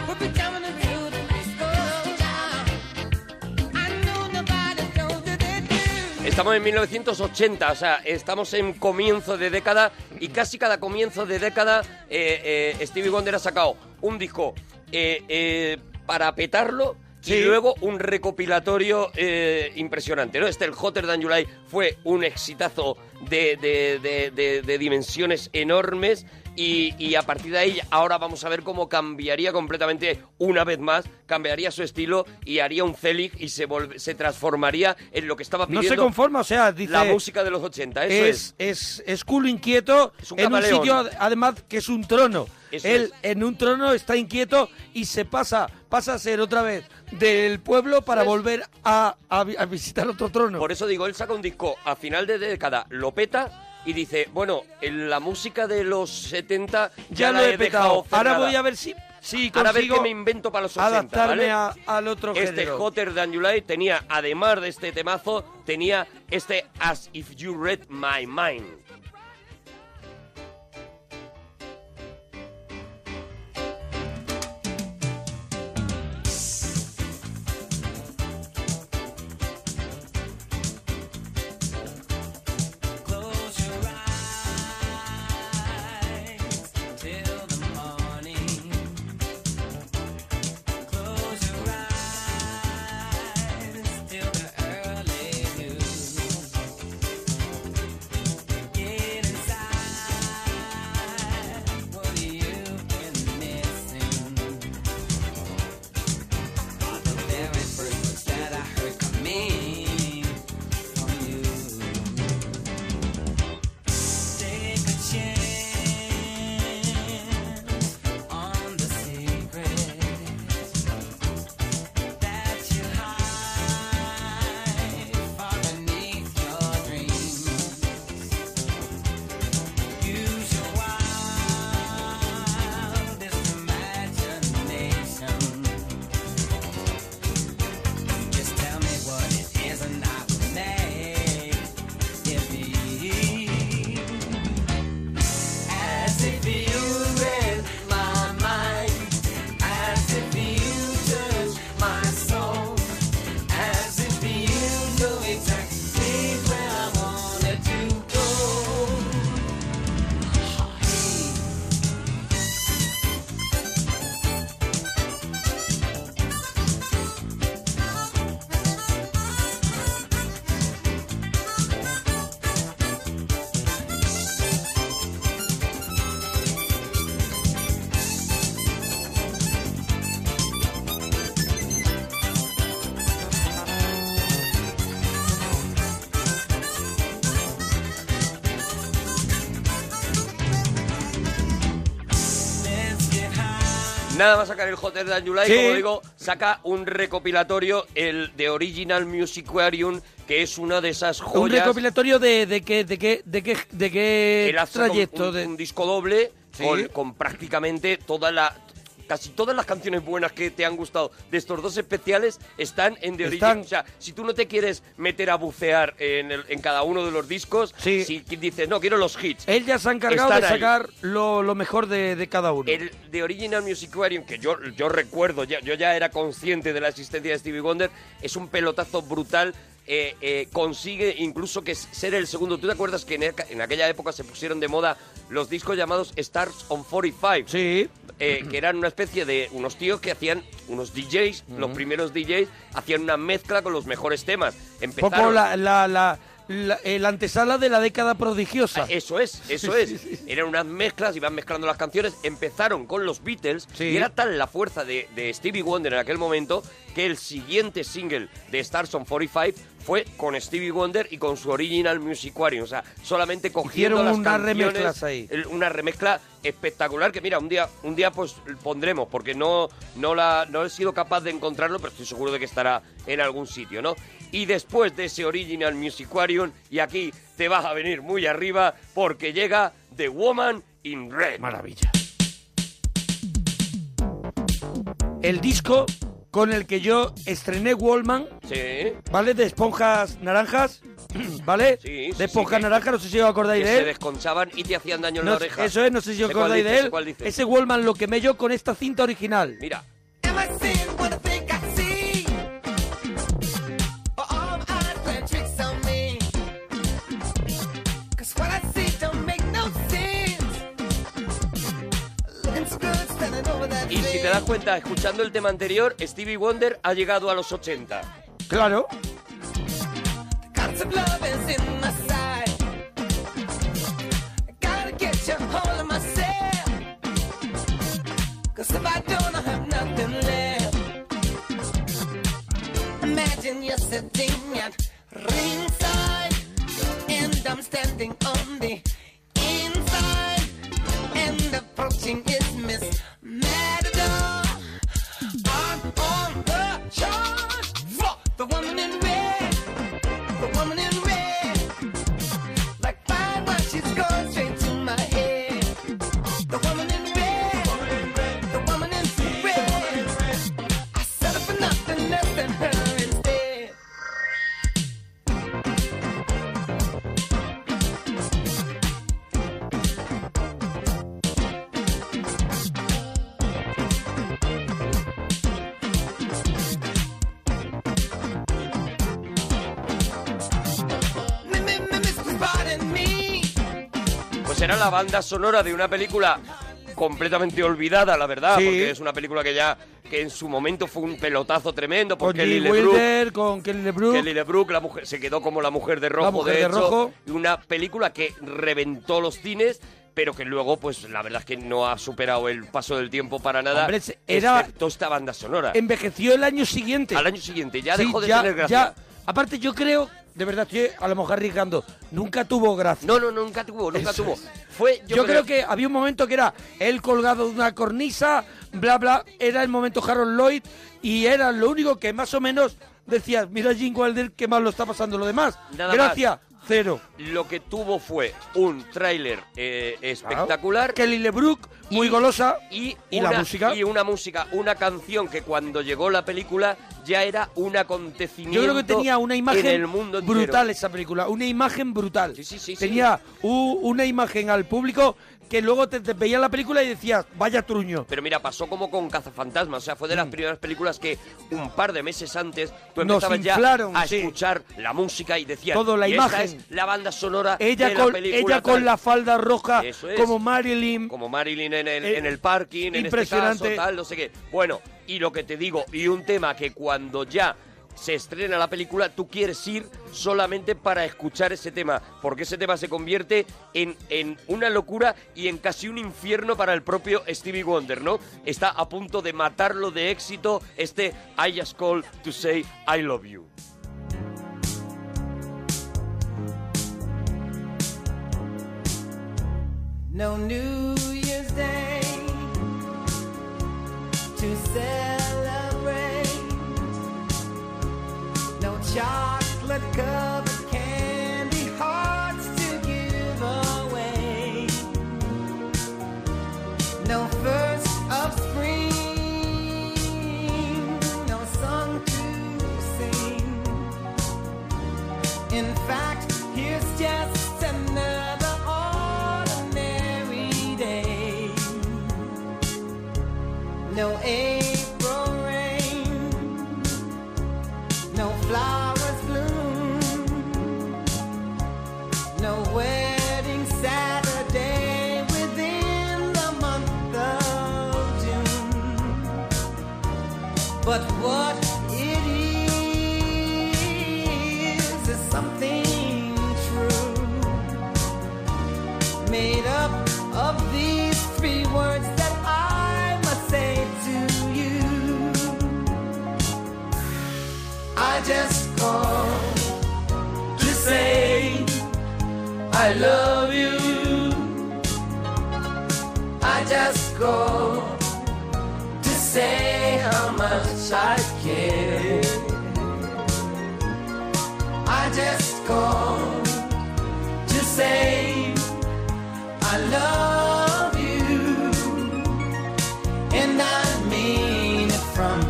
[SPEAKER 1] would be down and through the break of dawn. I know nobody told you that you
[SPEAKER 3] Estamos en 1980, o sea, estamos en comienzo de década y casi cada comienzo de década eh, eh, Stevie Wonder ha sacado un disco eh, eh, para petarlo y luego un recopilatorio eh, impresionante, ¿no? Este, el Hotter Than July, fue un exitazo de, de- de- de- de dimensiones enormes y, y a partir de ahí ahora vamos a ver cómo cambiaría completamente una vez más, cambiaría su estilo y haría un Celig y se, volve- se transformaría en lo que estaba
[SPEAKER 2] No
[SPEAKER 3] pidiendo
[SPEAKER 2] se conforma, o sea, dice...
[SPEAKER 3] la música de los 80, eso es.
[SPEAKER 2] es, es, es culo inquieto
[SPEAKER 3] Es un
[SPEAKER 2] en un
[SPEAKER 3] camaleón.
[SPEAKER 2] sitio, ad- además, que es un trono.
[SPEAKER 3] Eso
[SPEAKER 2] Él en un trono está inquieto y se pasa, pasa a ser otra vez del pueblo para
[SPEAKER 3] Pues
[SPEAKER 2] volver a, a vi- a visitar otro trono.
[SPEAKER 3] Por eso digo, él saca un disco a final de década, lo peta y dice, bueno, en la música de los 70 ya,
[SPEAKER 2] ya,
[SPEAKER 3] la
[SPEAKER 2] lo he
[SPEAKER 3] dejado
[SPEAKER 2] petado. Ahora
[SPEAKER 3] cerrada.
[SPEAKER 2] voy a ver si, si
[SPEAKER 3] Ahora a ver
[SPEAKER 2] consigo
[SPEAKER 3] qué me invento para los 80,
[SPEAKER 2] adaptarme
[SPEAKER 3] ¿vale?
[SPEAKER 2] a- al otro
[SPEAKER 3] Este
[SPEAKER 2] género.
[SPEAKER 3] Hotter Than You Like tenía, además de este temazo, tenía este As If You Read My Mind.
[SPEAKER 1] Close your eyes till the morning. Close your eyes till the early news. Give
[SPEAKER 3] Nada más sacar el Hotel de Anjulay,
[SPEAKER 2] Sí.
[SPEAKER 3] como digo, saca un recopilatorio, el de Original Musicarium, que es una de esas joyas.
[SPEAKER 2] Un recopilatorio de, de qué de qué de qué de qué
[SPEAKER 3] Él hace como
[SPEAKER 2] trayecto
[SPEAKER 3] un,
[SPEAKER 2] de
[SPEAKER 3] un disco doble
[SPEAKER 2] Sí.
[SPEAKER 3] con, con prácticamente toda la casi todas las canciones buenas que te han gustado de estos dos especiales están en The Origin.
[SPEAKER 2] Están.
[SPEAKER 3] O sea, si tú no te quieres meter a bucear en, el- en cada uno de los discos, si dices, no, quiero los hits.
[SPEAKER 2] él ya se ha encargado
[SPEAKER 3] Están
[SPEAKER 2] de
[SPEAKER 3] ahí.
[SPEAKER 2] sacar lo, lo mejor de, de cada uno.
[SPEAKER 3] El de Original Musicarium, que yo, yo recuerdo, ya, yo ya era consciente de la existencia de Stevie Wonder, es un pelotazo brutal. eh, eh, consigue incluso que s- ser el segundo. ¿Tú te acuerdas que en, eca- en aquella época se pusieron de moda los discos llamados Stars on 45?
[SPEAKER 2] Sí.
[SPEAKER 3] que eran una especie de unos tíos que hacían, unos DJs, los
[SPEAKER 2] Ujú.
[SPEAKER 3] primeros DJs, hacían una mezcla con los mejores temas.
[SPEAKER 2] Un
[SPEAKER 3] Empezaron,
[SPEAKER 2] poco la, la, la, la- el antesala de la década prodigiosa.
[SPEAKER 3] Ah, eso es, eso
[SPEAKER 2] Sí,
[SPEAKER 3] es. Eran unas mezclas, iban mezclando las canciones. Empezaron con los Beatles y era tal la fuerza de, de Stevie Wonder en aquel momento que el siguiente single de Stars on 45 fue con Stevie Wonder y con su original Musicarium. O sea, solamente cogiendo
[SPEAKER 2] Hicieron
[SPEAKER 3] las
[SPEAKER 2] unas
[SPEAKER 3] canciones,
[SPEAKER 2] remezclas ahí.
[SPEAKER 3] el- Una remezcla espectacular que mira, un día, un día pues pondremos, porque no, no, la, no he sido capaz de encontrarlo, pero estoy seguro de que estará en algún sitio, ¿no? Y después de ese Original Musicarium, y aquí te vas a venir muy arriba, porque llega The Woman in Red. Maravilla.
[SPEAKER 2] El disco con el que yo estrené Wallman,
[SPEAKER 3] Sí.
[SPEAKER 2] ¿vale? De esponjas naranjas, ¿vale?
[SPEAKER 3] Sí, sí,
[SPEAKER 2] de
[SPEAKER 3] sí,
[SPEAKER 2] esponjas
[SPEAKER 3] que-
[SPEAKER 2] naranjas, no sé si os acordáis
[SPEAKER 3] que
[SPEAKER 2] de
[SPEAKER 3] se
[SPEAKER 2] él.
[SPEAKER 3] desconchaban y te hacían daño en
[SPEAKER 2] No
[SPEAKER 3] la
[SPEAKER 2] sé-
[SPEAKER 3] oreja.
[SPEAKER 2] Eso es, no sé si os
[SPEAKER 3] Sé cuál
[SPEAKER 2] acordáis
[SPEAKER 3] dices,
[SPEAKER 2] de
[SPEAKER 3] sé cuál
[SPEAKER 2] él.
[SPEAKER 3] dices.
[SPEAKER 2] Ese Wallman lo quemé yo con esta cinta original.
[SPEAKER 3] Mira.
[SPEAKER 1] Am I seeing what I think I see? Or all them eyes playing tricks on me? 'Cause what I see don't make no sense. Looking so good standing over that
[SPEAKER 3] Y si te das cuenta, escuchando el tema anterior, Stevie Wonder ha llegado a los 80.
[SPEAKER 2] Claro.
[SPEAKER 1] Lots of love is in my side. Gotta get you hold of myself. 'Cause if I don't, I have nothing left. Imagine you're sitting at ringside, and I'm standing on the inside, and approaching is Miss Matador. I'm on the charge for the woman in red. The woman in red. Like fine wine, she's going straight to my head. The woman in red. The woman in red. I settle for nothing less than her instead. Pardon me.
[SPEAKER 3] Pues era la banda sonora de una película completamente olvidada, la verdad,
[SPEAKER 2] Sí.
[SPEAKER 3] porque es una película que ya que en su momento fue un pelotazo tremendo
[SPEAKER 2] Con
[SPEAKER 3] porque
[SPEAKER 2] Jim Wilder, con Kelly LeBrook.
[SPEAKER 3] Kelly LeBrook, la mujer, se quedó como la mujer de rojo,
[SPEAKER 2] mujer
[SPEAKER 3] de
[SPEAKER 2] de
[SPEAKER 3] hecho.
[SPEAKER 2] rojo.
[SPEAKER 3] y Una película que reventó los cines, pero que luego, pues la verdad es que no ha superado el paso del tiempo para nada.
[SPEAKER 2] Hombre, se- era-
[SPEAKER 3] excepto esta banda sonora.
[SPEAKER 2] Envejeció el año siguiente.
[SPEAKER 3] Al año siguiente, ya
[SPEAKER 2] Sí,
[SPEAKER 3] dejó de
[SPEAKER 2] ya-
[SPEAKER 3] tener gracia.
[SPEAKER 2] ya. Aparte, yo creo, de verdad, estoy a lo mejor arriesgando, nunca tuvo gracia.
[SPEAKER 3] No, no, nunca tuvo, nunca tuvo. Fue,
[SPEAKER 2] yo creo... que había un momento que era él colgado de una cornisa, bla, bla, era el momento Harold Lloyd y era lo único que más o menos decías, mira Jim Wilder, qué mal lo está pasando lo demás.
[SPEAKER 3] Nada
[SPEAKER 2] Gracias, cero.
[SPEAKER 3] Lo que tuvo fue un tráiler eh, espectacular.
[SPEAKER 2] Kelly LeBrook, muy golosa.
[SPEAKER 3] Y,
[SPEAKER 2] ¿Y
[SPEAKER 3] una,
[SPEAKER 2] la música?
[SPEAKER 3] Y una música, una canción que cuando llegó la película ya era un acontecimiento.
[SPEAKER 2] Yo creo que tenía una imagen
[SPEAKER 3] en el mundo entero.
[SPEAKER 2] brutal esa película, una imagen brutal.
[SPEAKER 3] sí, sí.
[SPEAKER 2] tenía u- una imagen al público que luego te, te veía la película y decías, vaya truño.
[SPEAKER 3] Pero mira, pasó como con Cazafantasmas. O sea, fue de las primeras películas que un par de meses antes tú
[SPEAKER 2] Mm. Nos
[SPEAKER 3] empezabas
[SPEAKER 2] inflaron,
[SPEAKER 3] ya a escuchar la música y decías.
[SPEAKER 2] Todo, la
[SPEAKER 3] "Y esta
[SPEAKER 2] imagen".
[SPEAKER 3] es la banda sonora de
[SPEAKER 2] Ella
[SPEAKER 3] la
[SPEAKER 2] con,
[SPEAKER 3] película.
[SPEAKER 2] ella con
[SPEAKER 3] tal".
[SPEAKER 2] la falda roja,
[SPEAKER 3] Eso es.
[SPEAKER 2] como Marilyn.
[SPEAKER 3] Como Marilyn en el,
[SPEAKER 2] Em, Eh,
[SPEAKER 3] en el parking, en este caso,
[SPEAKER 2] impresionante.
[SPEAKER 3] tal, no sé qué. Bueno, y lo que te digo, y un tema que cuando ya se estrena la película, tú quieres ir solamente para escuchar ese tema, porque ese tema se convierte en, en una locura y en casi un infierno para el propio Stevie Wonder, ¿no? Está a punto de matarlo de éxito este I Just Call to Say I Love You.
[SPEAKER 1] No New Year's Day. to celebrate. No chocolate covered candy hearts to give away. No first of spring. No song to sing. In fact, here's just another ordinary day. No April rain, no flowers bloom, no wedding Saturday within the month of June. But what it is is something true, made up of these three words that I must say to you. I just called to say I love you. I just called to say how much I care. I just called to say I love you, and I mean it from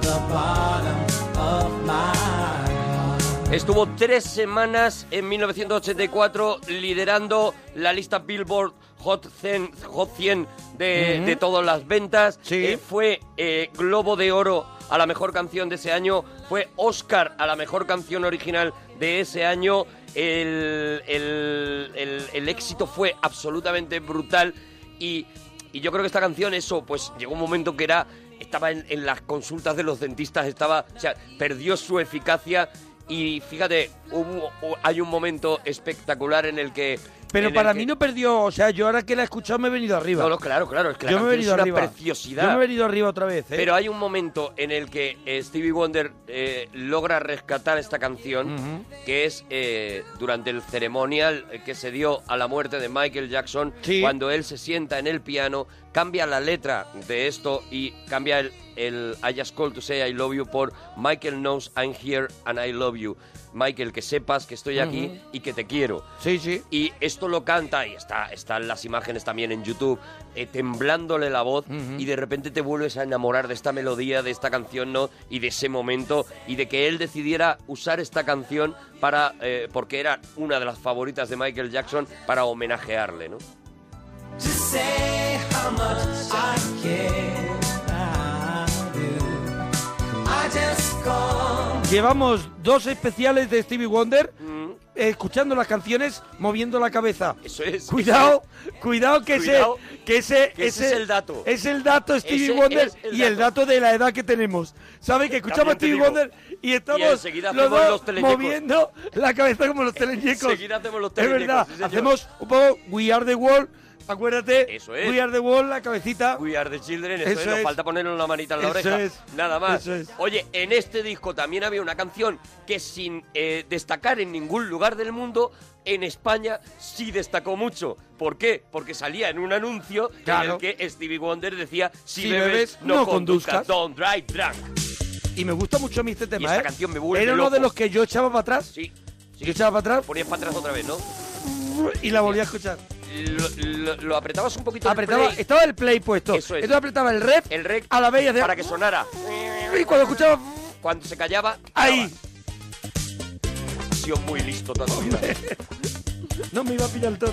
[SPEAKER 1] the bottom of my heart.
[SPEAKER 3] Estuvo tres semanas en 1984 liderando la lista Billboard Hot 100, Hot 100 de,
[SPEAKER 2] Ujú.
[SPEAKER 3] de todas las ventas. Eh, fue eh, Globo de Oro a la mejor canción de ese año. Fue Oscar a la mejor canción original de ese año. El, el- el- el éxito fue absolutamente brutal y, y yo creo que esta canción, eso, pues llegó un momento que era... Estaba en, en las consultas de los dentistas, estaba... O sea, perdió su eficacia y fíjate, hubo- hay un momento espectacular en el que... en
[SPEAKER 2] Pero
[SPEAKER 3] el
[SPEAKER 2] para
[SPEAKER 3] que-
[SPEAKER 2] mí no perdió, o sea, yo ahora que la he escuchado me he venido arriba.
[SPEAKER 3] No, no, claro, claro, es que la
[SPEAKER 2] yo me he
[SPEAKER 3] canción
[SPEAKER 2] venido
[SPEAKER 3] es una
[SPEAKER 2] arriba.
[SPEAKER 3] preciosidad.
[SPEAKER 2] Yo me he venido arriba otra vez, ¿eh?
[SPEAKER 3] Pero hay un momento en el que eh, Stevie Wonder eh, logra rescatar esta canción, que es eh, durante el ceremonial que se dio a la muerte de Michael Jackson, cuando él se sienta en el piano, cambia la letra de esto y cambia el, el I just called to say I love you por Michael knows I'm here and I love you. Michael, que sepas que estoy aquí
[SPEAKER 2] Ujú.
[SPEAKER 3] y que te quiero.
[SPEAKER 2] Sí, sí.
[SPEAKER 3] Y esto lo canta, y está, están las imágenes también en YouTube, eh, temblándole la voz, y de repente te vuelves a enamorar de esta melodía, de esta canción, ¿no? Y de ese momento, y de que él decidiera usar esta canción para, eh, porque era una de las favoritas de Michael Jackson, para homenajearle, ¿no?
[SPEAKER 1] to say how much I care about you. I just call
[SPEAKER 2] Llevamos dos especiales de Stevie Wonder eh, escuchando las canciones, moviendo la cabeza.
[SPEAKER 3] Mm. Eso es.
[SPEAKER 2] Cuidado, cuidado que
[SPEAKER 3] Cuidado,
[SPEAKER 2] ese, que ese,
[SPEAKER 3] que ese es el dato.
[SPEAKER 2] Es el dato Stevie
[SPEAKER 3] Ese
[SPEAKER 2] Wonder
[SPEAKER 3] es el
[SPEAKER 2] y el dato de la edad que tenemos. ¿Sabes? Que escuchamos a
[SPEAKER 3] También te digo.
[SPEAKER 2] Stevie Wonder y estamos
[SPEAKER 3] enseguida
[SPEAKER 2] los
[SPEAKER 3] hacemos
[SPEAKER 2] dos
[SPEAKER 3] los teleñecos.
[SPEAKER 2] moviendo la cabeza como los teleñecos.
[SPEAKER 3] Enseguida hacemos los
[SPEAKER 2] Es
[SPEAKER 3] teleñecos,
[SPEAKER 2] verdad,
[SPEAKER 3] sí, señor.
[SPEAKER 2] hacemos un poco We Are the World, acuérdate.
[SPEAKER 3] Eso es.
[SPEAKER 2] We Are the World, la cabecita.
[SPEAKER 3] We Are the Children, eso,
[SPEAKER 2] Eso
[SPEAKER 3] es, nos
[SPEAKER 2] es.
[SPEAKER 3] falta ponerle una manita en la
[SPEAKER 2] Eso
[SPEAKER 3] oreja.
[SPEAKER 2] es.
[SPEAKER 3] Nada más.
[SPEAKER 2] Eso es.
[SPEAKER 3] Oye, en este disco también había una canción que sin eh, destacar en ningún lugar del mundo, en España sí destacó mucho. ¿Por qué? Porque salía en un anuncio
[SPEAKER 2] Claro.
[SPEAKER 3] en el que Stevie Wonder decía, si,
[SPEAKER 2] Si
[SPEAKER 3] bebes,
[SPEAKER 2] bebes,
[SPEAKER 3] no,
[SPEAKER 2] no
[SPEAKER 3] conduzcas.
[SPEAKER 2] conduzcas.
[SPEAKER 3] Don't drive drunk.
[SPEAKER 2] Y me gusta mucho a mí este tema,
[SPEAKER 3] esta
[SPEAKER 2] ¿eh?
[SPEAKER 3] canción me vuelve
[SPEAKER 2] Era uno de
[SPEAKER 3] loco.
[SPEAKER 2] los que yo echaba para atrás.
[SPEAKER 3] Sí. sí.
[SPEAKER 2] Yo echaba para atrás.
[SPEAKER 3] Ponías para atrás otra vez, ¿no?
[SPEAKER 2] Y la volví a escuchar.
[SPEAKER 3] Lo, lo- lo apretabas un poquito el
[SPEAKER 2] Apretaba,
[SPEAKER 3] play.
[SPEAKER 2] estaba el play puesto.
[SPEAKER 3] Eso es.
[SPEAKER 2] Entonces apretaba el rep,
[SPEAKER 3] El rec
[SPEAKER 2] a la vez y hacía-
[SPEAKER 3] para que sonara.
[SPEAKER 2] Y cuando escuchaba,
[SPEAKER 3] Cuando se callaba,
[SPEAKER 2] ahí.
[SPEAKER 3] ha sido muy listo toda la vida.
[SPEAKER 2] No me iba a pillar el toro.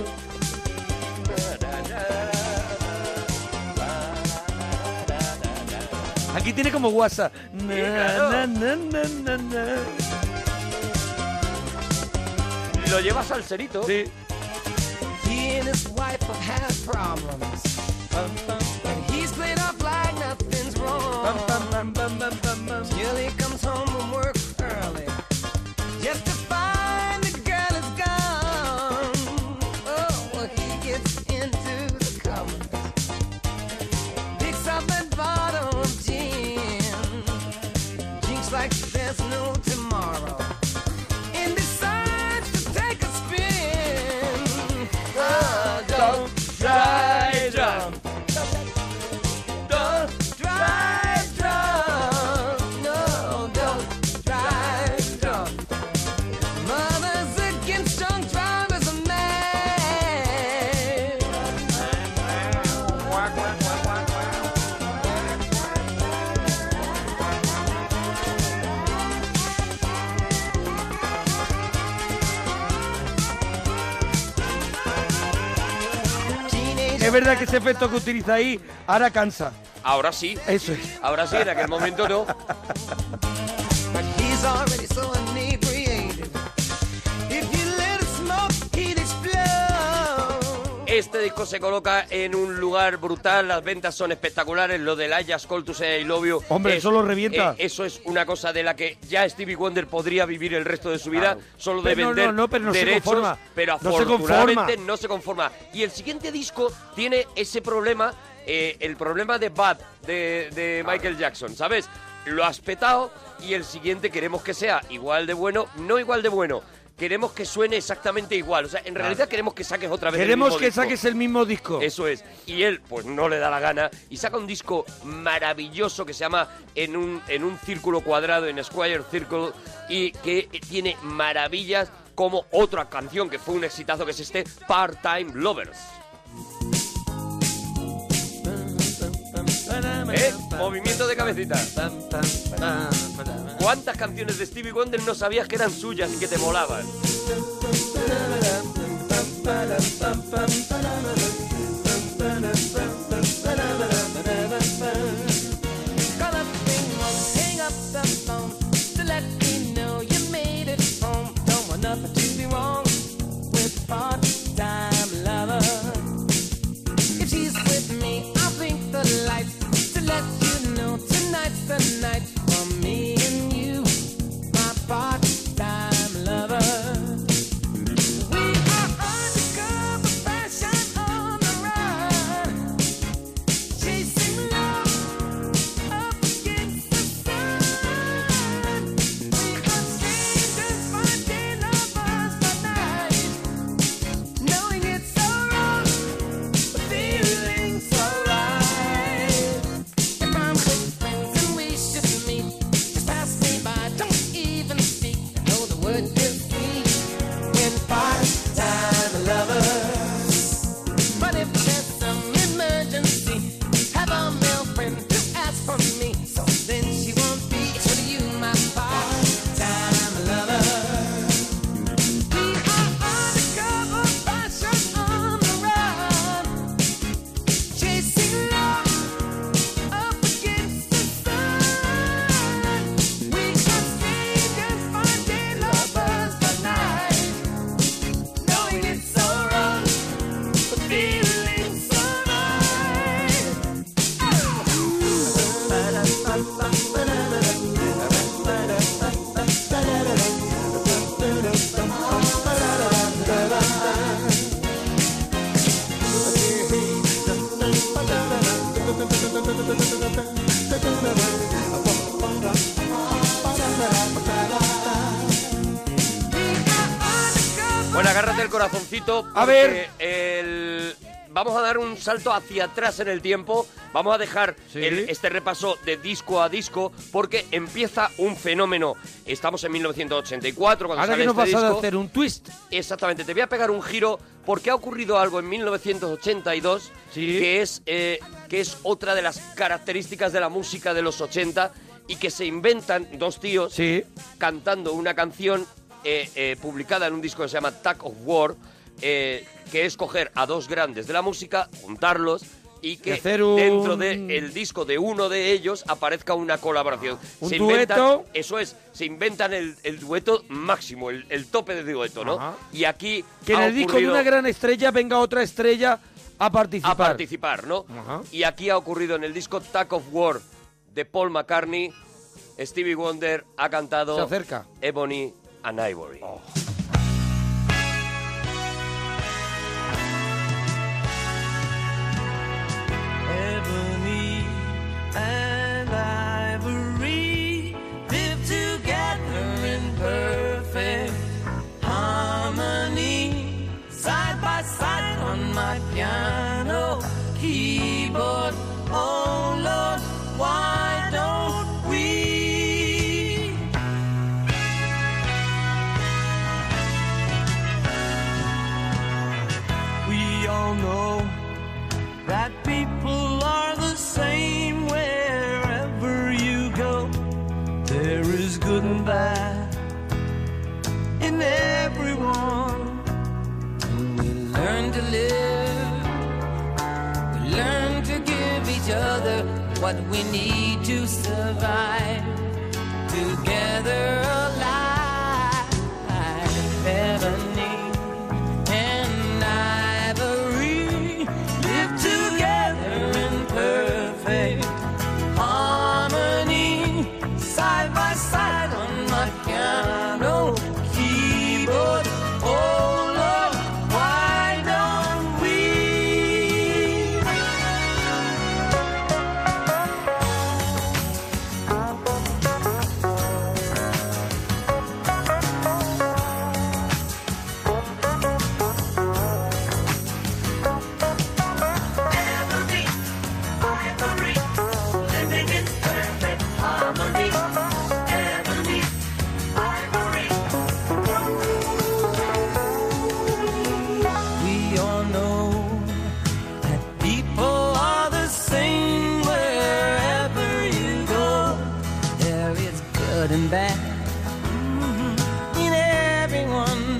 [SPEAKER 2] Aquí tiene como WhatsApp. Na,
[SPEAKER 3] claro.
[SPEAKER 2] na, na, na, na, na.
[SPEAKER 3] Lo llevas al cerito.
[SPEAKER 2] Sí.
[SPEAKER 1] he and his wife have had problems. And he's played up like nothing's wrong. Till he comes home from work early. Just to find the girl is gone. Oh, well, he gets into the cupboard. Picks up a bottle of gin. Drinks like there's no tomorrow. And decides to take a spin. Oh, don't drive drunk.
[SPEAKER 2] verdad que ese efecto que utilizáis ahora cansa.
[SPEAKER 3] Ahora sí.
[SPEAKER 2] Eso es.
[SPEAKER 3] Ahora sí, en aquel momento no.
[SPEAKER 1] He's already so inebriated. If you let it smoke, he'd explode.
[SPEAKER 3] Este disco se coloca en un lugar brutal, las ventas son espectaculares, lo del Ayas Coltus e y Lobio.
[SPEAKER 2] Hombre, eso lo revienta.
[SPEAKER 3] eh, eso es una cosa de la que ya Stevie Wonder podría vivir el resto de su vida, solo de
[SPEAKER 2] Pero no,
[SPEAKER 3] vender
[SPEAKER 2] no, no, pero no se
[SPEAKER 3] derechos,
[SPEAKER 2] conforma.
[SPEAKER 3] pero
[SPEAKER 2] No se conforma.
[SPEAKER 3] afortunadamente no se conforma. Y el siguiente disco tiene ese problema, eh, el problema de Bad, de, de Michael Jackson, ¿sabes? Lo has petado y el siguiente queremos que sea igual de bueno, no igual de bueno. Queremos que suene exactamente igual. O sea, en
[SPEAKER 2] Claro.
[SPEAKER 3] realidad queremos que saques otra vez el
[SPEAKER 2] Queremos
[SPEAKER 3] mismo
[SPEAKER 2] que
[SPEAKER 3] disco.
[SPEAKER 2] saques el mismo disco.
[SPEAKER 3] Eso es. Y él, pues no le da la gana y saca un disco maravilloso que se llama En un, en un círculo cuadrado, en Square Circle, y que tiene maravillas como otra canción que fue un exitazo que es este Part-Time Lovers. ¿Eh? Movimiento de cabecita. ¿Cuántas canciones de Stevie Wonder no sabías que eran suyas y que te volaban?
[SPEAKER 1] Call up the mom, hang up the phone to let me know you made it home. Don't want nothing to be wrong with part-time lover. If she's with me, I'll blink the lights to let you know tonight's the night for me and you, my part-time lover. We are undercover fashion on the run, chasing love. But if there's some emergency, have a male friend to ask for me. So then she won't be to you, my part-time lover. We are undercover fashion on the run, chasing love up against the sun. We are strangers, finding lovers by night, knowing it's so wrong, but feeling so right. Ah!
[SPEAKER 3] Bueno, agárrate el corazoncito.
[SPEAKER 2] A ver.
[SPEAKER 3] porque el- Vamos a dar un salto hacia atrás en el tiempo. Vamos a dejar el- este repaso de disco a disco porque empieza un fenómeno. Estamos en 1984 cuando
[SPEAKER 2] Ahora
[SPEAKER 3] sale
[SPEAKER 2] que nos
[SPEAKER 3] este
[SPEAKER 2] vas a
[SPEAKER 3] disco.
[SPEAKER 2] hacer un twist.
[SPEAKER 3] Exactamente, te voy a pegar un giro porque ha ocurrido algo en 1982 que, es, eh, que es otra de las características de la música de los 80 y que se inventan dos tíos cantando una canción eh, eh, publicada en un disco que se llama Tag of War, eh, que es coger a dos grandes de la música, juntarlos y que
[SPEAKER 2] Y hacer un-
[SPEAKER 3] dentro del disco de uno de ellos aparezca una colaboración.
[SPEAKER 2] Un
[SPEAKER 3] inventan-
[SPEAKER 2] dueto.
[SPEAKER 3] eso es, se inventan el, el dueto máximo, el, el tope de dueto, ¿no?
[SPEAKER 2] Ajá.
[SPEAKER 3] Y aquí
[SPEAKER 2] Que en
[SPEAKER 3] ha
[SPEAKER 2] el disco de
[SPEAKER 3] ocurrido
[SPEAKER 2] una gran estrella venga otra estrella a participar.
[SPEAKER 3] a participar, ¿no?
[SPEAKER 2] Ajá.
[SPEAKER 3] Y aquí ha ocurrido en el disco Tack of War de Paul McCartney, Stevie Wonder ha cantado
[SPEAKER 2] Se acerca. Oh.
[SPEAKER 3] Ebony and Ivory.
[SPEAKER 1] Ebony and ivory live together in perfect harmony. Side by side on my piano keyboard. Oh Lord, why don't we? what we need to survive. Together alive, ebony and ivory live together in perfect harmony, side by side on my piano keyboard. Oh Lord, why don't we? We all know that people are the same wherever you go. There is good and bad in everyone.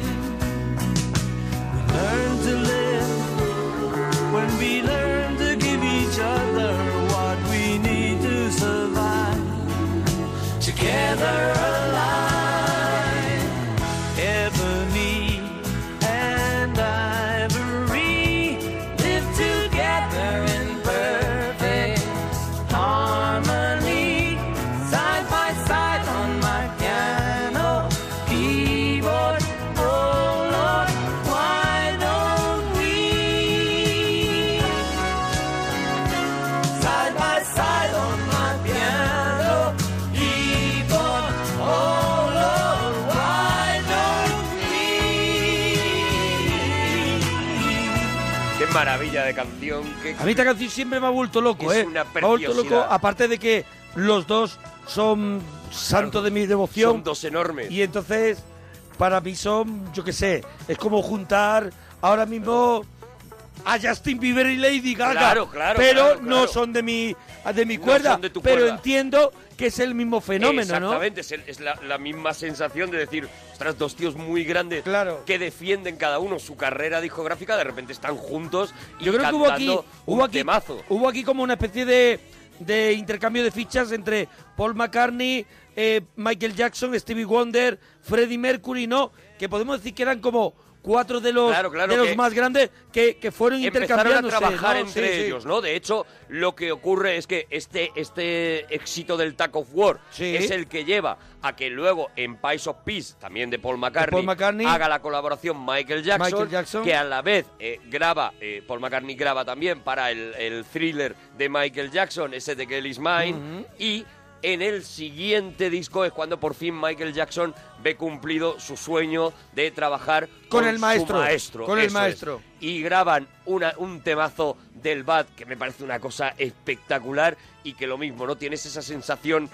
[SPEAKER 1] We learn to live when we learn to give each other what we need to survive. Together alive, ebony and ivory live together in perfect harmony. Side by side on my piano keyboard. Oh Lord, why don't we? Side by side on my piano keyboard. Oh Lord, why don't we?
[SPEAKER 3] Qué maravilla de canción. qué-
[SPEAKER 2] A mí esta canción siempre me ha vuelto loco,
[SPEAKER 3] Es
[SPEAKER 2] ¿eh?
[SPEAKER 3] una
[SPEAKER 2] me ha vuelto loco,
[SPEAKER 3] preciosidad.
[SPEAKER 2] aparte de que los dos son santos de mi devoción.
[SPEAKER 3] Son dos enormes.
[SPEAKER 2] Y entonces, para mí son, yo qué sé, es como juntar ahora mismo a Justin Bieber y Lady Gaga.
[SPEAKER 3] Claro, claro,
[SPEAKER 2] Pero
[SPEAKER 3] claro,
[SPEAKER 2] no
[SPEAKER 3] claro.
[SPEAKER 2] son de mi, de mi
[SPEAKER 3] No
[SPEAKER 2] cuerda.
[SPEAKER 3] son de tu
[SPEAKER 2] pero
[SPEAKER 3] cuerda.
[SPEAKER 2] entiendo que es el mismo fenómeno, ¿no?
[SPEAKER 3] Exactamente, es, el- es la, la misma sensación de decir, ostras, dos tíos muy grandes que defienden cada uno su carrera discográfica, de repente están juntos y
[SPEAKER 2] Yo creo que hubo aquí,
[SPEAKER 3] cantando un
[SPEAKER 2] hubo aquí,
[SPEAKER 3] temazo.
[SPEAKER 2] hubo aquí como una especie de, de intercambio de fichas entre Paul McCartney, eh, Michael Jackson, Stevie Wonder, Freddie Mercury, ¿no? Que podemos decir que eran como cuatro de los,
[SPEAKER 3] Claro, claro,
[SPEAKER 2] de los
[SPEAKER 3] que
[SPEAKER 2] más grandes que, que fueron
[SPEAKER 3] Empezaron a
[SPEAKER 2] intercambiándose.
[SPEAKER 3] trabajar
[SPEAKER 2] ¿no?
[SPEAKER 3] entre
[SPEAKER 2] Sí, sí.
[SPEAKER 3] ellos, ¿no? De hecho, lo que ocurre es que este, este éxito del Tack of War
[SPEAKER 2] Sí.
[SPEAKER 3] es el que lleva a que luego en Pies of Peace, también de Paul McCartney,
[SPEAKER 2] Paul McCartney.
[SPEAKER 3] haga la colaboración Michael Jackson,
[SPEAKER 2] Michael Jackson.
[SPEAKER 3] que a la vez eh, graba, eh, Paul McCartney graba también para el, el thriller de Michael Jackson, ese de Girl Is Mine,
[SPEAKER 2] Ujú.
[SPEAKER 3] y... En el siguiente disco es cuando por fin Michael Jackson ve cumplido su sueño de trabajar
[SPEAKER 2] Con el
[SPEAKER 3] su
[SPEAKER 2] maestro,
[SPEAKER 3] maestro.
[SPEAKER 2] con el
[SPEAKER 3] eso es.
[SPEAKER 2] maestro.
[SPEAKER 3] Y graban una- un temazo del Bad que me parece una cosa espectacular y que lo mismo, ¿no? Tienes esa sensación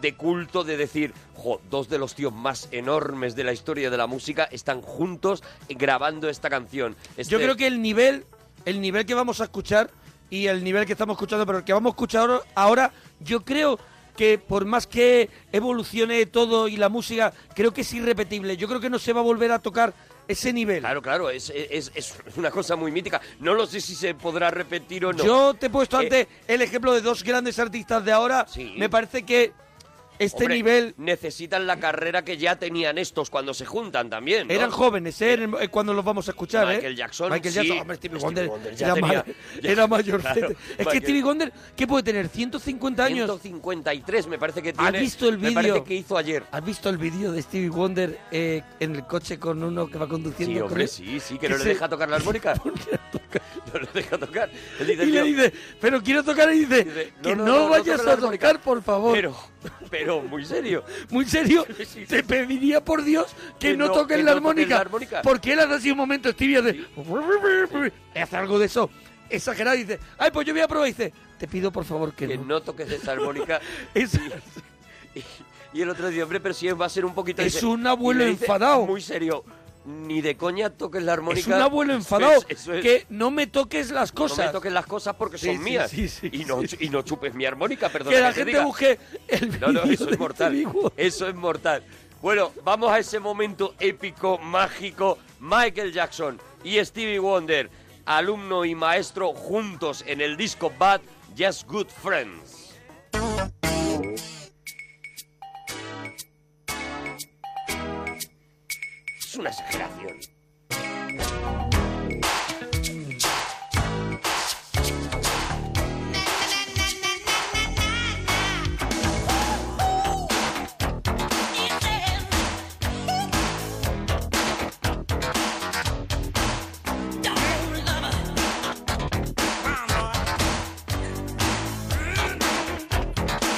[SPEAKER 3] de culto de decir, jo, dos de los tíos más enormes de la historia de la música están juntos grabando esta canción. Este,
[SPEAKER 2] Yo creo que el nivel, el nivel que vamos a escuchar y el nivel que estamos escuchando, pero el que vamos a escuchar ahora- ahora, yo creo que por más que evolucione todo y la música, creo que es irrepetible. Yo creo que no se va a volver a tocar ese nivel.
[SPEAKER 3] Claro, claro, es, es- es una cosa muy mítica. No lo sé si se podrá repetir o no.
[SPEAKER 2] Yo te he puesto
[SPEAKER 3] Eh,
[SPEAKER 2] antes el ejemplo de dos grandes artistas de ahora. Me parece que este
[SPEAKER 3] Hombre,
[SPEAKER 2] nivel
[SPEAKER 3] Necesitan la carrera que ya tenían estos cuando se juntan también. ¿no?
[SPEAKER 2] eran jóvenes, ¿eh? En- eh, Cuando los vamos a escuchar, ¿eh?
[SPEAKER 3] Michael Jackson,
[SPEAKER 2] Michael
[SPEAKER 3] sí.
[SPEAKER 2] Jackson, hombre, Stevie
[SPEAKER 3] Stevie
[SPEAKER 2] Wonder,
[SPEAKER 3] Wonder ya
[SPEAKER 2] era,
[SPEAKER 3] tenía-
[SPEAKER 2] ma-
[SPEAKER 3] ya-
[SPEAKER 2] era mayor.
[SPEAKER 3] Claro,
[SPEAKER 2] es que
[SPEAKER 3] Michael-
[SPEAKER 2] Stevie Wonder, ¿qué puede tener? ¿150 años?
[SPEAKER 3] 153 me parece que tiene.
[SPEAKER 2] ¿Has visto el
[SPEAKER 3] me parece
[SPEAKER 2] vídeo
[SPEAKER 3] que hizo ayer?
[SPEAKER 2] ¿Has visto el vídeo de Stevie Wonder eh, en el coche con uno que va conduciendo?
[SPEAKER 3] Sí,
[SPEAKER 2] con
[SPEAKER 3] hombre,
[SPEAKER 2] él?
[SPEAKER 3] sí, sí, que no le
[SPEAKER 2] se-
[SPEAKER 3] deja tocar la armónica. no le deja tocar. Él dice,
[SPEAKER 2] Y le
[SPEAKER 3] "Tío,
[SPEAKER 2] dice, pero quiero tocar y dice, que
[SPEAKER 3] no,
[SPEAKER 2] no,
[SPEAKER 3] no, no
[SPEAKER 2] vayas
[SPEAKER 3] toca la
[SPEAKER 2] a tocar, por favor.
[SPEAKER 3] Pero, pero muy serio.
[SPEAKER 2] Muy serio, te pediría por Dios que,
[SPEAKER 3] Que
[SPEAKER 2] no,
[SPEAKER 3] no-
[SPEAKER 2] toques
[SPEAKER 3] que
[SPEAKER 2] la,
[SPEAKER 3] no toques
[SPEAKER 2] armónica,
[SPEAKER 3] la armónica.
[SPEAKER 2] Porque él hace así un momento, Stevie hace, hace algo de eso exagerado y dice, ay, pues yo voy a probar y dice, te pido por favor que,
[SPEAKER 3] Que
[SPEAKER 2] no.
[SPEAKER 3] no toques esa armónica. y, y el otro día, hombre, pero si va a ser un poquito.
[SPEAKER 2] Es
[SPEAKER 3] dice-
[SPEAKER 2] un abuelo
[SPEAKER 3] y le dice,
[SPEAKER 2] enfadado.
[SPEAKER 3] Muy serio. Ni de coña toques la armónica.
[SPEAKER 2] Es un abuelo
[SPEAKER 3] Eso
[SPEAKER 2] enfadado
[SPEAKER 3] es- eso es.
[SPEAKER 2] que no me toques las cosas.
[SPEAKER 3] No me toques las cosas porque
[SPEAKER 2] Sí,
[SPEAKER 3] son
[SPEAKER 2] sí,
[SPEAKER 3] mías.
[SPEAKER 2] sí,
[SPEAKER 3] y, no, y no chupes mi armónica, perdón.
[SPEAKER 2] que la gente busque el
[SPEAKER 3] No, no,
[SPEAKER 2] vídeo
[SPEAKER 3] eso
[SPEAKER 2] de este
[SPEAKER 3] es mortal. Eso es mortal. Bueno, vamos a ese momento épico, mágico. Michael Jackson y Stevie Wonder, alumno y maestro juntos en el disco Bad Just Good Friends. una exageración.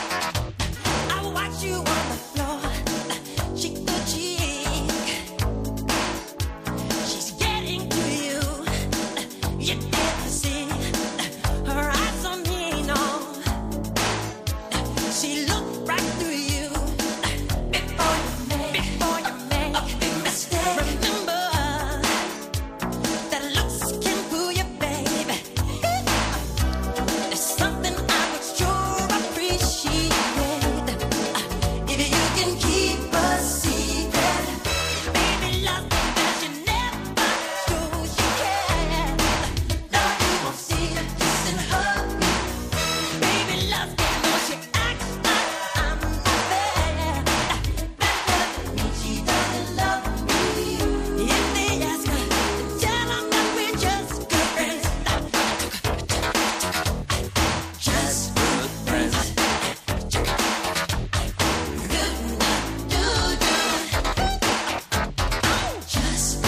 [SPEAKER 1] I watch you on the floor, cheek to cheek. She's getting to you. You get to see her eyes on me, no. She looked right through you before you make before you make a big mistake. Remember that looks can fool you, baby. There's something I would sure appreciate. Uh, If you can keep a secret, baby, love me that you never shows you care. Now you won't see it, kiss and hug me. Baby, love me when she acts like I'm not there. That doesn't mean she doesn't love me. If they ask her, tell them that we're just good friends. Just good friends. Just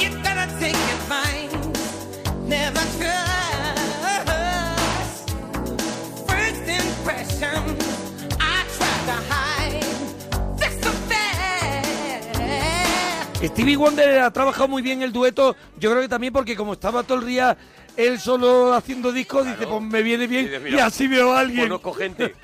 [SPEAKER 1] You gotta take advice, never trust. First impression, I try to hide. That's the fact.
[SPEAKER 2] Stevie Wonder ha trabajado muy bien el dueto, yo creo que también porque como estaba todo el día él solo haciendo discos, dice, pues me viene bien
[SPEAKER 3] Dices,
[SPEAKER 2] y,
[SPEAKER 3] mira,
[SPEAKER 2] así veo a alguien.
[SPEAKER 3] Conozco gente.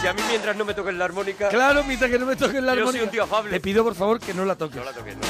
[SPEAKER 3] Si a mí mientras no me toquen la armónica.
[SPEAKER 2] Claro, mientras que no me toquen la
[SPEAKER 3] Yo soy
[SPEAKER 2] armónica.
[SPEAKER 3] un tío afable.
[SPEAKER 2] Le pido, por favor, que no la toques.
[SPEAKER 3] No la toques, no.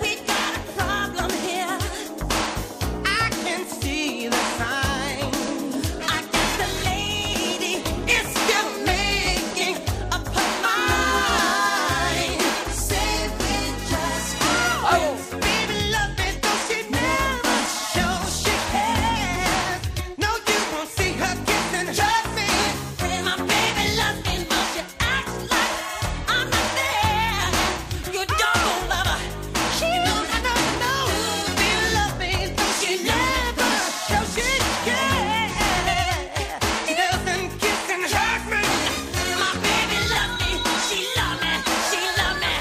[SPEAKER 1] We got a problem here. I can see the sign. I guess the lady is still making up her mind. Say we just friends. Baby, love me though she never shows she cares. No, you won't see her kissing. Trust me, my baby loves me, but she acts like I'm not there. You don't love her. She don't, I don't know. Baby, love me, though she never shows she cares. She doesn't kiss and hurt me. My baby loves me. She love me. She love me.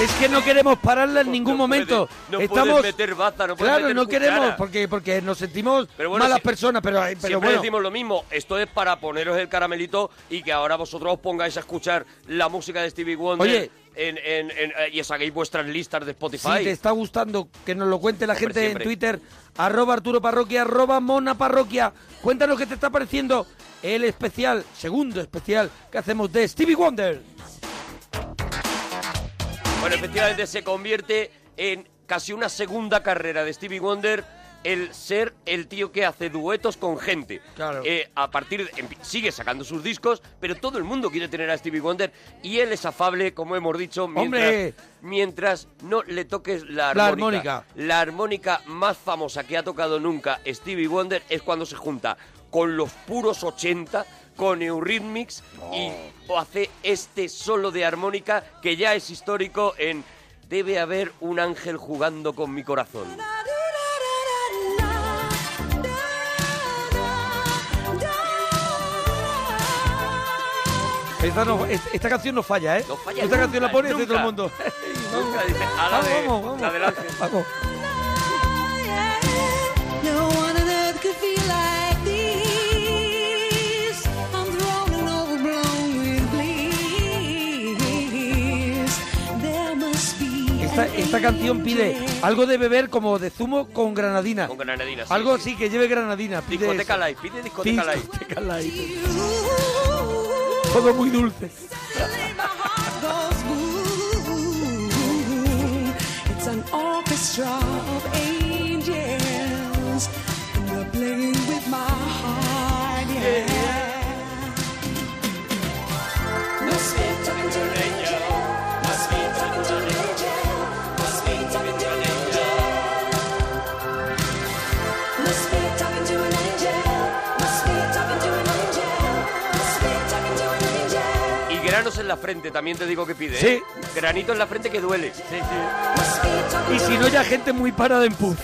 [SPEAKER 2] Es que no queremos pararla en ningún momento.
[SPEAKER 3] no puedes
[SPEAKER 2] Estamos
[SPEAKER 3] meter baza, no puedes
[SPEAKER 2] Claro,
[SPEAKER 3] meter
[SPEAKER 2] no queremos
[SPEAKER 3] cuchara.
[SPEAKER 2] porque porque nos sentimos
[SPEAKER 3] Pero bueno,
[SPEAKER 2] malas
[SPEAKER 3] si-
[SPEAKER 2] personas, pero Eh, pero
[SPEAKER 3] Siempre
[SPEAKER 2] bueno.
[SPEAKER 3] decimos lo mismo, esto es para poneros el caramelito y que ahora vosotros os pongáis a escuchar la música de Stevie Wonder
[SPEAKER 2] Oye.
[SPEAKER 3] en- en- en- eh, y os hagáis vuestras listas de Spotify.
[SPEAKER 2] Si te está gustando, que nos lo cuente la
[SPEAKER 3] Hombre,
[SPEAKER 2] gente
[SPEAKER 3] siempre.
[SPEAKER 2] en Twitter, arroba Arturo Parroquia, arroba Mona Parroquia. Cuéntanos qué te está pareciendo el especial, segundo especial que hacemos de Stevie Wonder.
[SPEAKER 3] Bueno, efectivamente se convierte en casi una segunda carrera de Stevie Wonder el ser el tío que hace duetos con gente.
[SPEAKER 2] Claro.
[SPEAKER 3] Eh, a partir de- empi- sigue sacando sus discos, pero todo el mundo quiere tener a Stevie Wonder y él es afable, como hemos dicho, mientras,
[SPEAKER 2] ¡Hombre!
[SPEAKER 3] mientras no le toques la
[SPEAKER 2] La
[SPEAKER 3] armónica.
[SPEAKER 2] armónica.
[SPEAKER 3] La armónica más famosa que ha tocado nunca Stevie Wonder es cuando se junta con los puros 80, con Eurythmics y hace este solo de armónica que ya es histórico en Debe haber un ángel jugando con mi corazón.
[SPEAKER 2] Esta, no- es- esta canción no falla, ¿eh?
[SPEAKER 3] falla
[SPEAKER 2] esta
[SPEAKER 3] nunca,
[SPEAKER 2] canción la pone y dice
[SPEAKER 3] nunca.
[SPEAKER 2] todo el mundo.
[SPEAKER 3] Nunca dice, "A la de-
[SPEAKER 2] vamos, vamos.
[SPEAKER 3] la del ángel".
[SPEAKER 2] Vamos.
[SPEAKER 1] No one on earth could feel like this. I'm thrown and overblown with bliss. There must be.
[SPEAKER 2] Esta esta, esta canción pide algo de beber como de zumo con granadina. Con
[SPEAKER 3] granadina, sí,
[SPEAKER 2] Algo así que lleve granadina. Pide
[SPEAKER 3] Discoteca
[SPEAKER 2] eso.
[SPEAKER 3] Live, pide discoteca live.
[SPEAKER 2] Discoteca Live. Todo muy dulce.
[SPEAKER 1] goes boom. It's an orchestra of angels, and they're playing with my heart. Yeah. Must be talking to an angel. Must be talking to an angel. Must be talking to an angel. Must be talking to an angel. Must be talking to an angel. Must be talking to an angel.
[SPEAKER 3] Y granos en la frente, también te digo que pide.
[SPEAKER 2] Sí.
[SPEAKER 3] ¿eh? Granito en la frente que duele. Sí, sí.
[SPEAKER 2] Y si no, ya gente muy parada en pub.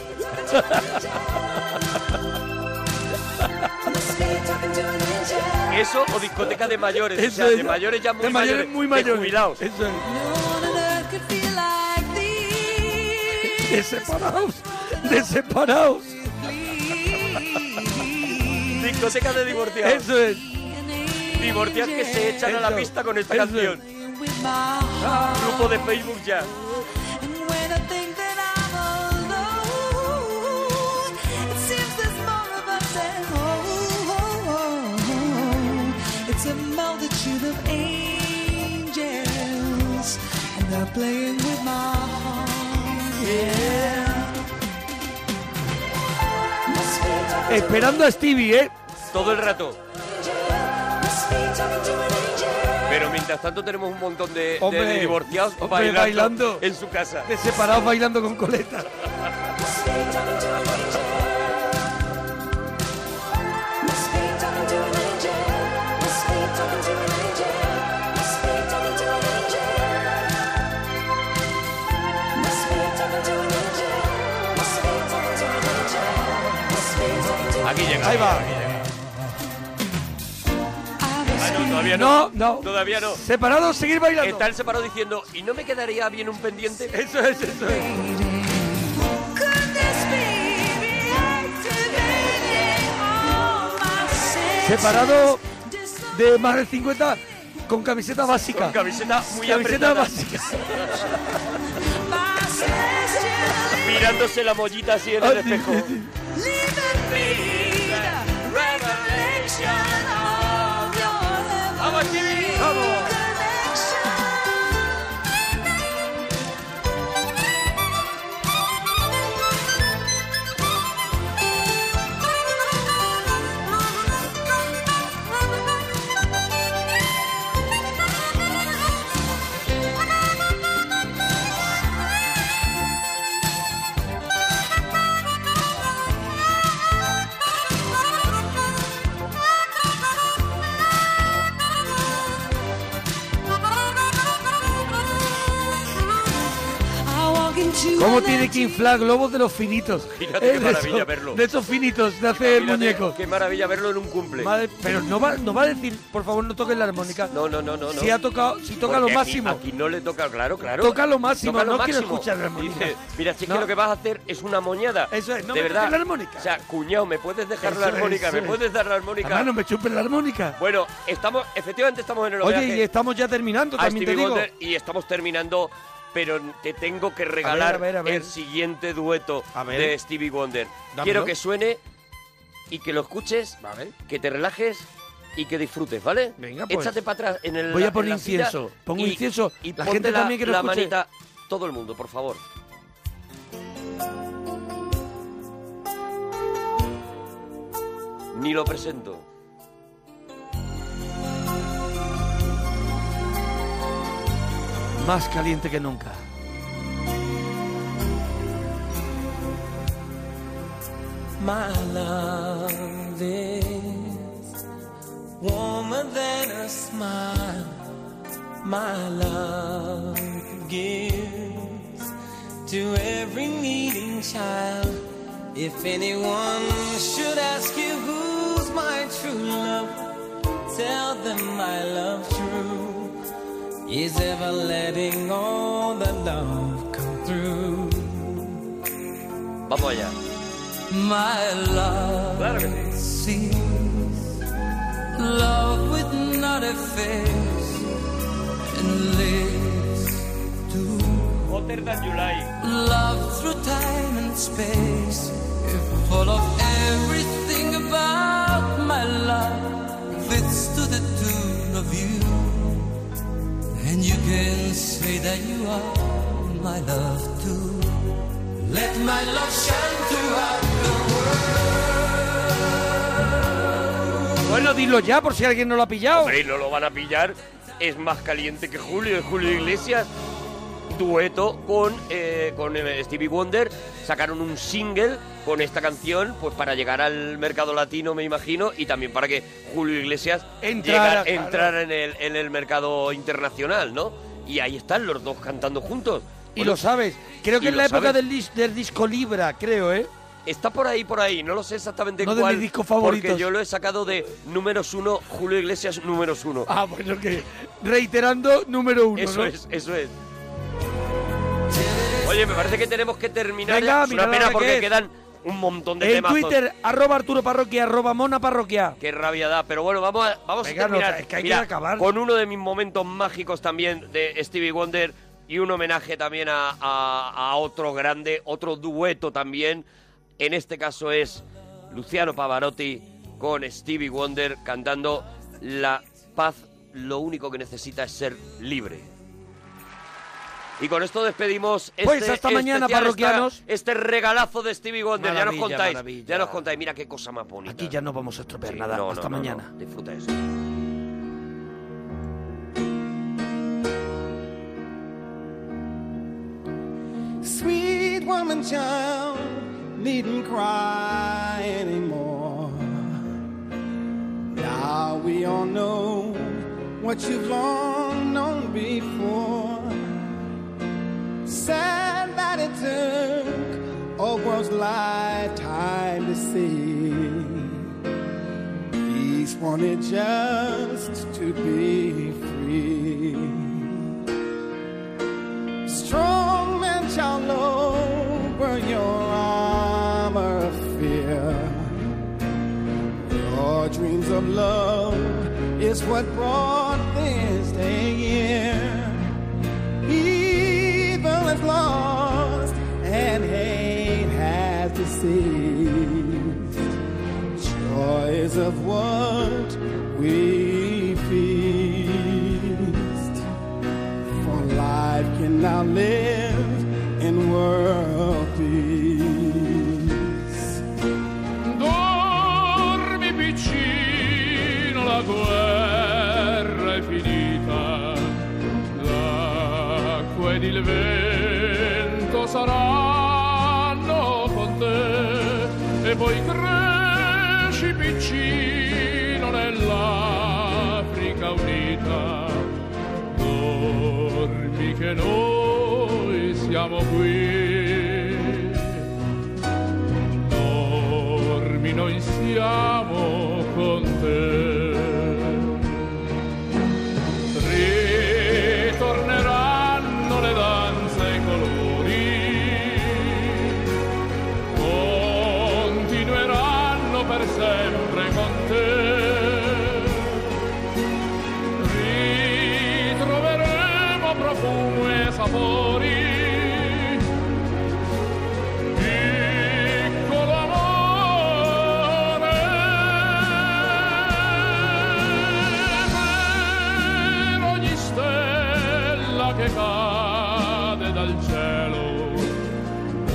[SPEAKER 3] Eso o discoteca de mayores. o sea,
[SPEAKER 2] Eso es.
[SPEAKER 3] de mayores ya muy
[SPEAKER 2] De mayores muy mayores.
[SPEAKER 3] De jubilados.
[SPEAKER 2] Eso es.
[SPEAKER 1] De
[SPEAKER 2] De separados. De separados.
[SPEAKER 3] Discoteca de divorciados.
[SPEAKER 2] Eso es.
[SPEAKER 3] Divorciados que se echan a la
[SPEAKER 2] Eso,
[SPEAKER 3] pista con esta
[SPEAKER 2] eso es.
[SPEAKER 3] canción. Grupo de Facebook ya.
[SPEAKER 1] It's a multitude of angels, and they're playing with my heart. Yeah. Must be talking to an
[SPEAKER 2] Esperando a Stevie, ¿eh?
[SPEAKER 3] Todo el rato.
[SPEAKER 1] angel. Must be talking to an angel.
[SPEAKER 3] Pero mientras tanto tenemos un montón de, de
[SPEAKER 2] Hombre,
[SPEAKER 3] divorciados
[SPEAKER 2] hombre,
[SPEAKER 3] bailando,
[SPEAKER 2] bailando.
[SPEAKER 3] en su casa.
[SPEAKER 2] De separados bailando con coleta.
[SPEAKER 1] Must be talking to an angel. Must be talking to an angel. Must be talking to an angel. Must be talking to an angel. Must be talking to an angel. Must be talking to an angel. Must be talking to an
[SPEAKER 3] Aquí llega.
[SPEAKER 2] Ahí va.
[SPEAKER 3] aquí llega. Ah, no, todavía no.
[SPEAKER 2] no, no.
[SPEAKER 3] Todavía no.
[SPEAKER 2] Separados, seguir bailando.
[SPEAKER 3] Están separados diciendo, ¿y no me quedaría bien un pendiente?
[SPEAKER 2] Eso es, eso es.
[SPEAKER 1] 어,
[SPEAKER 2] Separado de más del 50 con camiseta básica.
[SPEAKER 3] Con camiseta muy
[SPEAKER 2] Camiseta
[SPEAKER 3] apretada.
[SPEAKER 2] básica.
[SPEAKER 3] Mirándose la mollita así
[SPEAKER 2] Ah,
[SPEAKER 3] en el espejo.
[SPEAKER 1] Vamos, Jimmy, vamos.
[SPEAKER 2] ¿Cómo tiene que inflar globos de los finitos?
[SPEAKER 3] Fíjate qué
[SPEAKER 2] de
[SPEAKER 3] maravilla
[SPEAKER 2] esos-
[SPEAKER 3] verlo.
[SPEAKER 2] De esos finitos, de hace el muñeco.
[SPEAKER 3] Qué maravilla verlo en un cumple.
[SPEAKER 2] Madre- pero no va, no va a decir, por favor, no toques la armónica.
[SPEAKER 3] No, no, no, no. no.
[SPEAKER 2] Si ha tocado, si toca
[SPEAKER 3] Porque
[SPEAKER 2] lo
[SPEAKER 3] aquí-
[SPEAKER 2] máximo.
[SPEAKER 3] Aquí, no le toca, claro, claro.
[SPEAKER 2] Toca lo máximo,
[SPEAKER 3] Toca lo
[SPEAKER 2] no quiero
[SPEAKER 3] máximo.
[SPEAKER 2] escuchar la armónica.
[SPEAKER 3] Dice, mira, si es
[SPEAKER 2] No.
[SPEAKER 3] que lo que vas a hacer es una moñada.
[SPEAKER 2] Eso es, no
[SPEAKER 3] de
[SPEAKER 2] me
[SPEAKER 3] verdad.
[SPEAKER 2] toques la armónica.
[SPEAKER 3] O sea, cuñado, ¿me puedes dejar la
[SPEAKER 2] Eso es,
[SPEAKER 3] armónica?
[SPEAKER 2] eso
[SPEAKER 3] ¿Me
[SPEAKER 2] es.
[SPEAKER 3] puedes dar la armónica?
[SPEAKER 2] Además, no me chupes la armónica.
[SPEAKER 3] Bueno, estamos, efectivamente estamos en el
[SPEAKER 2] Oye,
[SPEAKER 3] homenaje
[SPEAKER 2] y estamos ya terminando,
[SPEAKER 3] a
[SPEAKER 2] también te
[SPEAKER 3] Stevie
[SPEAKER 2] digo.
[SPEAKER 3] Wonder y estamos terminando, pero te tengo que regalar
[SPEAKER 2] a ver, a ver.
[SPEAKER 3] el siguiente dueto de Stevie Wonder.
[SPEAKER 2] Dámelo.
[SPEAKER 3] Quiero que suene y que lo escuches, que te relajes y que disfrutes, ¿vale?
[SPEAKER 2] Venga, pues.
[SPEAKER 3] Échate para atrás en el
[SPEAKER 2] Voy a
[SPEAKER 3] en
[SPEAKER 2] poner
[SPEAKER 3] la silla
[SPEAKER 2] incienso. Pongo
[SPEAKER 3] y-
[SPEAKER 2] incienso.
[SPEAKER 3] y
[SPEAKER 2] La
[SPEAKER 3] ponte
[SPEAKER 2] gente también que lo
[SPEAKER 3] la
[SPEAKER 2] escuche.
[SPEAKER 3] manita, todo el mundo, por favor. Ni lo presento.
[SPEAKER 2] Más caliente que nunca.
[SPEAKER 1] My love is warmer than a smile. My love gives to every needing child. If anyone should ask you who's my true love, tell them my love true is ever letting all the love come through.
[SPEAKER 3] Vamos allá.
[SPEAKER 1] My love sees love with not a face and lives to
[SPEAKER 26] hotter than July.
[SPEAKER 27] Love through time and space, full of everything about my love. Fits to the tune of you, and you can say that you are my love too. Let my love shine throughout the world.
[SPEAKER 2] Bueno, dilo ya por si alguien no lo ha pillado.
[SPEAKER 3] Hombre, no lo van a pillar. Es más caliente que Julio, es Julio Iglesias. Dueto con, eh, con eh, Stevie Wonder. Sacaron un single con esta canción, pues para llegar al mercado latino, me imagino, y también para que Julio Iglesias llegara-
[SPEAKER 2] Entrara, claro.
[SPEAKER 3] entrara en, el, en el mercado internacional, ¿no? Y ahí están los dos cantando juntos.
[SPEAKER 2] Y
[SPEAKER 3] Bueno,
[SPEAKER 2] lo sabes. Creo
[SPEAKER 3] y
[SPEAKER 2] que es
[SPEAKER 3] lo
[SPEAKER 2] la época
[SPEAKER 3] sabes.
[SPEAKER 2] del, dis- del disco Libra, creo, ¿eh?
[SPEAKER 3] Está por ahí, por ahí. No lo sé exactamente
[SPEAKER 2] Uno de
[SPEAKER 3] cuál.
[SPEAKER 2] mis discos favoritos.
[SPEAKER 3] Porque yo lo he sacado de números uno, Julio Iglesias números uno.
[SPEAKER 2] Ah, bueno, que reiterando número uno.
[SPEAKER 3] Eso
[SPEAKER 2] ¿no?
[SPEAKER 3] es, eso es. Oye, me parece que tenemos que terminar.
[SPEAKER 2] Venga,
[SPEAKER 3] ya. es
[SPEAKER 2] mira
[SPEAKER 3] una
[SPEAKER 2] la
[SPEAKER 3] pena
[SPEAKER 2] hora que
[SPEAKER 3] porque
[SPEAKER 2] es.
[SPEAKER 3] quedan un montón de
[SPEAKER 2] En
[SPEAKER 3] temazos.
[SPEAKER 2] Twitter, arroba Arturo Parroquia, arroba Mona Parroquia.
[SPEAKER 3] Qué rabia da, pero bueno, vamos a, vamos
[SPEAKER 2] Venga,
[SPEAKER 3] a terminar
[SPEAKER 2] no, es que hay que
[SPEAKER 3] acabar. con uno de mis momentos mágicos también de Stevie Wonder y un homenaje también a, a- a otro grande, otro dueto también. En este caso es Luciano Pavarotti con Stevie Wonder cantando La paz lo único que necesita es ser libre. Y con esto despedimos este
[SPEAKER 2] Pues hasta mañana,
[SPEAKER 3] especial,
[SPEAKER 2] parroquianos.
[SPEAKER 3] esta- este regalazo de Stevie Wonder. ya
[SPEAKER 2] Maravilla,
[SPEAKER 3] nos contáis,
[SPEAKER 2] maravilla.
[SPEAKER 3] ya nos contáis. Mira qué cosa más bonita.
[SPEAKER 2] Aquí ya no vamos a estropear nada.
[SPEAKER 3] no, no,
[SPEAKER 2] hasta
[SPEAKER 3] no, no.
[SPEAKER 2] mañana.
[SPEAKER 3] Disfruta eso.
[SPEAKER 1] Sweet woman child, needn't cry anymore. Now we all know what you've long known before. Sad that it took a world's lifetime to see. Each wanted just to be free. Strong and shall over your armor of fear. Your dreams of love is what brought this day here. Evil is lost and hate has deceived. Joy is of what we feast. For life can now live in world peace.
[SPEAKER 8] Dormi piccino, la guerra è finita, l'acqua ed il vento saranno con te e poi cresci piccino nell'Africa unita. Dormi che noi siamo qui. Dormi, noi siamo con te. Ritorneranno le danze e i colori, continueranno per sempre con te. Ritroveremo profumi e sapori piccolo amore per ogni stella che cade dal cielo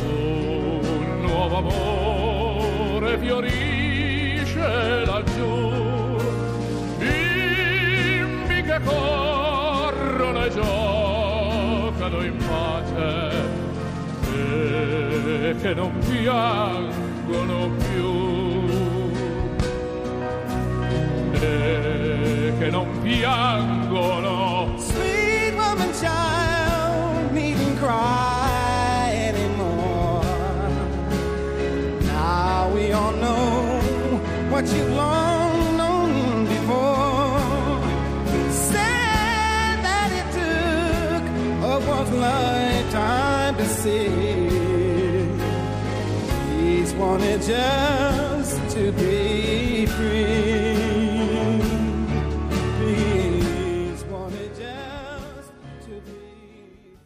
[SPEAKER 8] un nuovo amore fiorisce laggiù bimbi che corrono e giocano in pace e che non piangono più e che non piangono
[SPEAKER 1] Sweet woman child, needn't cry anymore. Now we all know what you've long known before. Said that it took a world's lifetime to see. He's wanted just to be